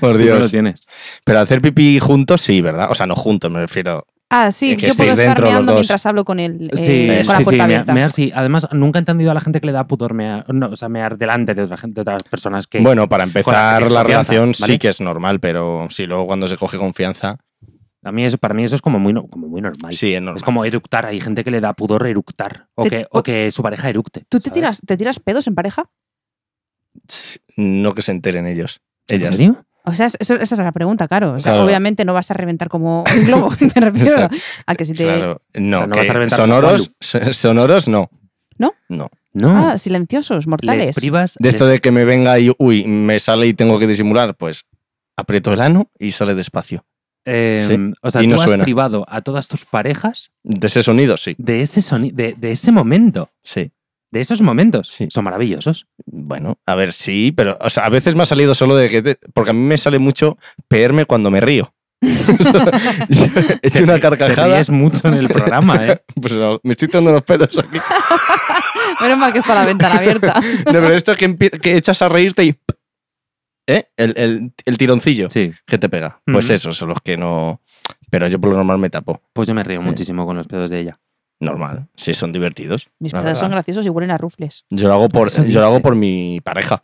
[SPEAKER 3] Por
[SPEAKER 2] tú no lo
[SPEAKER 3] Dios.
[SPEAKER 2] tienes.
[SPEAKER 3] Pero hacer pipí juntos, sí, ¿verdad? O sea, no juntos, me refiero
[SPEAKER 1] Ah, sí,
[SPEAKER 3] Es que
[SPEAKER 1] yo puedo
[SPEAKER 3] estáis
[SPEAKER 1] estar
[SPEAKER 3] dentro los
[SPEAKER 1] meando
[SPEAKER 3] dos.
[SPEAKER 1] mientras hablo con él,
[SPEAKER 2] Sí,
[SPEAKER 1] eh,
[SPEAKER 2] sí,
[SPEAKER 1] con la
[SPEAKER 2] sí,
[SPEAKER 1] puerta
[SPEAKER 2] mea-
[SPEAKER 1] abierta.
[SPEAKER 2] mear sí. Además, nunca he entendido a la gente que le da pudor mear, no, o sea, mear delante de otra gente, de otras personas que.
[SPEAKER 3] Bueno, para
[SPEAKER 2] las que
[SPEAKER 3] empezar
[SPEAKER 2] tienes
[SPEAKER 3] la
[SPEAKER 2] confianza,
[SPEAKER 3] relación
[SPEAKER 2] ¿vale?
[SPEAKER 3] sí que es normal, pero sí, luego cuando se coge confianza,
[SPEAKER 2] a mí eso, para mí eso es como muy, no- como muy normal.
[SPEAKER 3] sí, es normal.
[SPEAKER 2] Es como eructar. Hay gente que le da pudor eructar. O,
[SPEAKER 1] Te-
[SPEAKER 2] que, o que su pareja eructe.
[SPEAKER 1] ¿Tú te
[SPEAKER 2] ¿sabes?
[SPEAKER 1] tiras, te tiras pedos en pareja?
[SPEAKER 3] No que se enteren ellos.
[SPEAKER 2] ¿En
[SPEAKER 3] Ellas.
[SPEAKER 2] serio?
[SPEAKER 1] O sea, es- eso- esa es la pregunta, claro. O sea,
[SPEAKER 3] Claro.
[SPEAKER 1] Obviamente no vas a reventar como
[SPEAKER 2] (laughs)
[SPEAKER 1] un globo, (laughs) me refiero. A que si te.
[SPEAKER 3] Claro. No,
[SPEAKER 2] O sea, no
[SPEAKER 3] que
[SPEAKER 2] vas a reventar
[SPEAKER 3] sonoros, sonoros no.
[SPEAKER 1] ¿No?
[SPEAKER 3] No.
[SPEAKER 2] No.
[SPEAKER 1] Ah, silenciosos,
[SPEAKER 2] Mm. les
[SPEAKER 1] mortales.
[SPEAKER 2] privas.
[SPEAKER 3] De esto
[SPEAKER 2] les-
[SPEAKER 3] de que me venga y, uy, me sale y tengo que disimular, pues aprieto el ano y sale despacio.
[SPEAKER 2] eh,
[SPEAKER 3] Sí,
[SPEAKER 2] O sea,
[SPEAKER 3] y
[SPEAKER 2] tú
[SPEAKER 3] no
[SPEAKER 2] has
[SPEAKER 3] suena.
[SPEAKER 2] privado a todas tus parejas
[SPEAKER 3] De ese sonido, sí.
[SPEAKER 2] de ese soni- de, de ese momento.
[SPEAKER 3] Sí.
[SPEAKER 2] De esos momentos.
[SPEAKER 3] Sí.
[SPEAKER 2] Son maravillosos.
[SPEAKER 3] Bueno, a ver, sí, pero o sea, a veces me ha salido solo de que. te- porque a mí me sale mucho peerme cuando
[SPEAKER 2] (laughs)
[SPEAKER 3] me río. (laughs) He hecho una
[SPEAKER 2] Te
[SPEAKER 3] carcajada.
[SPEAKER 2] ríes mucho en el programa,
[SPEAKER 3] (laughs)
[SPEAKER 2] ¿eh?
[SPEAKER 3] Pues no, me estoy tirando los pedos aquí.
[SPEAKER 1] Menos mal que está la ventana
[SPEAKER 2] (laughs)
[SPEAKER 1] abierta.
[SPEAKER 3] No, pero esto es que, empie- que echas a reírte y. ¿Eh? El, el- el tironcillo
[SPEAKER 2] Sí.
[SPEAKER 3] que te pega. Pues
[SPEAKER 2] Ujú.
[SPEAKER 3] esos son los que no. Pero yo por lo normal me tapo.
[SPEAKER 2] Pues yo me río
[SPEAKER 3] Sí.
[SPEAKER 2] muchísimo con los pedos de ella.
[SPEAKER 3] Normal. Sí, son divertidos.
[SPEAKER 1] Mis
[SPEAKER 3] la
[SPEAKER 1] pedos son
[SPEAKER 3] verdad.
[SPEAKER 1] graciosos y huelen a rufles.
[SPEAKER 3] Yo lo hago por,
[SPEAKER 2] Eso
[SPEAKER 3] yo lo hago
[SPEAKER 2] dice.
[SPEAKER 3] por mi pareja.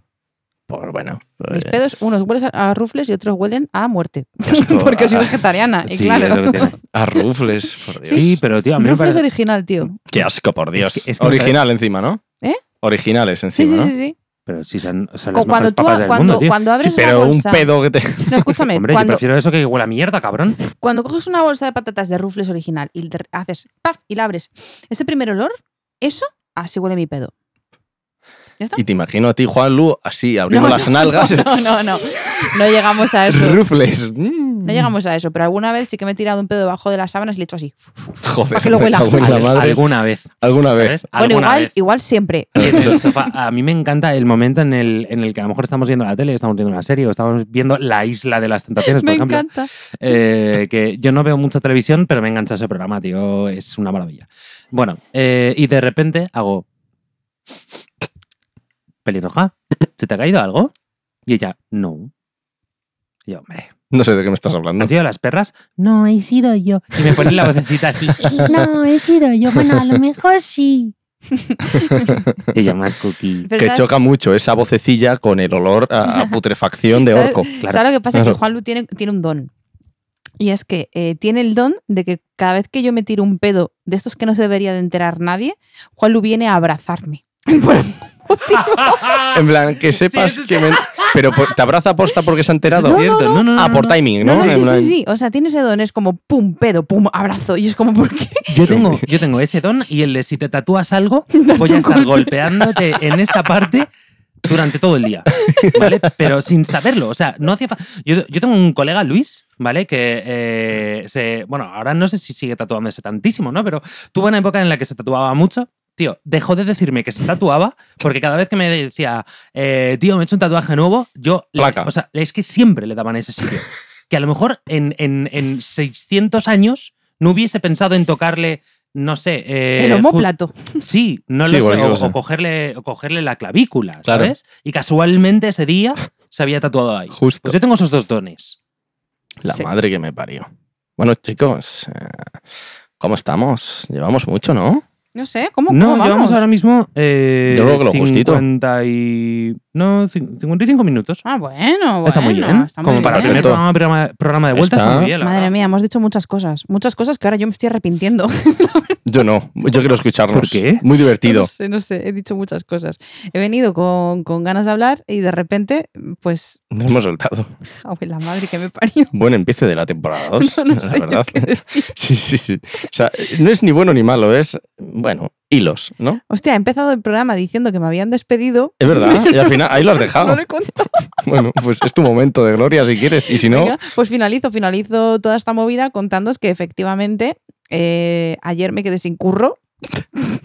[SPEAKER 3] Por bueno.
[SPEAKER 1] Mis
[SPEAKER 3] eh,
[SPEAKER 1] pedos, unos huelen a rufles y otros huelen a muerte.
[SPEAKER 3] qué asco,
[SPEAKER 1] (laughs) Porque soy
[SPEAKER 3] a-
[SPEAKER 1] vegetariana. Y
[SPEAKER 2] ah, Sí,
[SPEAKER 1] claro.
[SPEAKER 2] es lo que tiene.
[SPEAKER 3] A rufles,
[SPEAKER 1] (laughs)
[SPEAKER 3] por Dios.
[SPEAKER 2] Sí, pero tío, a mí me
[SPEAKER 1] Rufles
[SPEAKER 2] parece-
[SPEAKER 1] original, tío.
[SPEAKER 3] Qué asco, por Dios.
[SPEAKER 2] Es que- es que me
[SPEAKER 3] Original encima, ¿no?
[SPEAKER 1] ¿Eh?
[SPEAKER 3] Originales
[SPEAKER 1] Sí,
[SPEAKER 3] encima,
[SPEAKER 1] sí,
[SPEAKER 3] ¿no?
[SPEAKER 1] sí, sí.
[SPEAKER 2] Pero si son, son
[SPEAKER 1] Co- Cuando
[SPEAKER 2] las mejores
[SPEAKER 1] tú
[SPEAKER 2] papas del
[SPEAKER 1] cuando,
[SPEAKER 2] mundo, tío.
[SPEAKER 1] cuando
[SPEAKER 3] Sí,
[SPEAKER 1] abres
[SPEAKER 3] pero
[SPEAKER 1] una
[SPEAKER 3] un
[SPEAKER 1] bolsa.
[SPEAKER 3] pedo que te.
[SPEAKER 1] No, escúchame,
[SPEAKER 2] (laughs) Hombre, yo
[SPEAKER 1] cuando,
[SPEAKER 2] prefiero eso que huela a mierda, cabrón.
[SPEAKER 1] cuando coges una bolsa de patatas de rufles original y te haces paf y la abres, ese primer olor, eso así huele mi
[SPEAKER 2] (laughs)
[SPEAKER 1] pedo. ¿Ya está?
[SPEAKER 3] Y te imagino a ti, Juan Lu, así, abriendo
[SPEAKER 1] No,
[SPEAKER 3] las nalgas.
[SPEAKER 1] No, no, no. No llegamos a (laughs) eso.
[SPEAKER 3] Rufles. Mm.
[SPEAKER 1] No llegamos a eso, pero alguna vez sí que me he tirado un pedo debajo de las sábanas y le he hecho así.
[SPEAKER 3] Joder,
[SPEAKER 1] Para que lo
[SPEAKER 3] me
[SPEAKER 1] huela.
[SPEAKER 3] cago en la
[SPEAKER 2] Al-
[SPEAKER 3] madre.
[SPEAKER 2] Alguna vez.
[SPEAKER 3] Alguna vez.
[SPEAKER 2] ¿sabes?
[SPEAKER 1] Bueno,
[SPEAKER 2] Alguna
[SPEAKER 1] igual,
[SPEAKER 2] vez.
[SPEAKER 1] igual siempre.
[SPEAKER 2] Desde el sofá. A mí me encanta el momento en el, en el que a lo mejor estamos viendo la tele, estamos viendo una serie o estamos viendo La Isla de las Tentaciones, (laughs) por
[SPEAKER 1] Me
[SPEAKER 2] ejemplo.
[SPEAKER 1] encanta.
[SPEAKER 2] Eh, que yo no veo mucha televisión, pero me engancha ese programa, tío. Es una maravilla. Bueno, eh, y de repente hago. Pelirroja, ¿se te ha caído algo? Y ella, no. Y yo, hombre.
[SPEAKER 3] No sé de qué me estás hablando.
[SPEAKER 2] ¿Han sido las perras? No, he sido yo. Y me ponen la vocecita así.
[SPEAKER 4] No, he sido yo. Bueno, a lo mejor sí.
[SPEAKER 2] Y ella, más cookie.
[SPEAKER 1] Pero
[SPEAKER 3] Que
[SPEAKER 1] ¿sabes?
[SPEAKER 3] choca mucho esa vocecilla con el olor
[SPEAKER 1] (laughs)
[SPEAKER 3] a, a putrefacción de
[SPEAKER 1] ¿Sabes?
[SPEAKER 3] orco.
[SPEAKER 2] Claro.
[SPEAKER 1] ¿Sabes lo que pasa? Que
[SPEAKER 3] Claro.
[SPEAKER 1] Juanlu tiene, tiene un don. Y es que eh, tiene el don de que cada vez que yo me tiro un pedo de estos que no se debería de enterar nadie, Juanlu viene a abrazarme. (laughs) Por algún
[SPEAKER 2] Ah,
[SPEAKER 1] motivo. Ah.
[SPEAKER 3] En plan, que sepas
[SPEAKER 2] sí, sí.
[SPEAKER 3] que. me- Pero por- te abraza aposta porque se ha enterado.
[SPEAKER 2] Es cierto, no, no, no,
[SPEAKER 3] ah,
[SPEAKER 2] no,
[SPEAKER 3] por
[SPEAKER 2] no.
[SPEAKER 3] timing,
[SPEAKER 1] No,
[SPEAKER 3] ¿no?
[SPEAKER 1] no,
[SPEAKER 3] En
[SPEAKER 1] sí,
[SPEAKER 3] plan-
[SPEAKER 1] sí, sí. O sea, tiene ese don. Es como pum, pedo, pum, abrazo. Y es como, ¿por qué?
[SPEAKER 2] Yo tengo, yo tengo ese don y el de si te tatúas algo, voy a estar golpeándote en esa parte durante todo el día, ¿vale? Pero sin saberlo, o sea, no hacía falta... Yo, yo tengo un colega, Luis, ¿vale? Que eh, se... Bueno, ahora no sé si sigue tatuándose tantísimo, ¿no? Pero tuvo una época en la que se tatuaba mucho. Tío, dejó de decirme que se tatuaba porque cada vez que me decía, eh, tío, me he hecho un tatuaje nuevo, yo... le-
[SPEAKER 3] Placa.
[SPEAKER 2] o sea, es que siempre le daban ese sitio. Que a lo mejor en, en, en 600 años no hubiese pensado en tocarle, no sé... eh,
[SPEAKER 1] el
[SPEAKER 2] ju-
[SPEAKER 1] homóplato.
[SPEAKER 2] Sí, no
[SPEAKER 3] Sí,
[SPEAKER 2] lo sé.
[SPEAKER 3] cualquier
[SPEAKER 2] O,
[SPEAKER 3] cosa.
[SPEAKER 2] o cogerle, o cogerle la clavícula,
[SPEAKER 3] Claro.
[SPEAKER 2] ¿sabes? Y casualmente ese día se había tatuado ahí.
[SPEAKER 3] Justo.
[SPEAKER 2] Pues yo tengo esos dos dones.
[SPEAKER 3] La
[SPEAKER 1] Sí.
[SPEAKER 3] madre que me parió. Bueno, chicos, eh, ¿cómo estamos? Llevamos mucho, ¿no?
[SPEAKER 1] No sé, ¿cómo,
[SPEAKER 2] no,
[SPEAKER 1] cómo vamos?
[SPEAKER 2] llevamos ahora mismo. Eh,
[SPEAKER 3] Yo creo que lo justito.
[SPEAKER 2] 50 y. No, cin- 55 minutos.
[SPEAKER 1] Ah, bueno, bueno.
[SPEAKER 2] está muy bien.
[SPEAKER 1] está muy
[SPEAKER 2] Como para el
[SPEAKER 1] bien.
[SPEAKER 2] primer
[SPEAKER 3] Perfecto.
[SPEAKER 2] programa, programa, programa de vuelta, está,
[SPEAKER 3] Está.
[SPEAKER 2] muy bien. la
[SPEAKER 1] Madre
[SPEAKER 2] verdad.
[SPEAKER 1] mía, hemos dicho muchas cosas. Muchas cosas que ahora yo me estoy arrepintiendo.
[SPEAKER 3] Yo no. Yo quiero escucharnos.
[SPEAKER 2] ¿Por qué?
[SPEAKER 3] Muy divertido.
[SPEAKER 1] No sé, no sé, he dicho muchas cosas. He venido con, con ganas de hablar y de repente, pues, (laughs)
[SPEAKER 3] Nos hemos soltado.
[SPEAKER 1] joder, la madre que me parió. (laughs)
[SPEAKER 3] Buen empiece de la temporada (laughs) 2,
[SPEAKER 1] No, no
[SPEAKER 3] la
[SPEAKER 1] sé yo
[SPEAKER 3] verdad.
[SPEAKER 1] qué decir.
[SPEAKER 3] Sí, sí, sí. O sea, no es ni bueno ni malo, es, bueno, hilos, ¿no?
[SPEAKER 1] Hostia, he empezado el programa diciendo que me habían despedido.
[SPEAKER 3] Es verdad. (laughs) Y al final, ahí lo has
[SPEAKER 1] No
[SPEAKER 3] dejado.
[SPEAKER 1] lo he contado.
[SPEAKER 3] Bueno, pues es tu momento de gloria si quieres. Y si no,
[SPEAKER 1] Venga, pues finalizo, finalizo toda esta movida contándos que efectivamente eh, ayer me quedé sin curro. (laughs)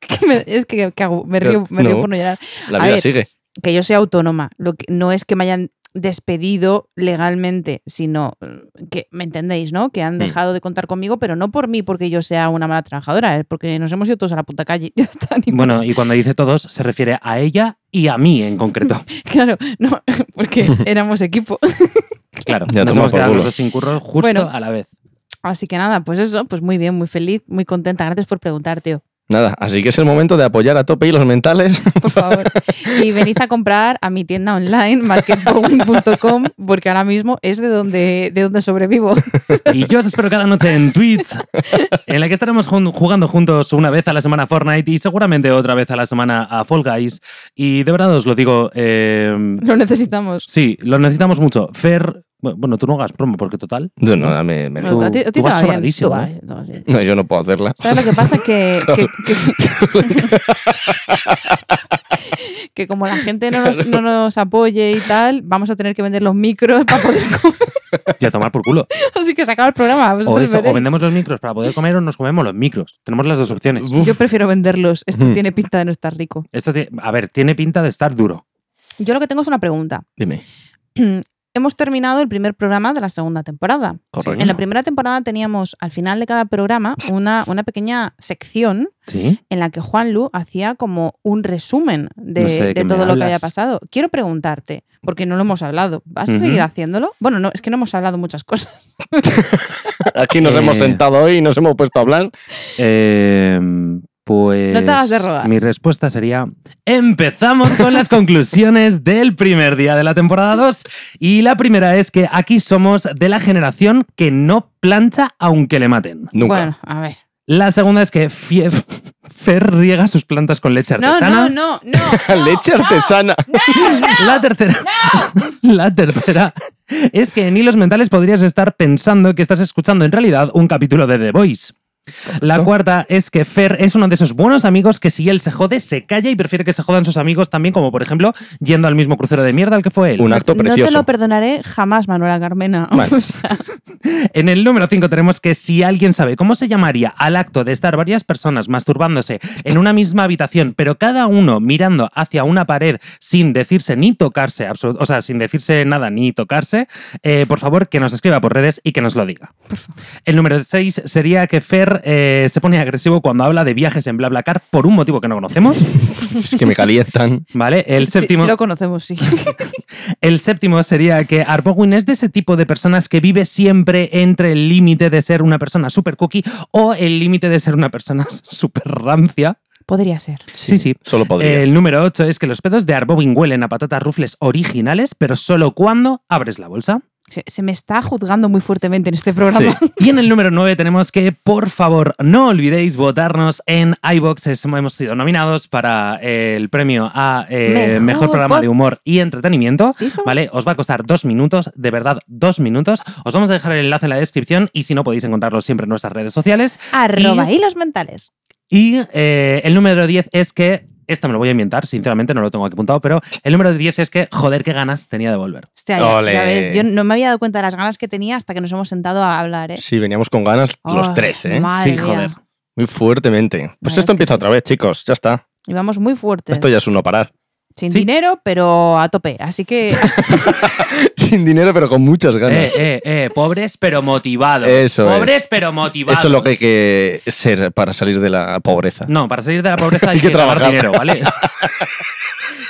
[SPEAKER 1] Que me- es que, que hago, me río, me río
[SPEAKER 3] No.
[SPEAKER 1] por no llorar.
[SPEAKER 3] la
[SPEAKER 1] a
[SPEAKER 3] vida
[SPEAKER 1] ver.
[SPEAKER 3] sigue.
[SPEAKER 1] Que yo soy autónoma. Lo que, no es que me hayan despedido legalmente, sino eh, que, ¿me entendéis, no? Que han
[SPEAKER 3] Mm.
[SPEAKER 1] dejado de contar conmigo, pero no por mí porque yo sea una mala trabajadora, es porque nos hemos ido todos a la puta calle. (laughs) Ya está, ni más.
[SPEAKER 2] Bueno, y cuando dice todos, se refiere a ella y a mí
[SPEAKER 1] (laughs)
[SPEAKER 2] en concreto.
[SPEAKER 1] Claro, no, (laughs)
[SPEAKER 2] (laughs)
[SPEAKER 1] porque éramos equipo.
[SPEAKER 2] Claro,
[SPEAKER 3] Ya
[SPEAKER 2] nos
[SPEAKER 3] toma
[SPEAKER 2] hemos
[SPEAKER 3] por
[SPEAKER 2] quedado
[SPEAKER 3] culo.
[SPEAKER 2] los dos sin curro justo
[SPEAKER 1] Bueno.
[SPEAKER 2] a la vez.
[SPEAKER 1] Así que nada, pues eso, pues muy bien, muy feliz, muy contenta. Gracias por preguntar, tío.
[SPEAKER 3] Nada, así que es el momento de apoyar a tope y los mentales. (laughs)
[SPEAKER 1] Por favor. Y venid a comprar a mi tienda online, marketbone.com, porque ahora mismo es de donde, de donde sobrevivo. (laughs)
[SPEAKER 2] Y yo os espero cada noche en Twitch, en la que estaremos jun- jugando juntos una vez a la semana a Fortnite y seguramente otra vez a la semana a Fall Guys. Y de verdad os lo digo, eh,
[SPEAKER 1] Lo necesitamos.
[SPEAKER 2] sí, lo necesitamos mucho. Fer, bueno, tú no hagas promo porque total.
[SPEAKER 3] Yo no, dame- me-
[SPEAKER 1] Bueno, tú, a ti- a ti
[SPEAKER 2] tú
[SPEAKER 1] te
[SPEAKER 2] vas
[SPEAKER 1] va bien,
[SPEAKER 2] sobradísimo,
[SPEAKER 1] tú vas,
[SPEAKER 2] ¿eh?
[SPEAKER 1] no, sí.
[SPEAKER 3] no, yo no puedo hacerla.
[SPEAKER 1] ¿Sabes lo que pasa? Que, que, (laughs) que- que como la gente no nos, no nos apoye y tal, vamos a tener que vender los micros para poder (laughs) comer.
[SPEAKER 2] Y a tomar por culo.
[SPEAKER 1] Así que se acaba el programa. (laughs)
[SPEAKER 2] O,
[SPEAKER 1] vosotros
[SPEAKER 2] eso, o
[SPEAKER 1] veréis.
[SPEAKER 2] vendemos los micros para poder comer o nos comemos los micros. Tenemos las dos opciones.
[SPEAKER 3] Uf,
[SPEAKER 1] Yo prefiero venderlos. Esto
[SPEAKER 3] Ujú.
[SPEAKER 1] tiene pinta de no estar rico.
[SPEAKER 2] Esto, tie- a ver, tiene pinta de estar duro.
[SPEAKER 1] Yo lo que tengo es una pregunta. (clears throat)
[SPEAKER 3] Dime.
[SPEAKER 1] Hemos terminado el primer programa de la segunda temporada.
[SPEAKER 3] Correcto.
[SPEAKER 1] En la primera temporada teníamos al final de cada programa una, una pequeña sección
[SPEAKER 2] Sí.
[SPEAKER 1] en la que Juan Lu hacía como un resumen de,
[SPEAKER 3] No sé de
[SPEAKER 1] de
[SPEAKER 3] qué me
[SPEAKER 1] todo lo que
[SPEAKER 3] hablas.
[SPEAKER 1] había pasado. Quiero preguntarte, porque no lo hemos hablado, ¿vas a
[SPEAKER 2] Ujú.
[SPEAKER 1] seguir haciéndolo? Bueno, no, es que no hemos hablado muchas cosas.
[SPEAKER 3] Aquí nos
[SPEAKER 2] Eh.
[SPEAKER 3] hemos sentado hoy y nos hemos puesto a hablar.
[SPEAKER 2] pues.
[SPEAKER 1] No te hagas de rogar.
[SPEAKER 2] Mi respuesta sería: empezamos con las conclusiones del primer día de la temporada 2. Y la primera es que aquí somos de la generación que no plancha aunque le maten.
[SPEAKER 3] Nunca. (laughs)
[SPEAKER 1] Bueno, a ver.
[SPEAKER 2] La segunda es que Fie- (laughs) Fer riega sus plantas con leche
[SPEAKER 1] No, no,
[SPEAKER 2] artesana.
[SPEAKER 1] no, no. no,
[SPEAKER 3] (laughs) Leche
[SPEAKER 1] no. (laughs)
[SPEAKER 3] artesana.
[SPEAKER 2] La tercera. La tercera. Es que en hilos mentales podrías estar pensando que estás escuchando en realidad un capítulo de The Voice. La cuarta es que Fer es uno de esos buenos amigos que si él se jode, se calla y prefiere que se jodan sus amigos también, como por ejemplo yendo al mismo crucero de mierda al que fue él.
[SPEAKER 3] Un acto
[SPEAKER 1] No
[SPEAKER 3] precioso.
[SPEAKER 1] te lo perdonaré jamás, Manuela Carmena.
[SPEAKER 3] Vale.
[SPEAKER 1] (laughs) O sea,
[SPEAKER 2] En el número 5 tenemos que si alguien sabe cómo se llamaría al acto de estar varias personas masturbándose en una misma habitación, pero cada uno mirando hacia una pared sin decirse ni tocarse, absolu- o sea, sin decirse nada ni tocarse, eh, por favor que nos escriba por redes y que nos lo diga. El número 6 sería que Fer eh, se pone agresivo cuando habla de viajes en BlaBlaCar por un motivo que no conocemos,
[SPEAKER 3] Es que me calientan.
[SPEAKER 2] ¿vale? El
[SPEAKER 1] sí,
[SPEAKER 2] séptimo...
[SPEAKER 1] sí lo conocemos, sí. (laughs)
[SPEAKER 2] El séptimo sería que Arpowin es de ese tipo de personas que vive siempre entre el límite de ser una persona super cookie o el límite de ser una persona (laughs) super rancia.
[SPEAKER 1] Podría ser.
[SPEAKER 2] Sí, sí.
[SPEAKER 3] Solo podría.
[SPEAKER 2] El número 8 es que los pedos de Arbobin huelen a patatas rufles originales, pero solo cuando abres la bolsa.
[SPEAKER 1] Se, se me está juzgando muy fuertemente en este (laughs) programa.
[SPEAKER 3] Sí.
[SPEAKER 2] (laughs) Y en el número 9 tenemos que, por favor, no olvidéis votarnos en iBox. Hemos sido nominados para el premio a eh,
[SPEAKER 1] Mejor
[SPEAKER 2] mejor, programa de
[SPEAKER 1] podcast.
[SPEAKER 2] humor y entretenimiento.
[SPEAKER 1] Sí, somos-
[SPEAKER 2] ¿Vale? Os va a costar dos minutos, de verdad, dos minutos. Os vamos a dejar el enlace en la descripción y si no podéis encontrarlo siempre en nuestras redes sociales.
[SPEAKER 1] Arroba hilos mentales.
[SPEAKER 2] Y eh, el número 10 es que, esta me lo voy a inventar, sinceramente no lo tengo aquí apuntado, pero el número 10 es que, joder, qué ganas tenía de volver.
[SPEAKER 1] Hostia, ya-
[SPEAKER 3] Ole.
[SPEAKER 1] ya ves, yo no me había dado cuenta de las ganas que tenía hasta que nos hemos sentado a hablar, ¿eh?
[SPEAKER 3] Sí, veníamos con ganas los
[SPEAKER 1] Ay,
[SPEAKER 3] tres, ¿eh?
[SPEAKER 1] Madre
[SPEAKER 2] sí,
[SPEAKER 1] mía.
[SPEAKER 2] joder.
[SPEAKER 3] Muy fuertemente. Pues
[SPEAKER 1] Vaya
[SPEAKER 3] esto
[SPEAKER 1] que
[SPEAKER 3] empieza
[SPEAKER 1] sí.
[SPEAKER 3] otra vez, chicos. Ya está.
[SPEAKER 1] Y vamos muy fuertes.
[SPEAKER 3] Esto ya es uno parar. (laughs)
[SPEAKER 1] Sin
[SPEAKER 2] Sí.
[SPEAKER 1] dinero, pero a tope. Así que
[SPEAKER 3] Sin dinero, pero con muchas
[SPEAKER 2] Eh,
[SPEAKER 3] ganas.
[SPEAKER 2] eh, eh, pobres pero motivados.
[SPEAKER 3] Eso es.
[SPEAKER 2] pobres pero motivados.
[SPEAKER 3] Eso es lo que hay que ser para salir de la pobreza.
[SPEAKER 2] No, para salir de la
[SPEAKER 3] (laughs)
[SPEAKER 2] pobreza hay,
[SPEAKER 3] Hay que
[SPEAKER 2] ganar
[SPEAKER 3] trabajar.
[SPEAKER 2] dinero,
[SPEAKER 3] (laughs)
[SPEAKER 2] ¿vale?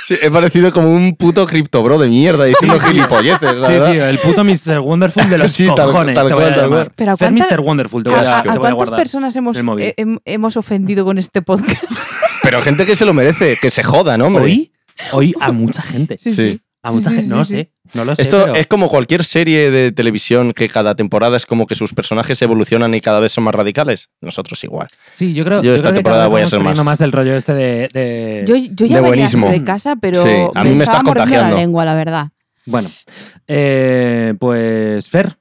[SPEAKER 3] Sí, he parecido como un puto criptobro de mierda diciendo gilipolleces,
[SPEAKER 2] Sí,
[SPEAKER 3] la ¿verdad?
[SPEAKER 2] tío, el puto Mr. Wonderful de los
[SPEAKER 3] (laughs) Sí, tal-
[SPEAKER 2] cojones.
[SPEAKER 3] tal
[SPEAKER 2] te voy
[SPEAKER 3] cual,
[SPEAKER 2] a
[SPEAKER 3] tal
[SPEAKER 2] llamar.
[SPEAKER 3] cual.
[SPEAKER 1] Pero ¿a
[SPEAKER 2] Fer
[SPEAKER 1] cuánta-
[SPEAKER 2] Mr. Wonderful te
[SPEAKER 1] ¿a,
[SPEAKER 2] voy a,
[SPEAKER 1] a-
[SPEAKER 2] te
[SPEAKER 1] a
[SPEAKER 2] voy a
[SPEAKER 1] cuántas
[SPEAKER 2] guardar.
[SPEAKER 1] personas hemos,
[SPEAKER 2] el móvil.
[SPEAKER 1] eh, hem- hemos ofendido con este podcast? (laughs)
[SPEAKER 3] Pero gente que se lo merece, que se jodan, hombre.
[SPEAKER 2] Hoy, hoy a mucha gente.
[SPEAKER 1] Sí, sí.
[SPEAKER 2] A mucha
[SPEAKER 1] Sí, sí,
[SPEAKER 2] gente.
[SPEAKER 1] sí,
[SPEAKER 2] No lo
[SPEAKER 1] sí.
[SPEAKER 2] sé. No lo sé.
[SPEAKER 3] Esto
[SPEAKER 2] pero-
[SPEAKER 3] es como cualquier serie de televisión que cada temporada es como que sus personajes evolucionan y cada vez son más radicales. Nosotros igual.
[SPEAKER 2] Sí, yo creo,
[SPEAKER 3] yo esta
[SPEAKER 2] creo que cada
[SPEAKER 3] temporada
[SPEAKER 2] vez
[SPEAKER 3] voy a
[SPEAKER 2] vamos
[SPEAKER 3] ser
[SPEAKER 2] perdiendo
[SPEAKER 3] más.
[SPEAKER 2] más el rollo este de. de-
[SPEAKER 1] Yo, yo ya
[SPEAKER 3] de
[SPEAKER 1] venía así
[SPEAKER 3] buenismo.
[SPEAKER 1] de casa, pero
[SPEAKER 3] Sí, a mí me
[SPEAKER 1] estaba mordiendo la
[SPEAKER 3] estás contagiando.
[SPEAKER 1] lengua, la verdad.
[SPEAKER 2] Bueno, eh, pues Fer,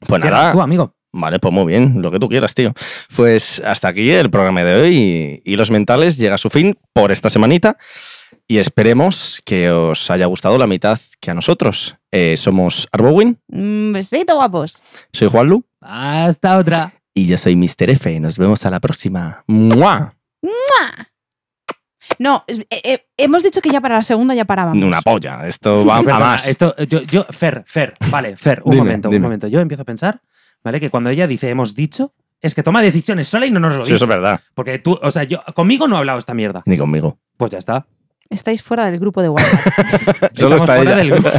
[SPEAKER 3] Pues
[SPEAKER 2] cierras
[SPEAKER 3] nada.
[SPEAKER 2] tú, amigo.
[SPEAKER 3] Vale, pues muy bien, lo que tú quieras, tío. Pues hasta aquí el programa de hoy y Los Mentales llega a su fin por esta semanita y esperemos que os haya gustado la mitad que a nosotros. Eh, somos Arbowin,
[SPEAKER 1] Mm, besito, guapos.
[SPEAKER 3] soy Juanlu
[SPEAKER 2] Hasta otra.
[SPEAKER 3] y yo soy Mr. F. Nos vemos a la próxima. ¡Mua!
[SPEAKER 1] No, eh, eh, hemos dicho que ya para la segunda ya parábamos.
[SPEAKER 3] Una polla,
[SPEAKER 2] (laughs)
[SPEAKER 3] esto va a
[SPEAKER 2] Perdona,
[SPEAKER 3] Ah, pues más.
[SPEAKER 2] Ah, Esto, yo, yo- Fer, Fer, vale, Fer, un
[SPEAKER 3] Dime,
[SPEAKER 2] momento, un
[SPEAKER 3] dime.
[SPEAKER 2] momento. Yo empiezo a pensar, ¿vale? Que cuando ella dice hemos dicho, es que toma decisiones sola y no nos lo
[SPEAKER 3] Sí,
[SPEAKER 2] dice.
[SPEAKER 3] eso es verdad,
[SPEAKER 2] Porque tú, o sea, yo conmigo no ha hablado esta mierda.
[SPEAKER 3] ni conmigo.
[SPEAKER 2] Pues ya está.
[SPEAKER 1] Estáis fuera del grupo de WhatsApp.
[SPEAKER 3] Eh, Solo
[SPEAKER 2] Estamos
[SPEAKER 3] está
[SPEAKER 2] fuera
[SPEAKER 3] ella.
[SPEAKER 2] del
[SPEAKER 3] (laughs)
[SPEAKER 2] grupo.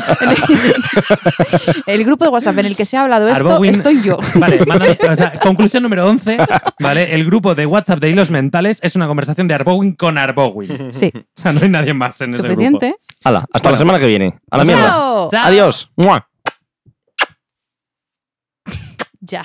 [SPEAKER 1] el grupo de WhatsApp en el que se ha hablado esto,
[SPEAKER 2] Arbowin-
[SPEAKER 1] estoy yo.
[SPEAKER 2] Vale, mándame- o sea, conclusión número 11, ¿vale? El grupo de WhatsApp de hilos mentales es una conversación de Arbowin con Arbowin.
[SPEAKER 1] Sí,
[SPEAKER 2] O sea, no hay nadie más en ese grupo.
[SPEAKER 1] suficiente.
[SPEAKER 3] Hala, hasta
[SPEAKER 2] Bueno.
[SPEAKER 3] la semana que viene. A la mierda.
[SPEAKER 1] ¡Chao!
[SPEAKER 2] Chao.
[SPEAKER 3] Adiós. ¡Mua!
[SPEAKER 1] Ya.